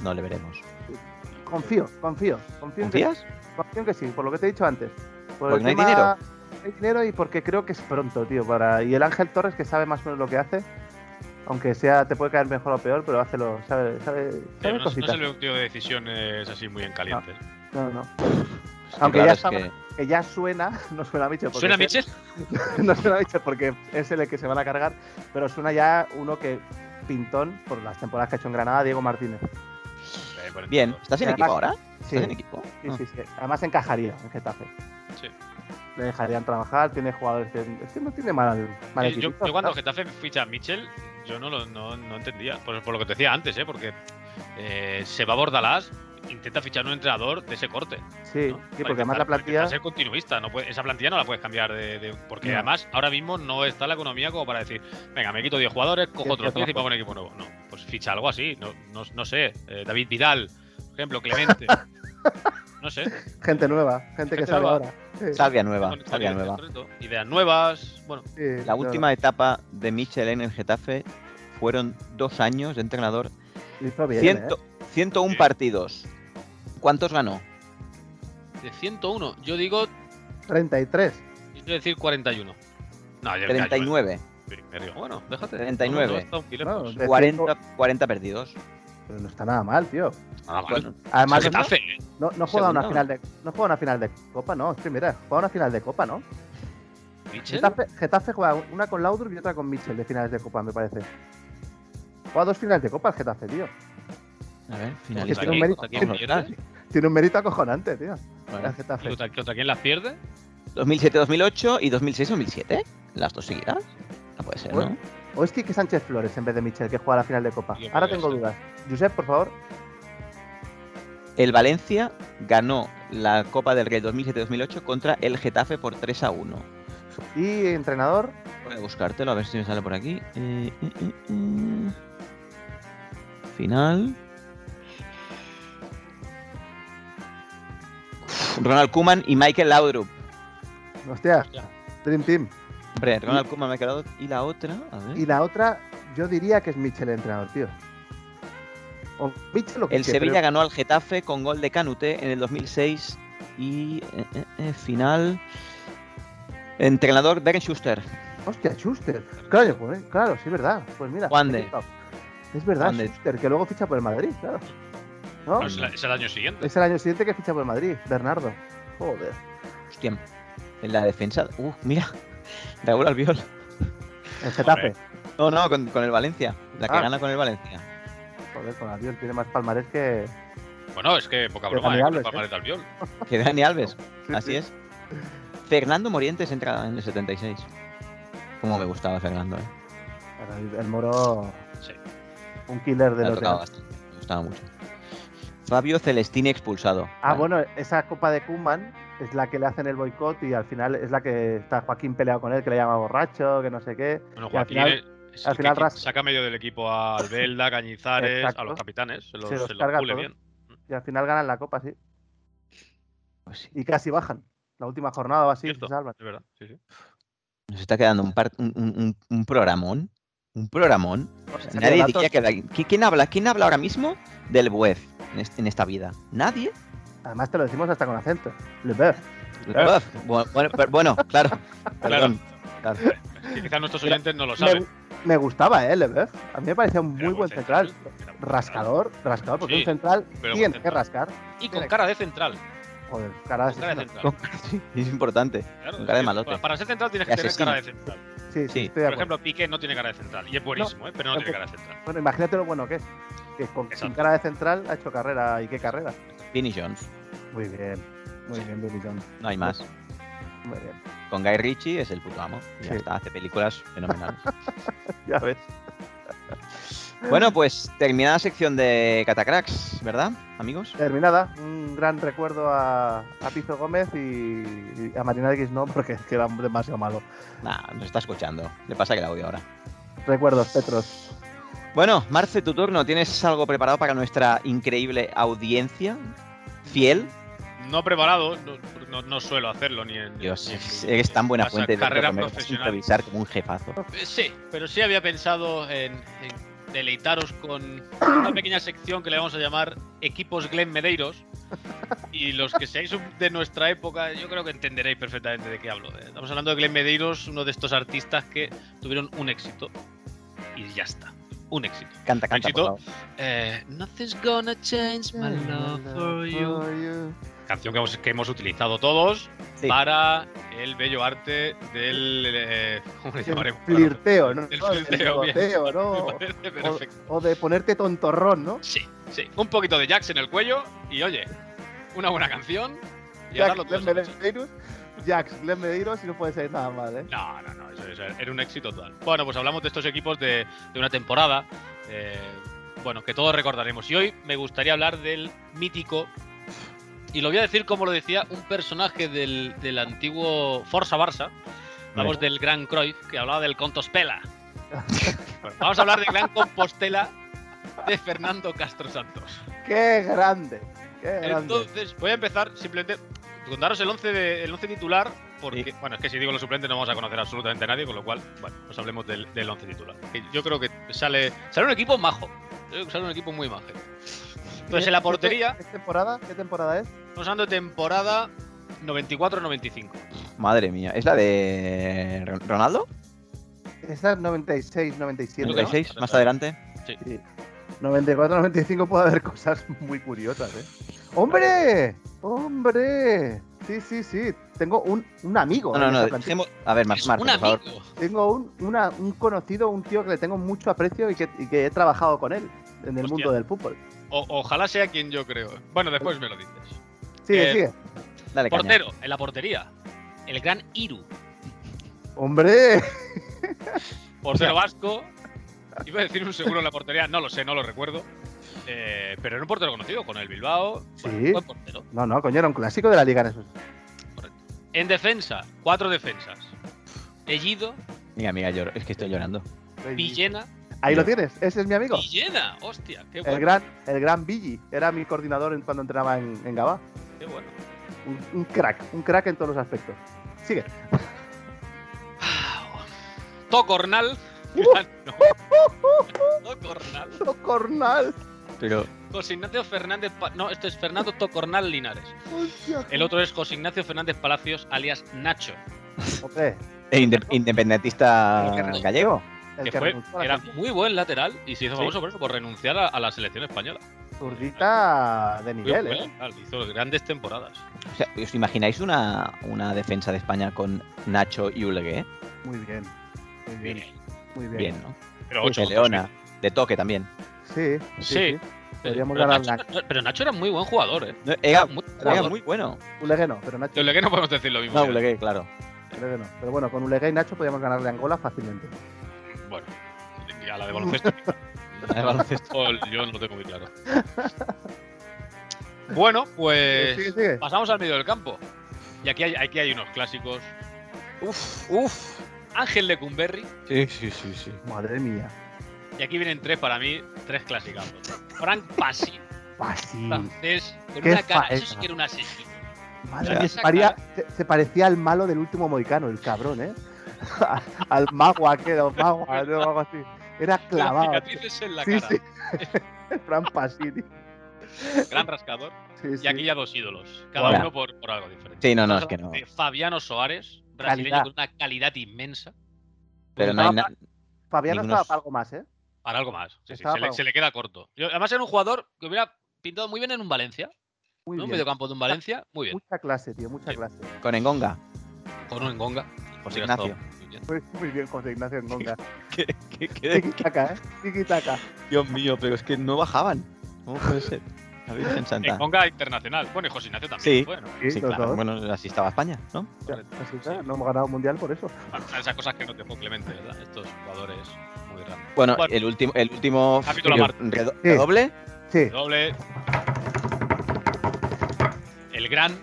Speaker 1: No le veremos.
Speaker 4: Confío, confío. Confío en, que,
Speaker 1: ¿Confías?
Speaker 4: confío en que sí, por lo que te he dicho antes. Por
Speaker 1: Porque
Speaker 4: el
Speaker 1: no hay
Speaker 4: tema-
Speaker 1: dinero.
Speaker 4: no hay dinero y porque creo que es pronto, tío. Para... Y el Ángel Torres, que sabe más o menos lo que hace. Aunque sea, te puede caer mejor o peor, pero hácelo, sabe, sabe,
Speaker 3: Pero
Speaker 4: sabe
Speaker 3: no, no
Speaker 4: cositas. Ah,
Speaker 3: se le un tío de decisiones así muy en caliente.
Speaker 4: No, no.
Speaker 1: Lo
Speaker 4: Aunque
Speaker 1: claro
Speaker 4: ya
Speaker 1: es
Speaker 4: está-
Speaker 1: que-
Speaker 4: Que ya suena, no suena a Mitchell. porque
Speaker 3: ¿Suena
Speaker 4: sé-
Speaker 3: Mitchell?
Speaker 4: no se lo he dicho porque es el que se van a cargar, pero suena ya uno que pintón por las temporadas que ha hecho en Granada, Diego Martínez.
Speaker 3: Eh, bueno,
Speaker 1: Bien, ¿estás en
Speaker 4: Y
Speaker 1: equipo
Speaker 4: además-
Speaker 1: ahora?
Speaker 4: Sí,
Speaker 1: ¿Estás en equipo? Ah.
Speaker 4: sí, sí, sí. Además encajaría en Getafe.
Speaker 3: Sí.
Speaker 4: Le dejarían trabajar, tiene jugadores que... Es que no tiene mal, mal
Speaker 3: Eh, Yo-
Speaker 4: equipo.
Speaker 3: Yo, yo cuando Getafe ficha a Mitchell, yo no lo no, no entendía. Por, por lo que te decía antes, ¿eh? porque eh, se va a Bordalás, intenta fichar un entrenador de ese corte.
Speaker 4: Sí,
Speaker 3: ¿no?
Speaker 4: sí,
Speaker 3: Para
Speaker 4: porque además
Speaker 3: intentar-
Speaker 4: la
Speaker 3: para
Speaker 4: plantilla...
Speaker 3: intentar ser continuista, no puede- esa plantilla no la puedes cambiar de, de- porque
Speaker 4: No.
Speaker 3: además ahora mismo no está la economía como para decir, venga, me quito 10 jugadores, cojo
Speaker 4: Cierto,
Speaker 3: otros 10 y
Speaker 4: cierto.
Speaker 3: pongo un equipo nuevo. No, pues ficha algo así, no, no, no sé, eh, David Vidal, por ejemplo, Clemente. no sé,
Speaker 4: Gente nueva, gente, que
Speaker 3: Gente
Speaker 4: sale
Speaker 3: nueva.
Speaker 4: ahora. Sí,
Speaker 1: Salvia nueva,
Speaker 3: con- con
Speaker 1: salvia
Speaker 3: ideas-
Speaker 1: nueva.
Speaker 3: ideas nuevas, bueno,
Speaker 4: sí,
Speaker 1: La
Speaker 4: no,
Speaker 1: última etapa de Michel en el Getafe fueron dos años de entrenador.
Speaker 4: hizo bien,
Speaker 1: Ciento-
Speaker 4: ¿eh?
Speaker 1: 101
Speaker 3: Sí.
Speaker 1: partidos. ¿Cuántos ganó?
Speaker 3: de 101, yo digo
Speaker 4: 33.
Speaker 3: Yo iba a decir 41. No, yo
Speaker 1: 39.
Speaker 4: ¿eh?
Speaker 3: yo- me río. Bueno, déjate.
Speaker 1: 39.
Speaker 3: No, no está un kilo
Speaker 4: No,
Speaker 3: lejos.
Speaker 4: de
Speaker 1: 40, 40 perdidos.
Speaker 4: Pero no está nada mal, tío.
Speaker 3: Ah, vale.
Speaker 1: Bueno,
Speaker 4: Además,
Speaker 3: ¿Qué
Speaker 4: no,
Speaker 3: hace?
Speaker 4: no, no juega una
Speaker 1: Segundo.
Speaker 4: final de, no juega una final de Copa, no. Es que mira, juega una final de Copa, ¿no?
Speaker 3: ¿Mitchell?
Speaker 4: Getafe, Getafe juega una con Laudrup y otra con Mitchell de finales de Copa, me parece. Juega dos finales de Copa el Getafe, tío.
Speaker 1: a ver,
Speaker 4: Es que
Speaker 1: finalista.
Speaker 4: tiene un mérito.
Speaker 3: ¿Contra quién
Speaker 1: Vamos a
Speaker 3: pierde?
Speaker 4: Tiene un mérito acojonante, tío.
Speaker 1: Bueno,
Speaker 4: El Getafe.
Speaker 3: ¿Contra- ¿Contra quién las pierde?
Speaker 1: 2007-2008 y 2006-2007. Las dos seguidas. No puede ser, ¿no?
Speaker 4: Bueno, O es Quique Sánchez Flores en vez de Mitchell, que juega la final de Copa.
Speaker 3: Yo
Speaker 4: Ahora
Speaker 3: creo
Speaker 4: tengo
Speaker 3: que
Speaker 4: dudas. Josep, por favor.
Speaker 1: El Valencia ganó la Copa del Rey 2007-2008 contra el Getafe por 3 a 1.
Speaker 4: Y entrenador.
Speaker 1: Voy a buscártelo, a ver si me sale por aquí. Eh, eh, eh, eh. Final. Uf, Ronald Kuman y Michael Laudrup.
Speaker 4: Hostia,
Speaker 3: Hostia.
Speaker 4: Dream Team.
Speaker 1: Hombre, Ronald Kuman, Michael Laudrup. Y la otra, a
Speaker 3: ¿Eh?
Speaker 1: ver.
Speaker 4: Y la otra, yo diría que es Mitchell el entrenador, tío. O Mitchell o
Speaker 1: El
Speaker 4: Quique,
Speaker 1: Sevilla
Speaker 4: pero-
Speaker 1: ganó al Getafe con gol de Canute en el 2006 y eh, eh, eh, final. Entrenador Bernd Schuster.
Speaker 4: Hostia, Schuster. Claro, pues, eh, claro, sí, verdad. Pues mira.
Speaker 1: Juan
Speaker 4: me he
Speaker 1: de.
Speaker 4: equivocado. Es verdad,
Speaker 1: Juan de.
Speaker 4: Schuster, que luego ficha por el Madrid, claro. ¿No?
Speaker 3: No, es, la- es el año siguiente.
Speaker 4: Es el año siguiente que ficha por el Madrid, Bernardo. Joder.
Speaker 1: Hostia. En la defensa. Uh, mira. Raúl Albiol.
Speaker 4: El Getafe.
Speaker 1: No, no, con, con el Valencia. La que
Speaker 4: Ah.
Speaker 1: gana con el Valencia.
Speaker 4: Joder, con Albiol tiene más palmarés que.
Speaker 3: Bueno, es que poca
Speaker 4: Pero
Speaker 3: broma, ¿eh?
Speaker 4: amigables,
Speaker 3: Para
Speaker 4: ¿eh?
Speaker 3: Maret Albiol.
Speaker 1: Que Dani Alves.
Speaker 4: Sí,
Speaker 1: Así
Speaker 4: sí.
Speaker 1: es. Fernando Morientes entra en el 76. Cómo me gustaba Fernando, eh.
Speaker 4: Bueno, El, el Moro,
Speaker 3: Sí.
Speaker 4: un killer de
Speaker 1: Me ha
Speaker 4: los. de-
Speaker 1: tocado bastante. Me gustaba mucho. Fabio Celestini expulsado.
Speaker 4: Ah,
Speaker 1: Vale.
Speaker 4: bueno, esa copa de Kuman es la que le hacen el boicot y al final es la que está Joaquín peleado con él, que le llama borracho, que no sé qué.
Speaker 3: Bueno,
Speaker 4: Y al
Speaker 3: Joaquín
Speaker 4: final-
Speaker 3: es, Es
Speaker 4: Al
Speaker 3: el que
Speaker 4: final
Speaker 3: quita-
Speaker 4: Ras-
Speaker 3: saca medio del equipo a Albelda, Cañizares, a
Speaker 4: Exacto.
Speaker 3: los capitanes. Se los,
Speaker 4: los
Speaker 3: se los
Speaker 4: carga
Speaker 3: pule
Speaker 4: todos.
Speaker 3: bien.
Speaker 4: Y al final ganan la copa, sí.
Speaker 1: Pues sí,
Speaker 4: Y casi bajan. La última jornada o así
Speaker 3: Cierto.
Speaker 4: se salvan.
Speaker 3: Es verdad. Sí, sí.
Speaker 1: nos está quedando un, par- un, un- un- un programón. Un programón.
Speaker 4: O
Speaker 3: Pues,
Speaker 4: sea,
Speaker 1: Nadie
Speaker 4: datos-
Speaker 1: diría que la- ¿Qui- ¿Quién habla? ¿Quién habla ahora mismo del BUEF en, este- en esta vida? Nadie.
Speaker 4: Además te lo decimos hasta con acento. Le Beuf.
Speaker 1: Buef. Bu- Bueno, pero- bueno, claro. Perdón. Claro.
Speaker 3: Que quizás nuestros oyentes no lo
Speaker 4: Me,
Speaker 3: saben.
Speaker 4: me gustaba, ¿eh? Le Beuf. A mí me parecía un
Speaker 3: Pues, Era
Speaker 4: muy buen central.
Speaker 3: era buen
Speaker 4: Rascador, rascador, porque
Speaker 3: Sí,
Speaker 4: un central
Speaker 3: pero buen
Speaker 4: tiene que
Speaker 3: central.
Speaker 4: rascar.
Speaker 3: central. Y con cara de central.
Speaker 4: Joder, cara de
Speaker 3: Con cara de
Speaker 4: asesino.
Speaker 3: central.
Speaker 1: Con- sí, es importante.
Speaker 3: Claro,
Speaker 1: con cara de
Speaker 3: es que
Speaker 1: malote.
Speaker 3: para- Para ser central tienes
Speaker 1: De
Speaker 3: que tener
Speaker 1: asesino.
Speaker 3: cara de central.
Speaker 4: Sí, sí,
Speaker 1: Sí.
Speaker 4: estoy de
Speaker 3: Por
Speaker 4: acuerdo.
Speaker 3: ejemplo, Piqué no tiene cara de central. Y es buenísimo, ¿eh? pero no
Speaker 4: no
Speaker 3: tiene
Speaker 4: tiene-
Speaker 3: cara de central.
Speaker 4: Bueno, imagínate lo bueno que es. Que con, sin
Speaker 3: Exacto.
Speaker 4: cara de central ha hecho carrera. ¿Y qué carrera?
Speaker 1: Vinnie Jones.
Speaker 4: Muy bien. Muy bien, Billy Jones.
Speaker 1: No hay más.
Speaker 4: Muy bien.
Speaker 1: Con Guy Ritchie es el puto amo. Ya
Speaker 4: Sí.
Speaker 1: está, hace películas fenomenales.
Speaker 4: Ya ves.
Speaker 1: bueno, pues terminada la sección de Catacracks, ¿verdad, amigos?
Speaker 4: Terminada. Un gran recuerdo a, a Pizo Gómez y, y a Marina X no, porque es que era demasiado malo.
Speaker 1: Nah, nos está escuchando. Le pasa que la audio ahora.
Speaker 4: Recuerdos, Petros.
Speaker 1: Bueno, Marce, tu turno. ¿Tienes algo preparado para nuestra increíble audiencia? Fiel.
Speaker 3: No preparado, no, no- no suelo hacerlo ni en.
Speaker 1: Dios,
Speaker 3: ni en mi-
Speaker 1: eres tan buena
Speaker 3: pasa
Speaker 1: fuente de
Speaker 3: carrera
Speaker 1: que me vas a
Speaker 3: profesional.
Speaker 1: improvisar como un jefazo.
Speaker 3: Eh, Sí, pero sí había pensado en, en deleitaros con una pequeña sección que le vamos a llamar Equipos Glen Medeiros. Y los que seáis un- de nuestra época, yo creo que entenderéis perfectamente de qué hablo. eh. Estamos hablando de Glen Medeiros, uno de estos artistas que tuvieron un éxito. Y ya está, un éxito.
Speaker 1: Canta, canta, por
Speaker 3: Éxito.
Speaker 1: favor.
Speaker 3: Eh, Nothing's gonna change my love for you. Canción que hemos, que hemos utilizado todos
Speaker 1: Sí.
Speaker 3: para el bello arte del. eh, ¿Cómo le
Speaker 4: El
Speaker 3: llamaremos?
Speaker 4: flirteo, ¿no? Oh.
Speaker 3: El
Speaker 4: No, del
Speaker 3: flirteo, bien.
Speaker 4: bigoteo, ¿no?
Speaker 3: Me parece perfecto.
Speaker 4: O, o de ponerte tontorrón, ¿no?
Speaker 3: Sí, sí. Un poquito de Jax en el cuello y oye, una buena canción y a darlo
Speaker 4: Jax
Speaker 3: todo.
Speaker 4: Glenn Medeiros. Jax Glenn Medeiros y no puede ser nada mal, ¿eh?
Speaker 3: No, no, no, eso, eso era un éxito total. Bueno, pues hablamos de estos equipos de, de una temporada, eh, bueno, que todos recordaremos. Y hoy me gustaría hablar del mítico, y lo voy a decir como lo decía un personaje del, del antiguo Forza Barça, hablamos del Gran Cruyff, que hablaba del Contospela. Bueno, vamos a hablar del Gran Compostela de Fernando Castro Santos.
Speaker 4: ¡Qué grande! ¡Qué grande!
Speaker 3: Entonces, voy a empezar simplemente contaros el 11 de- el 11 titular, porque bueno, es que si digo los suplentes no vamos a conocer absolutamente a nadie, con lo cual, bueno, pues hablemos del, del 11 titular. Que Yo creo que sale sale un equipo majo. Yo creo que sale un equipo muy majo. Entonces, pues, en la portería,
Speaker 4: ¿Qué temporada? ¿Qué temporada es?
Speaker 3: estamos hablando de temporada 94-95.
Speaker 1: Madre mía. ¿Es la de Ron- Ronaldo?
Speaker 4: Esa es 96, 97.
Speaker 3: Creo que no.
Speaker 1: 96, más adelante.
Speaker 4: 94, 95 puede haber cosas muy curiosas, ¿eh? ¡Hombre! ¡Hombre! Sí, sí, sí. Tengo un, un amigo.
Speaker 1: No, no,
Speaker 4: en esa
Speaker 1: no.
Speaker 4: plantilla.
Speaker 1: dejemos- A ver, Mar-
Speaker 3: Es
Speaker 1: Marce,
Speaker 3: un
Speaker 1: por favor.
Speaker 3: amigo.
Speaker 4: Tengo un, una- un conocido, un tío que le tengo mucho aprecio y que, y que he trabajado con él en el
Speaker 3: Hostia.
Speaker 4: mundo del fútbol.
Speaker 3: O- ojalá sea quien yo creo. Bueno, después me lo dices.
Speaker 4: Sigue,
Speaker 3: Eh,
Speaker 4: sigue.
Speaker 1: Dale, caña.
Speaker 3: Portero, en la portería. El gran Iru.
Speaker 4: ¡Hombre!
Speaker 3: portero vasco. Iba a decir un seguro en la portería, no lo sé, no lo recuerdo. Eh, pero era un portero conocido con el Bilbao. bueno,
Speaker 4: Sí.
Speaker 3: buen portero.
Speaker 4: No, no, coño, era un clásico de la liga en esos.
Speaker 3: En defensa, cuatro defensas. Ellido,
Speaker 1: Mira, mira, lloro. es que estoy llorando.
Speaker 3: Villena.
Speaker 4: Ahí lo tienes, ese es mi amigo.
Speaker 3: Villena, hostia, qué bueno.
Speaker 4: El gran, el gran Billy. Era mi coordinador en- cuando entrenaba en, en Gabá.
Speaker 3: Qué bueno.
Speaker 4: Un, un crack, un crack en todos los aspectos. Sigue.
Speaker 3: Tocornal.
Speaker 4: Uh.
Speaker 3: Tocornal.
Speaker 4: Cornal.
Speaker 1: Pero
Speaker 3: José Ignacio Fernández. Pa- no, esto es Fernando Tocornal Linares.
Speaker 4: Hostia.
Speaker 3: El otro es José Ignacio Fernández Palacios, alias Nacho.
Speaker 4: Hombre,
Speaker 1: ¿E inde- independentista
Speaker 4: Lo que-
Speaker 1: gallego.
Speaker 4: el
Speaker 3: que
Speaker 4: que,
Speaker 3: fue,
Speaker 4: renunció a la
Speaker 3: era
Speaker 4: gente.
Speaker 3: muy buen lateral y se hizo famoso por eso, por renunciar a, a la selección española.
Speaker 4: Zurdita de
Speaker 3: Muy
Speaker 4: nivel,
Speaker 3: buen
Speaker 4: ¿eh?
Speaker 3: lateral, hizo grandes temporadas.
Speaker 1: O sea, ¿os imagináis una, una defensa de España con Nacho y Ulegué?
Speaker 4: Muy bien. Muy bien, muy bien.
Speaker 1: Bien, ¿no?
Speaker 3: Pero
Speaker 1: De
Speaker 3: ocho contra
Speaker 1: Leona, de toque también.
Speaker 4: Sí,
Speaker 3: Sí.
Speaker 4: sí. sí. Podríamos
Speaker 3: pero,
Speaker 4: ganar
Speaker 3: Nacho, no- pero Nacho era muy buen jugador, ¿eh?
Speaker 1: No, Era,
Speaker 3: Muy buen
Speaker 1: era
Speaker 3: jugador.
Speaker 1: muy bueno.
Speaker 4: Ulegué no, pero Nacho.
Speaker 3: De Olegué no podemos decir lo mismo.
Speaker 1: No,
Speaker 3: ¿eh?
Speaker 1: Ulegué, claro.
Speaker 4: Ulegué no. Pero bueno, con Ulegué y Nacho podíamos ganarle a Angola fácilmente.
Speaker 3: Bueno, y a la de baloncesto.
Speaker 1: La de baloncesto.
Speaker 3: O el- Yo no lo tengo muy claro. Bueno,
Speaker 4: sigue,
Speaker 3: pues
Speaker 4: sigue.
Speaker 3: pasamos al medio del campo. Y aquí hay, aquí hay unos clásicos.
Speaker 1: Uf, uf.
Speaker 3: Ángel Lecumberri.
Speaker 5: Sí, sí, sí, sí.
Speaker 4: Madre mía.
Speaker 3: Y aquí vienen tres para mí, tres clásicas. Frank Passi,
Speaker 1: Mm.
Speaker 4: Fácil.
Speaker 3: francés, con
Speaker 4: Qué
Speaker 3: una cara.
Speaker 4: faena.
Speaker 3: Eso sí que era un asesino.
Speaker 4: Madre
Speaker 3: Ya.
Speaker 4: mía, se, paría- se- se parecía al malo del último moicano, el cabrón, ¿eh? al magua, que era un magua, ¿no? algo así. Era
Speaker 3: Las
Speaker 4: clavado.
Speaker 3: cicatrices en la
Speaker 4: sí,
Speaker 3: cara.
Speaker 4: sí. Fran Pasini.
Speaker 3: Gran rascador.
Speaker 4: Sí,
Speaker 3: Y aquí
Speaker 4: sí.
Speaker 3: ya dos ídolos. Cada
Speaker 1: Hola.
Speaker 3: uno por, por algo diferente.
Speaker 1: Sí, no, no, es
Speaker 3: Estamos
Speaker 1: que no.
Speaker 3: hablando de Fabiano Soares, brasileño
Speaker 4: Calidad.
Speaker 3: con una calidad inmensa.
Speaker 1: Pero no hay nada.
Speaker 4: Fabiano
Speaker 1: ninguno-
Speaker 4: estaba para algo más, ¿eh?
Speaker 3: Para algo más. Sí, sí,
Speaker 4: Estaba
Speaker 3: se, le,
Speaker 4: para-
Speaker 3: se le queda corto. Yo- además, era un jugador que hubiera pintado muy bien en un Valencia.
Speaker 4: Muy
Speaker 3: ¿no? Un
Speaker 4: bien.
Speaker 3: mediocampo de un Valencia. Muy bien.
Speaker 4: Mucha clase, tío, mucha
Speaker 3: Sí.
Speaker 4: clase.
Speaker 1: Con Engonga.
Speaker 3: Con un Engonga.
Speaker 1: José
Speaker 3: hubiera estado
Speaker 1: Ignacio.
Speaker 3: muy bien.
Speaker 4: Muy, muy bien, José Ignacio Ngonga.
Speaker 5: ¿Qué- qué-
Speaker 4: Tiki-taka, ¿eh? Tiki-taka.
Speaker 1: Dios mío, pero es que no bajaban. ¿Cómo puede ser? La Virgen Santa.
Speaker 3: Engonga internacional. Bueno, y José Ignacio también.
Speaker 1: Sí.
Speaker 3: Bueno,
Speaker 4: Sí,
Speaker 1: Sí,
Speaker 4: los
Speaker 1: claro.
Speaker 4: dos.
Speaker 1: Bueno, así estaba España, ¿no?
Speaker 4: Así que no hemos ganado mundial por eso.
Speaker 3: esas cosas que no te complementen, ¿verdad? Estos jugadores muy grandes.
Speaker 1: Bueno,
Speaker 3: Bueno.
Speaker 1: el último, el último
Speaker 3: Capítulo
Speaker 1: redo-
Speaker 3: aparte.
Speaker 1: redo-
Speaker 4: Sí.
Speaker 1: redoble.
Speaker 4: Sí,
Speaker 3: Doble. El gran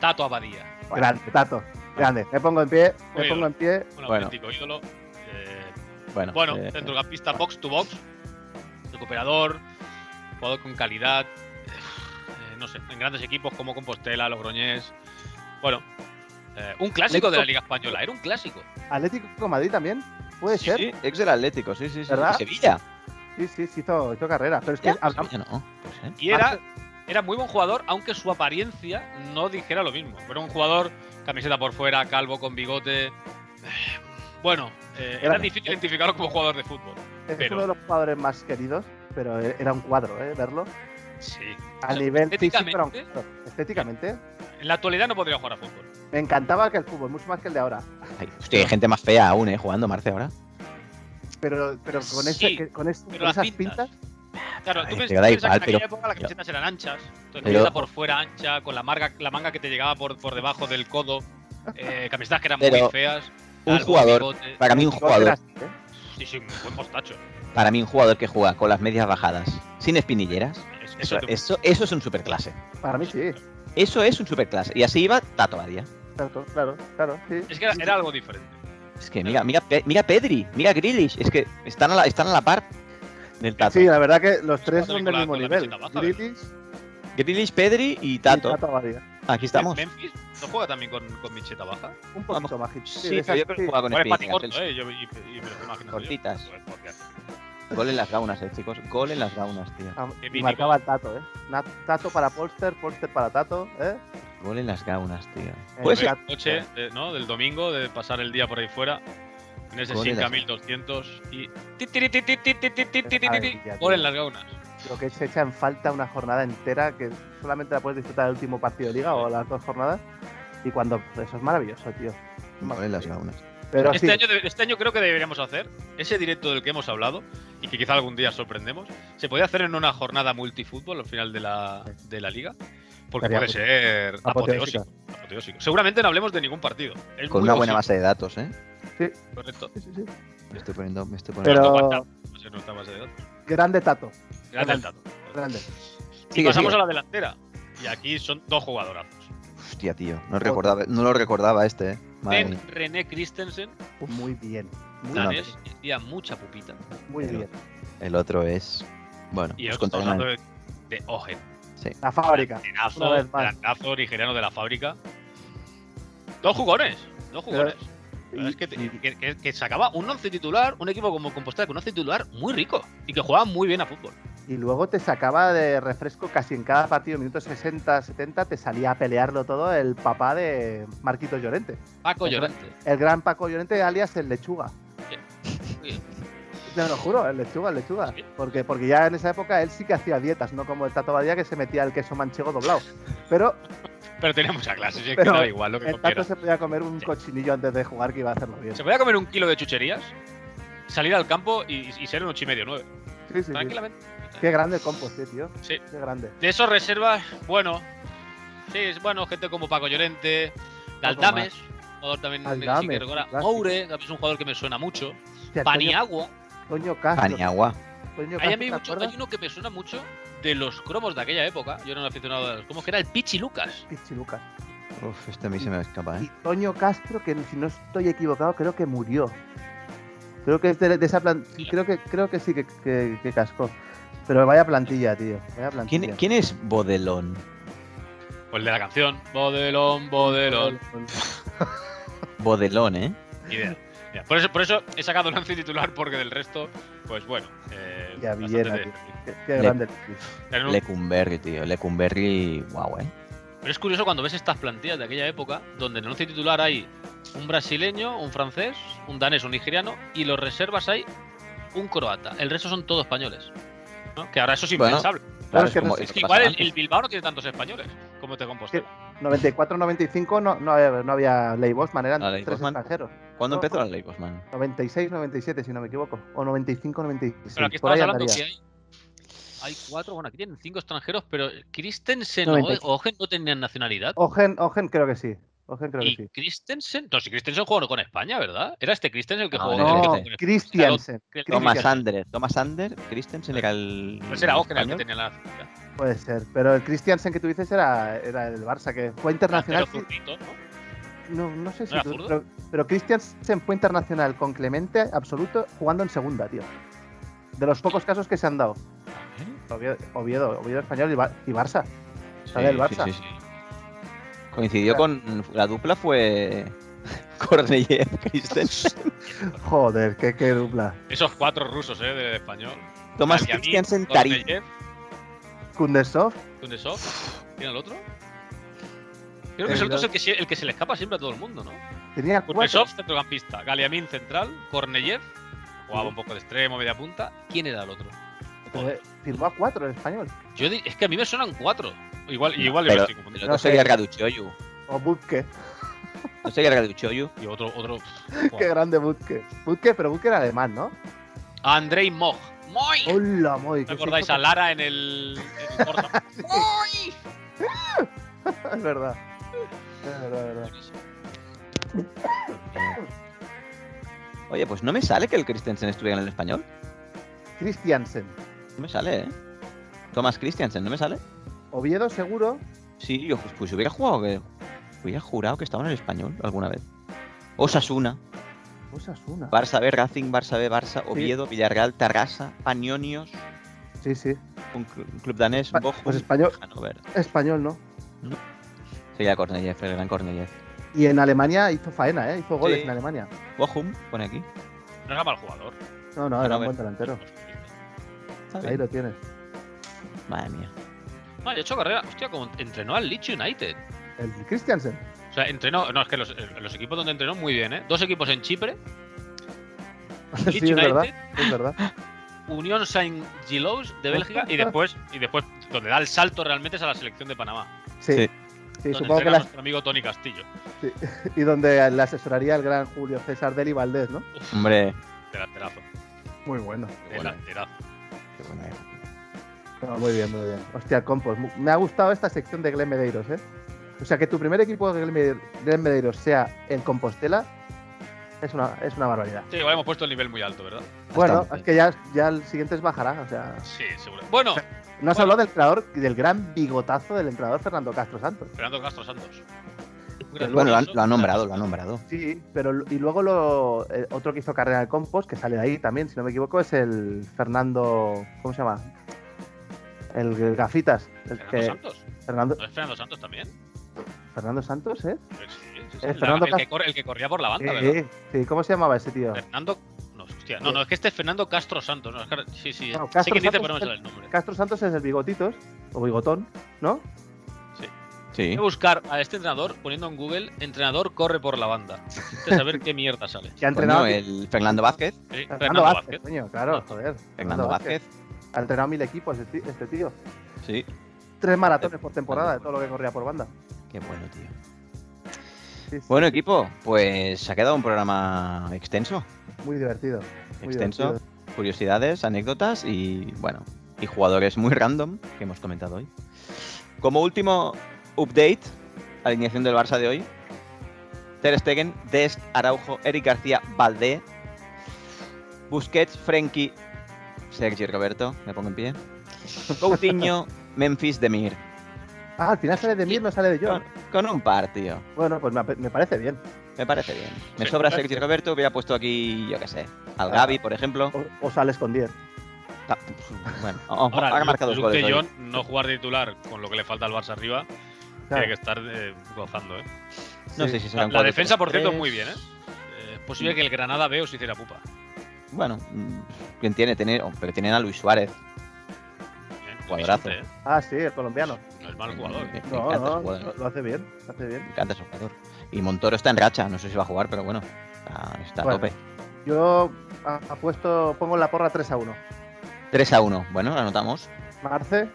Speaker 3: Tato Abadía.
Speaker 4: grande, Tato. Grande. Me pongo en pie, me
Speaker 3: Oído.
Speaker 4: pongo en pie.
Speaker 3: Un
Speaker 1: Bueno.
Speaker 3: auténtico ídolo. Eh,
Speaker 1: Bueno,
Speaker 3: Bueno,
Speaker 1: eh,
Speaker 3: centrocampista box to box, recuperador, jugador con calidad, eh, no sé, en grandes equipos como Compostela, Logroñés. Bueno, eh, un clásico de la Liga Española, era un clásico.
Speaker 4: Atlético de Madrid también. Puede
Speaker 1: sí,
Speaker 4: ser.
Speaker 1: sí, ex del Atlético, sí, sí, sí.
Speaker 4: ¿Verdad?
Speaker 1: Y Sevilla.
Speaker 4: Sí, sí, sí, hizo, hizo carrera. Pero es que
Speaker 1: Ya,
Speaker 4: hablamos,
Speaker 1: Sevilla no. Pues, eh.
Speaker 3: Y era, era muy buen jugador, aunque su apariencia no dijera lo mismo. Era un jugador, camiseta por fuera, calvo, con bigote. Bueno, eh, era
Speaker 4: Era-
Speaker 3: difícil identificarlo como jugador de fútbol.
Speaker 4: es
Speaker 3: pero-
Speaker 4: uno de los jugadores más queridos, pero era un cuadro, ¿eh? Verlo.
Speaker 3: Sí.
Speaker 4: A
Speaker 3: O sea,
Speaker 4: nivel físico,
Speaker 3: estéticamente,
Speaker 4: era un cuadro. Estéticamente,
Speaker 3: En la actualidad no podría jugar a fútbol.
Speaker 4: me encantaba que el fútbol, mucho más que el de ahora.
Speaker 1: Ay, hostia, hay gente más fea aún, ¿eh? Jugando Marce ahora.
Speaker 4: Pero, pero con,
Speaker 3: Sí,
Speaker 4: ese, que- con, ese-
Speaker 3: pero
Speaker 4: con
Speaker 3: las
Speaker 4: esas
Speaker 3: pintas.
Speaker 4: pintas,
Speaker 3: Claro, tú
Speaker 1: Ay,
Speaker 3: piensas
Speaker 1: pero da
Speaker 3: piensas que
Speaker 1: igual,
Speaker 3: en aquella
Speaker 1: pero-
Speaker 3: época las
Speaker 1: pero-
Speaker 3: camisetas eran anchas, entonces
Speaker 1: pero-
Speaker 3: camiseta por fuera ancha, con la manga, la manga que te llegaba por, por debajo del codo, eh, camisetas que eran muy
Speaker 1: Pero
Speaker 3: feas.
Speaker 1: un
Speaker 3: algún
Speaker 1: jugador-
Speaker 3: bigote.
Speaker 1: Para mí un
Speaker 4: no era
Speaker 1: jugador,
Speaker 4: así, ¿eh?
Speaker 3: Sí, sí, un buen mostacho.
Speaker 1: para mí un jugador que juega con las medias bajadas, sin espinilleras,
Speaker 3: Es-
Speaker 1: eso,
Speaker 3: te-
Speaker 1: eso, eso es un superclase.
Speaker 4: Para mí sí,
Speaker 1: Eso es un superclase. Y así iba Tato Badía.
Speaker 4: claro, claro, claro, sí.
Speaker 3: es que era, era algo diferente.
Speaker 1: Es que mira, mira, Pe- mira Pedri, mira Grealish, es que están a la, están a la par del Tato.
Speaker 4: Sí, la verdad que los tres
Speaker 3: cuando
Speaker 4: son del
Speaker 3: Nicolás
Speaker 4: mismo
Speaker 3: con la
Speaker 4: nivel.
Speaker 3: camiseta baja,
Speaker 4: Grilis
Speaker 1: Grealish, Pedri y
Speaker 4: y
Speaker 1: Tato.
Speaker 4: Tato Abadía.
Speaker 1: Aquí estamos.
Speaker 3: Memphis no juega también con, con micheta baja.
Speaker 4: Un poquito más
Speaker 1: Sí, pero yo creo que jugaba con
Speaker 3: Ahora es pati
Speaker 1: espinilleras.
Speaker 3: corto, eh, yo, y, y me lo imagino yo.
Speaker 1: Cortitas.
Speaker 3: Joder, porque-
Speaker 1: Gol en las gaunas, eh, chicos. Gol en las gaunas, tío.
Speaker 3: Qué
Speaker 4: Ah, Y
Speaker 3: mítico.
Speaker 4: marcaba el Tato, ¿eh? Na- Tato para Polster, Polster para Tato, ¿eh?
Speaker 1: Gol en las gaunas, tío.
Speaker 4: Eh,
Speaker 1: Pues
Speaker 3: Joder,
Speaker 4: Tato.
Speaker 3: noche de- ¿no? del domingo, de pasar el día por ahí fuera, en ese
Speaker 1: Gol en las-
Speaker 3: 5200 y... ti, ti, ti, ti, ti, ti, ti, ti, ti, ti,
Speaker 4: Ay,
Speaker 3: ti,
Speaker 4: ya,
Speaker 3: Gol en
Speaker 4: tío.
Speaker 3: las gaunas.
Speaker 4: Lo que se echa en falta una jornada entera que solamente la puedes disfrutar el último partido de liga o las dos jornadas. Y cuando. Eso es maravilloso, tío.
Speaker 1: gol en las gaunas.
Speaker 4: Pero
Speaker 3: Este,
Speaker 4: sí,
Speaker 3: año, debe- este año creo que deberíamos hacer ese directo del que hemos hablado y que quizá algún día sorprendemos. Se podría hacer en una jornada multifútbol al final de la, de la liga, porque
Speaker 4: Estaría
Speaker 3: puede ser
Speaker 4: apoteósica.
Speaker 3: apoteósico, apoteósico. Seguramente no hablemos de ningún partido. Es
Speaker 1: Con
Speaker 3: muy
Speaker 1: una buena
Speaker 3: posible,
Speaker 1: base de datos, eh.
Speaker 3: Correcto.
Speaker 4: Sí, sí, sí.
Speaker 1: Me estoy poniendo, me estoy poniendo.
Speaker 3: Tanto
Speaker 4: Pero.
Speaker 3: WhatsApp, no sé, no está base de datos.
Speaker 4: Grande Tato,
Speaker 3: Grande el dato.
Speaker 4: grande.
Speaker 3: Y
Speaker 1: Sigue,
Speaker 3: pasamos
Speaker 1: sigue.
Speaker 3: a la delantera. Y aquí son dos jugadorazos.
Speaker 1: Hostia, tío. No, recordaba, no lo recordaba este, eh. Madre
Speaker 3: Ben
Speaker 1: mía.
Speaker 3: René Christensen,
Speaker 4: Muy bien. Muy,
Speaker 1: No,
Speaker 3: danés, que hacía mucha pupita.
Speaker 4: muy
Speaker 1: pero-
Speaker 4: bien.
Speaker 1: El otro es. Bueno,
Speaker 3: Y
Speaker 1: os
Speaker 3: ahora
Speaker 1: contaré
Speaker 3: estamos hablando
Speaker 1: una-
Speaker 3: de, de Ogen.
Speaker 4: La fábrica.
Speaker 3: Pedazo,
Speaker 4: Una vez más.
Speaker 3: pedazo nigeriano de la fábrica. Dos jugones, dos jugones. La verdad es que, te- que- que- que sacaba un once titular, un equipo como Compostela con un once titular muy rico y que jugaba muy bien a fútbol.
Speaker 4: Y luego te sacaba de refresco casi en cada partido, minutos 60, 70, te salía a pelearlo todo el papá de Marquito Llorente.
Speaker 3: Paco
Speaker 4: Ajá.
Speaker 3: Llorente.
Speaker 4: El gran Paco Llorente, alias el lechuga.
Speaker 3: Sí.
Speaker 4: Te lo juro, el lechuga, el lechuga.
Speaker 3: Sí.
Speaker 4: Porque, porque ya en esa época él sí que hacía dietas, no como el Tato Badía que se metía el queso manchego doblado. Pero
Speaker 3: Pero tenía mucha clase, sí, es que
Speaker 4: Pero
Speaker 3: daba igual lo que
Speaker 4: el Tato
Speaker 3: comiera.
Speaker 4: se podía comer un
Speaker 3: Sí.
Speaker 4: cochinillo antes de jugar que iba a hacerlo bien.
Speaker 3: Se
Speaker 4: Sí,
Speaker 3: podía comer un kilo de chucherías, salir al campo y, y ser un ocho y medio, nueve.
Speaker 4: sí, sí.
Speaker 3: Tranquilamente.
Speaker 4: Qué grande el compost, eh, tío.
Speaker 3: Sí.
Speaker 4: Qué grande.
Speaker 3: De esos reservas, bueno. Sí, es bueno, gente como Paco Llorente, Galdames, jugador también que sí que
Speaker 4: Galdames,
Speaker 3: recuerda,
Speaker 4: clásico.
Speaker 3: Moure, también es un jugador que me suena mucho.
Speaker 4: Hostia, Toño-
Speaker 3: Paniagua.
Speaker 4: Toño Castro.
Speaker 1: Paniagua.
Speaker 4: Toño
Speaker 3: Hay, a
Speaker 4: Castro,
Speaker 3: mí
Speaker 4: ¿te
Speaker 3: mucho-
Speaker 4: acuerdas?
Speaker 3: hay uno que me suena mucho de los cromos de aquella época. Yo era un aficionado de los cromos, que era el Pichi Lucas.
Speaker 4: Pichilucas.
Speaker 1: Uf, este a mí se me escapa,
Speaker 4: Y
Speaker 1: ¿eh?
Speaker 4: Toño Castro, que si no estoy equivocado, creo que murió. Creo que es de, de esa plantilla. Creo que, creo que sí que, que- que cascó. Pero vaya plantilla, tío. Vaya plantilla.
Speaker 5: ¿Quién, quién es Bodelón?
Speaker 3: O el de la canción. Bodelón, bodelón.
Speaker 5: Bodelón, ¿eh?
Speaker 3: Ni Idea. Mira, por, eso, por eso he sacado Lance titular, porque del resto, pues bueno. Eh,
Speaker 4: Ya,
Speaker 3: bastante
Speaker 4: Villena,
Speaker 3: de-
Speaker 4: tío.
Speaker 3: de-
Speaker 4: Qué, qué
Speaker 5: Le-
Speaker 4: grande.
Speaker 3: tener un-
Speaker 5: Lecumberri, tío. Lecumberri, guau, ¿eh?
Speaker 3: Pero es curioso cuando ves estas plantillas de aquella época, donde en el once titular hay un brasileño, un francés, un danés, un nigeriano, y los reservas hay un croata. El resto son todos españoles. ¿no? Que ahora eso es
Speaker 1: Bueno,
Speaker 3: impensable.
Speaker 1: Claro,
Speaker 4: es pues que no-
Speaker 3: es
Speaker 1: lo
Speaker 3: que
Speaker 1: pasa
Speaker 3: igual el,
Speaker 1: antes.
Speaker 3: el Bilbao no tiene tantos españoles como este te compostela.
Speaker 4: 94-95 no, no había, no había Ley Bosman, eran
Speaker 1: Ah, Leigh
Speaker 4: tres
Speaker 1: Bosman.
Speaker 4: extranjeros.
Speaker 1: ¿Cuándo
Speaker 4: no,
Speaker 1: empezó
Speaker 4: no.
Speaker 1: la ley, Bosman?
Speaker 4: 96-97, si no me equivoco. O 95-96.
Speaker 3: Pero aquí estamos
Speaker 4: por ahí
Speaker 3: hablando que
Speaker 4: andaría.
Speaker 3: hay, hay cuatro, bueno, aquí tienen cinco extranjeros, pero Christensen o
Speaker 4: 95.
Speaker 3: Ogen no tenían nacionalidad.
Speaker 4: Ogen, Ogen creo que sí. Ogen creo
Speaker 3: y
Speaker 4: que sí.
Speaker 3: Christensen, no, si Christensen jugó con España, ¿verdad? Era este Christensen el que
Speaker 1: No,
Speaker 3: jugó
Speaker 1: no,
Speaker 3: con
Speaker 4: No,
Speaker 3: España.
Speaker 4: Christiansen.
Speaker 1: Thomas
Speaker 4: Christiansen,
Speaker 1: Sander. Thomas Sander, Christensen era el.
Speaker 3: Pues era Ogen el que
Speaker 1: español.
Speaker 3: tenía la nacionalidad.
Speaker 4: Puede ser. Pero el Christiansen que tú dices era, era el Barça, que fue internacional.
Speaker 3: Pero zurdito, ¿no?
Speaker 4: No, no sé si.
Speaker 3: era
Speaker 4: tú-
Speaker 3: zurdo?
Speaker 4: pero, pero Christiansen fue internacional con Clemente absoluto jugando en segunda, tío. De los pocos casos que se han dado.
Speaker 3: ¿Eh?
Speaker 4: Oviedo, Oviedo, Oviedo español y, Bar- y Barça. Sale el Barça.
Speaker 1: Coincidió con. La dupla fue. Corneliev, Christensen.
Speaker 4: Joder, qué, qué dupla.
Speaker 3: Esos cuatro rusos, ¿eh? Del español.
Speaker 1: Thomas
Speaker 3: Aliamin,
Speaker 1: Christensen, Tarí.
Speaker 3: Korneyev,
Speaker 4: Kundesov,
Speaker 3: Kundesov. ¿Tiene el otro? Creo que
Speaker 4: El
Speaker 3: es el, otro es
Speaker 4: otro-
Speaker 3: el, que, se- el que se le escapa siempre a todo el mundo, ¿no?
Speaker 4: tenía cuatro.
Speaker 3: Kundesov, centrocampista. Galiamin, central. Korneyev. Jugaba un poco de extremo, media punta. ¿Quién era el otro?
Speaker 4: Pero, eh, Firmó a cuatro en español.
Speaker 3: Yo di- es que a mí me suenan cuatro. Igual, igual yo me
Speaker 1: Pero,
Speaker 3: estoy
Speaker 1: pero
Speaker 3: confundiendo.
Speaker 1: no sería Raduchoyu.
Speaker 4: O Butke.
Speaker 1: No sería Raduchoyu.
Speaker 3: Y otro, otro.
Speaker 4: Qué grande Butke. Butke, pero Butke era alemán, ¿no?
Speaker 3: Andrei Moj. ¡Moy!
Speaker 4: Hola, muy.
Speaker 3: ¿No acordáis a Lara en el. en el Forza? ¡Moy!
Speaker 4: Es verdad. Es verdad, es verdad.
Speaker 1: Oye, pues no me sale que el Christensen estuviera en el español.
Speaker 4: Christiansen.
Speaker 1: No me sale, ¿eh? Thomas Christensen, ¿no me sale?
Speaker 4: Oviedo seguro.
Speaker 1: Sí, yo pues, pues hubiera jugado que. Hubiera jurado que estaba en el español alguna vez. Osasuna,
Speaker 4: Osasuna.
Speaker 1: Barça B, Racing, Barça B, Barça,
Speaker 4: Sí.
Speaker 1: Oviedo, Villarreal, Tarrasa, Panionios,
Speaker 4: Sí, sí.
Speaker 1: un, cl- un club danés,
Speaker 4: Pa-
Speaker 1: un Bochum,
Speaker 4: pues español.
Speaker 1: Hannover.
Speaker 4: Español, ¿no?
Speaker 1: Sería Corneliev, el gran Corneliev.
Speaker 4: Y en Alemania hizo faena, ¿eh? Hizo goles
Speaker 1: Sí.
Speaker 4: en Alemania.
Speaker 1: Bochum, pone aquí.
Speaker 3: No era mal jugador.
Speaker 4: No, no, era
Speaker 1: Hannover.
Speaker 4: un buen delantero.
Speaker 1: Está
Speaker 4: Ahí
Speaker 1: bien.
Speaker 4: lo tienes.
Speaker 1: Madre mía.
Speaker 3: No, yo he hecho carrera. Hostia, como entrenó al Leeds United.
Speaker 4: El Christiansen.
Speaker 3: O sea, entrenó. No, es que los, eh, los equipos donde entrenó muy bien, ¿eh? Dos equipos en Chipre. Leeds
Speaker 4: sí, es
Speaker 3: United,
Speaker 4: verdad. Es verdad.
Speaker 3: Unión Saint-Gilloise
Speaker 4: Pues
Speaker 3: de Bélgica. Y después, y después, donde da el salto realmente es a la selección de Panamá.
Speaker 4: Sí.
Speaker 1: Sí.
Speaker 4: Sí,
Speaker 3: donde
Speaker 4: supongo que
Speaker 3: entrena
Speaker 4: las,
Speaker 3: nuestro amigo Tony Castillo.
Speaker 4: y donde la asesoraría el gran Julio César Deli Valdés, ¿no?
Speaker 1: Hombre.
Speaker 3: Delanterazo.
Speaker 4: Muy bueno.
Speaker 1: bueno.
Speaker 3: Delanterazo.
Speaker 1: Qué buena época.
Speaker 4: No, muy bien, muy bien. Hostia, compos. mu- Me ha gustado esta sección de Glen Medeiros, ¿eh? O sea, que tu primer equipo de Glen Mede- Glen Medeiros sea el Compostela es una, es una barbaridad.
Speaker 3: Sí, igual hemos puesto el nivel muy alto, ¿verdad?
Speaker 4: Bueno,
Speaker 1: Bastante.
Speaker 4: es que ya, ya el siguiente es bajará. O sea,
Speaker 3: Sí, seguro. Bueno,
Speaker 4: no has
Speaker 3: Bueno.
Speaker 4: hablado del creador, del gran bigotazo del entrenador Fernando Castro Santos.
Speaker 3: Fernando Castro Santos. Un gran
Speaker 1: Pues Bueno, lo han-
Speaker 3: ruso.
Speaker 1: lo ha nombrado, lo ha nombrado.
Speaker 4: Sí, pero l- y luego lo, el otro que hizo carrera de compost, que sale de ahí también, si no me equivoco, es el Fernando. ¿Cómo se llama? El, el Gafitas. El
Speaker 3: Fernando
Speaker 4: que,
Speaker 3: Santos.
Speaker 4: Fernando,
Speaker 3: ¿No es Fernando Santos también?
Speaker 4: Fernando Santos, ¿eh?
Speaker 3: Pues sí, sí, sí.
Speaker 4: Eh,
Speaker 3: El,
Speaker 4: Fernando
Speaker 3: el que
Speaker 4: Cast-
Speaker 3: corre- el que corría por la banda, ¿verdad?
Speaker 4: Sí, sí, ¿cómo se llamaba ese tío?
Speaker 3: Fernando. No, hostia. No, no, es que este es Fernando Castro Santos. No, es que- sí, sí.
Speaker 4: No,
Speaker 3: sé
Speaker 4: Castro
Speaker 3: quién dice,
Speaker 4: Santos
Speaker 3: pero no me
Speaker 4: es el-
Speaker 3: sale el nombre.
Speaker 4: Castro Santos es el bigotitos, o bigotón, ¿no?
Speaker 1: Sí.
Speaker 3: Voy a buscar a este entrenador poniendo en Google entrenador corre por la banda. Antes de saber qué mierda sale.
Speaker 4: Que ha entrenado.
Speaker 1: Bueno, el Fernando Vázquez.
Speaker 3: Sí,
Speaker 4: Fernando,
Speaker 3: Fernando
Speaker 4: Vázquez,
Speaker 3: Vázquez.
Speaker 4: coño, claro, joder.
Speaker 1: Fernando Vázquez.
Speaker 4: Ha entrenado mil equipos este ti- este tío.
Speaker 1: Sí.
Speaker 4: Tres maratones por temporada de todo lo que corría por banda.
Speaker 1: Qué bueno, tío.
Speaker 4: Sí, sí,
Speaker 1: Bueno, equipo, pues se ha quedado un programa extenso.
Speaker 4: muy divertido. Muy
Speaker 1: Extenso.
Speaker 4: divertido.
Speaker 1: Curiosidades, anécdotas y, bueno, y jugadores muy random que hemos comentado hoy. Como último update, alineación del Barça de hoy. Ter Stegen, Dest, Araujo, Eric García, Valdé, Busquets, Frenkie, Sergi Roberto, me pongo en pie. Coutinho, Memphis, Demir.
Speaker 4: Ah, al final sale de Mir, no sale de John.
Speaker 1: Con, con un par, tío.
Speaker 4: Bueno, pues me, ap- me parece bien.
Speaker 1: Me parece bien. Me
Speaker 3: Sí,
Speaker 1: sobra
Speaker 3: parece.
Speaker 1: Sergio Roberto, hubiera puesto aquí, yo qué sé, al
Speaker 4: Ah.
Speaker 1: Gaby, por ejemplo.
Speaker 4: O, o sales con 10.
Speaker 1: Ta- Bueno, o- o-
Speaker 3: Ahora,
Speaker 1: habrá
Speaker 3: Luke-
Speaker 1: marcado dos
Speaker 3: Luke
Speaker 1: goles.
Speaker 3: de
Speaker 1: hoy.
Speaker 3: Jong no jugar de titular con lo que le falta al Barça arriba, tiene que estar eh, gozando, ¿eh?
Speaker 1: No
Speaker 4: Sí.
Speaker 1: sé si será
Speaker 3: La,
Speaker 1: un
Speaker 3: la defensa, por cierto,
Speaker 1: 4-3-3.
Speaker 3: muy bien, ¿eh? Eh, Es posible que el Granada veo si hiciera pupa.
Speaker 1: Bueno, mm, quién tiene, tiene, oh, pero tienen a Luis Suárez.
Speaker 3: Bien,
Speaker 1: Jugadorazo.
Speaker 3: Vicente, ¿eh?
Speaker 4: Ah, sí, el colombiano.
Speaker 3: No es mal jugador.
Speaker 1: Eh, Me, me
Speaker 4: No,
Speaker 1: encanta ese
Speaker 4: no,
Speaker 1: jugador. eh.
Speaker 4: lo hace bien, lo hace bien.
Speaker 1: Me encanta ese jugador. Y Montoro está en racha, no sé si va a jugar, pero bueno, está, está
Speaker 4: Bueno.
Speaker 1: a tope.
Speaker 4: Yo a- apuesto, pongo la porra 3 a 1.
Speaker 1: 3 a 1. Bueno, lo anotamos.
Speaker 4: Marce,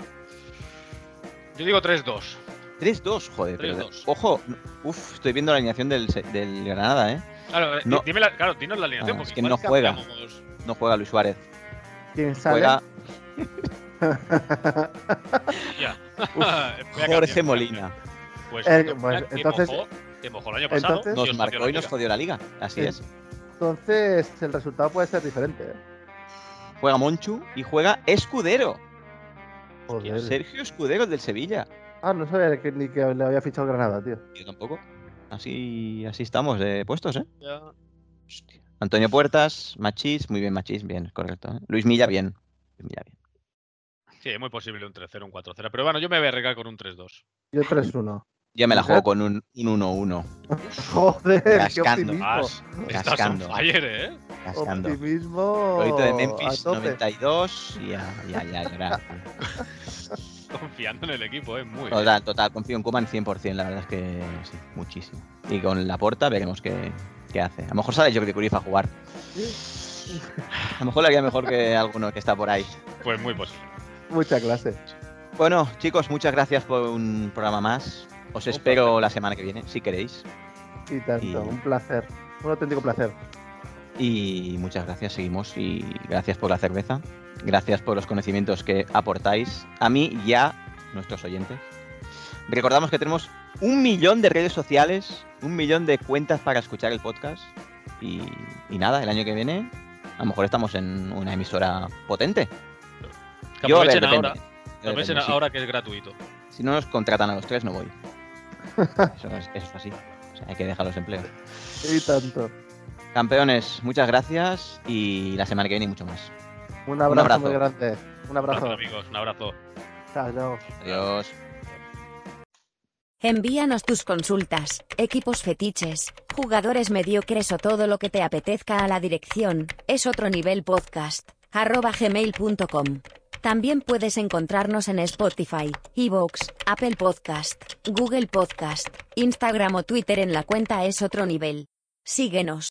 Speaker 3: Yo digo 3-2.
Speaker 1: 3-2, joder. pero-
Speaker 3: 3-2.
Speaker 1: ojo, uf, estoy viendo la alineación del, se- del Granada, ¿eh?
Speaker 3: Claro, eh,
Speaker 1: No.
Speaker 3: dime la, claro, dinos la alineación.
Speaker 1: Ah,
Speaker 3: porque
Speaker 1: es que
Speaker 3: igual
Speaker 1: no juega.
Speaker 3: cambiamos.
Speaker 1: No juega Luis Suárez.
Speaker 4: ¿quién sale?
Speaker 1: Juega
Speaker 3: Ya.
Speaker 1: Jorge Molina.
Speaker 3: Pues,
Speaker 4: Eh,
Speaker 3: no,
Speaker 4: pues,
Speaker 3: mira, que
Speaker 4: entonces-
Speaker 3: mojó, que mojó el año pasado.
Speaker 4: entonces-
Speaker 3: y
Speaker 1: Nos
Speaker 3: os
Speaker 1: marcó
Speaker 3: jodió
Speaker 1: y
Speaker 3: la
Speaker 1: nos
Speaker 3: liga.
Speaker 1: jodió la liga. Así
Speaker 4: Sí.
Speaker 1: es.
Speaker 4: Entonces el resultado puede ser diferente. ¿eh?
Speaker 1: Juega Monchu y juega Escudero.
Speaker 4: Joder.
Speaker 1: Sergio Escudero, el del Sevilla.
Speaker 4: Ah, no sabía que- ni que le había fichado Granada, tío.
Speaker 1: Yo tampoco. Así, así estamos de puestos, ¿eh?
Speaker 3: Ya.
Speaker 1: Hostia. Antonio Puertas, Machís, muy bien Machís, bien, correcto. ¿eh? Luis Milla, bien. Luis Milla, bien.
Speaker 3: Sí, es muy posible un 3-0, un 4-0. Pero bueno, yo me voy a arriesgar con un 3-2.
Speaker 4: Yo 3-1.
Speaker 1: Ya me la
Speaker 4: Ajá.
Speaker 1: juego con un un 1-1.
Speaker 4: Joder, qué
Speaker 1: Rascando.
Speaker 4: optimismo.
Speaker 3: Vas, Ah,
Speaker 1: pues,
Speaker 3: estás on
Speaker 1: Cascando.
Speaker 3: fire, ¿eh?
Speaker 1: Cascando.
Speaker 4: Optimismo.
Speaker 1: Golito de
Speaker 4: a
Speaker 1: Memphis,
Speaker 4: tope.
Speaker 1: 92. Y ya, ya, ya, llorar.
Speaker 3: Confiando en el equipo, ¿eh? Muy bien.
Speaker 1: Total, total, confío en Kuman 100%, la verdad es que sí, muchísimo. Y con la porta veremos qué, qué hace. A lo mejor sale Jordi Cruyff a jugar. A lo mejor le haría mejor que alguno que está por ahí.
Speaker 3: Pues muy posible.
Speaker 4: Mucha clase.
Speaker 1: Bueno, chicos, muchas gracias por un programa más. Os espero la semana que viene, si queréis.
Speaker 4: Y tanto,
Speaker 1: Y-
Speaker 4: un placer. Un auténtico placer.
Speaker 1: Y muchas gracias, seguimos. Y gracias por la cerveza. Gracias por los conocimientos que aportáis a mí y a nuestros oyentes. Recordamos que tenemos un millón de redes sociales, un millón de cuentas para escuchar el podcast. Y, y nada, el año que viene a lo mejor estamos en una emisora potente.
Speaker 3: Que
Speaker 1: Yo, a ver,
Speaker 3: aprovechen
Speaker 1: depende.
Speaker 3: ahora.
Speaker 1: Yo,
Speaker 3: Aprovechen
Speaker 1: depende, sí.
Speaker 3: ahora que es gratuito.
Speaker 1: Si no nos contratan a los tres, no voy. Eso es, eso es así. O sea, hay que dejar los empleos.
Speaker 4: Y tanto.
Speaker 1: Campeones, muchas gracias y la semana que viene mucho más.
Speaker 4: Un abrazo,
Speaker 1: abrazo.
Speaker 4: muy grande. Un abrazo.
Speaker 3: Abrazo, amigos. Un abrazo.
Speaker 4: Chao, chao.
Speaker 1: Adiós.
Speaker 2: Envíanos tus consultas, equipos fetiches, jugadores mediocres o todo lo que te apetezca a la dirección es otro nivel podcast arroba gmail.com. También puedes encontrarnos en Spotify, Evox, Apple Podcast, Google Podcast, Instagram o Twitter en la cuenta es otro nivel. Síguenos.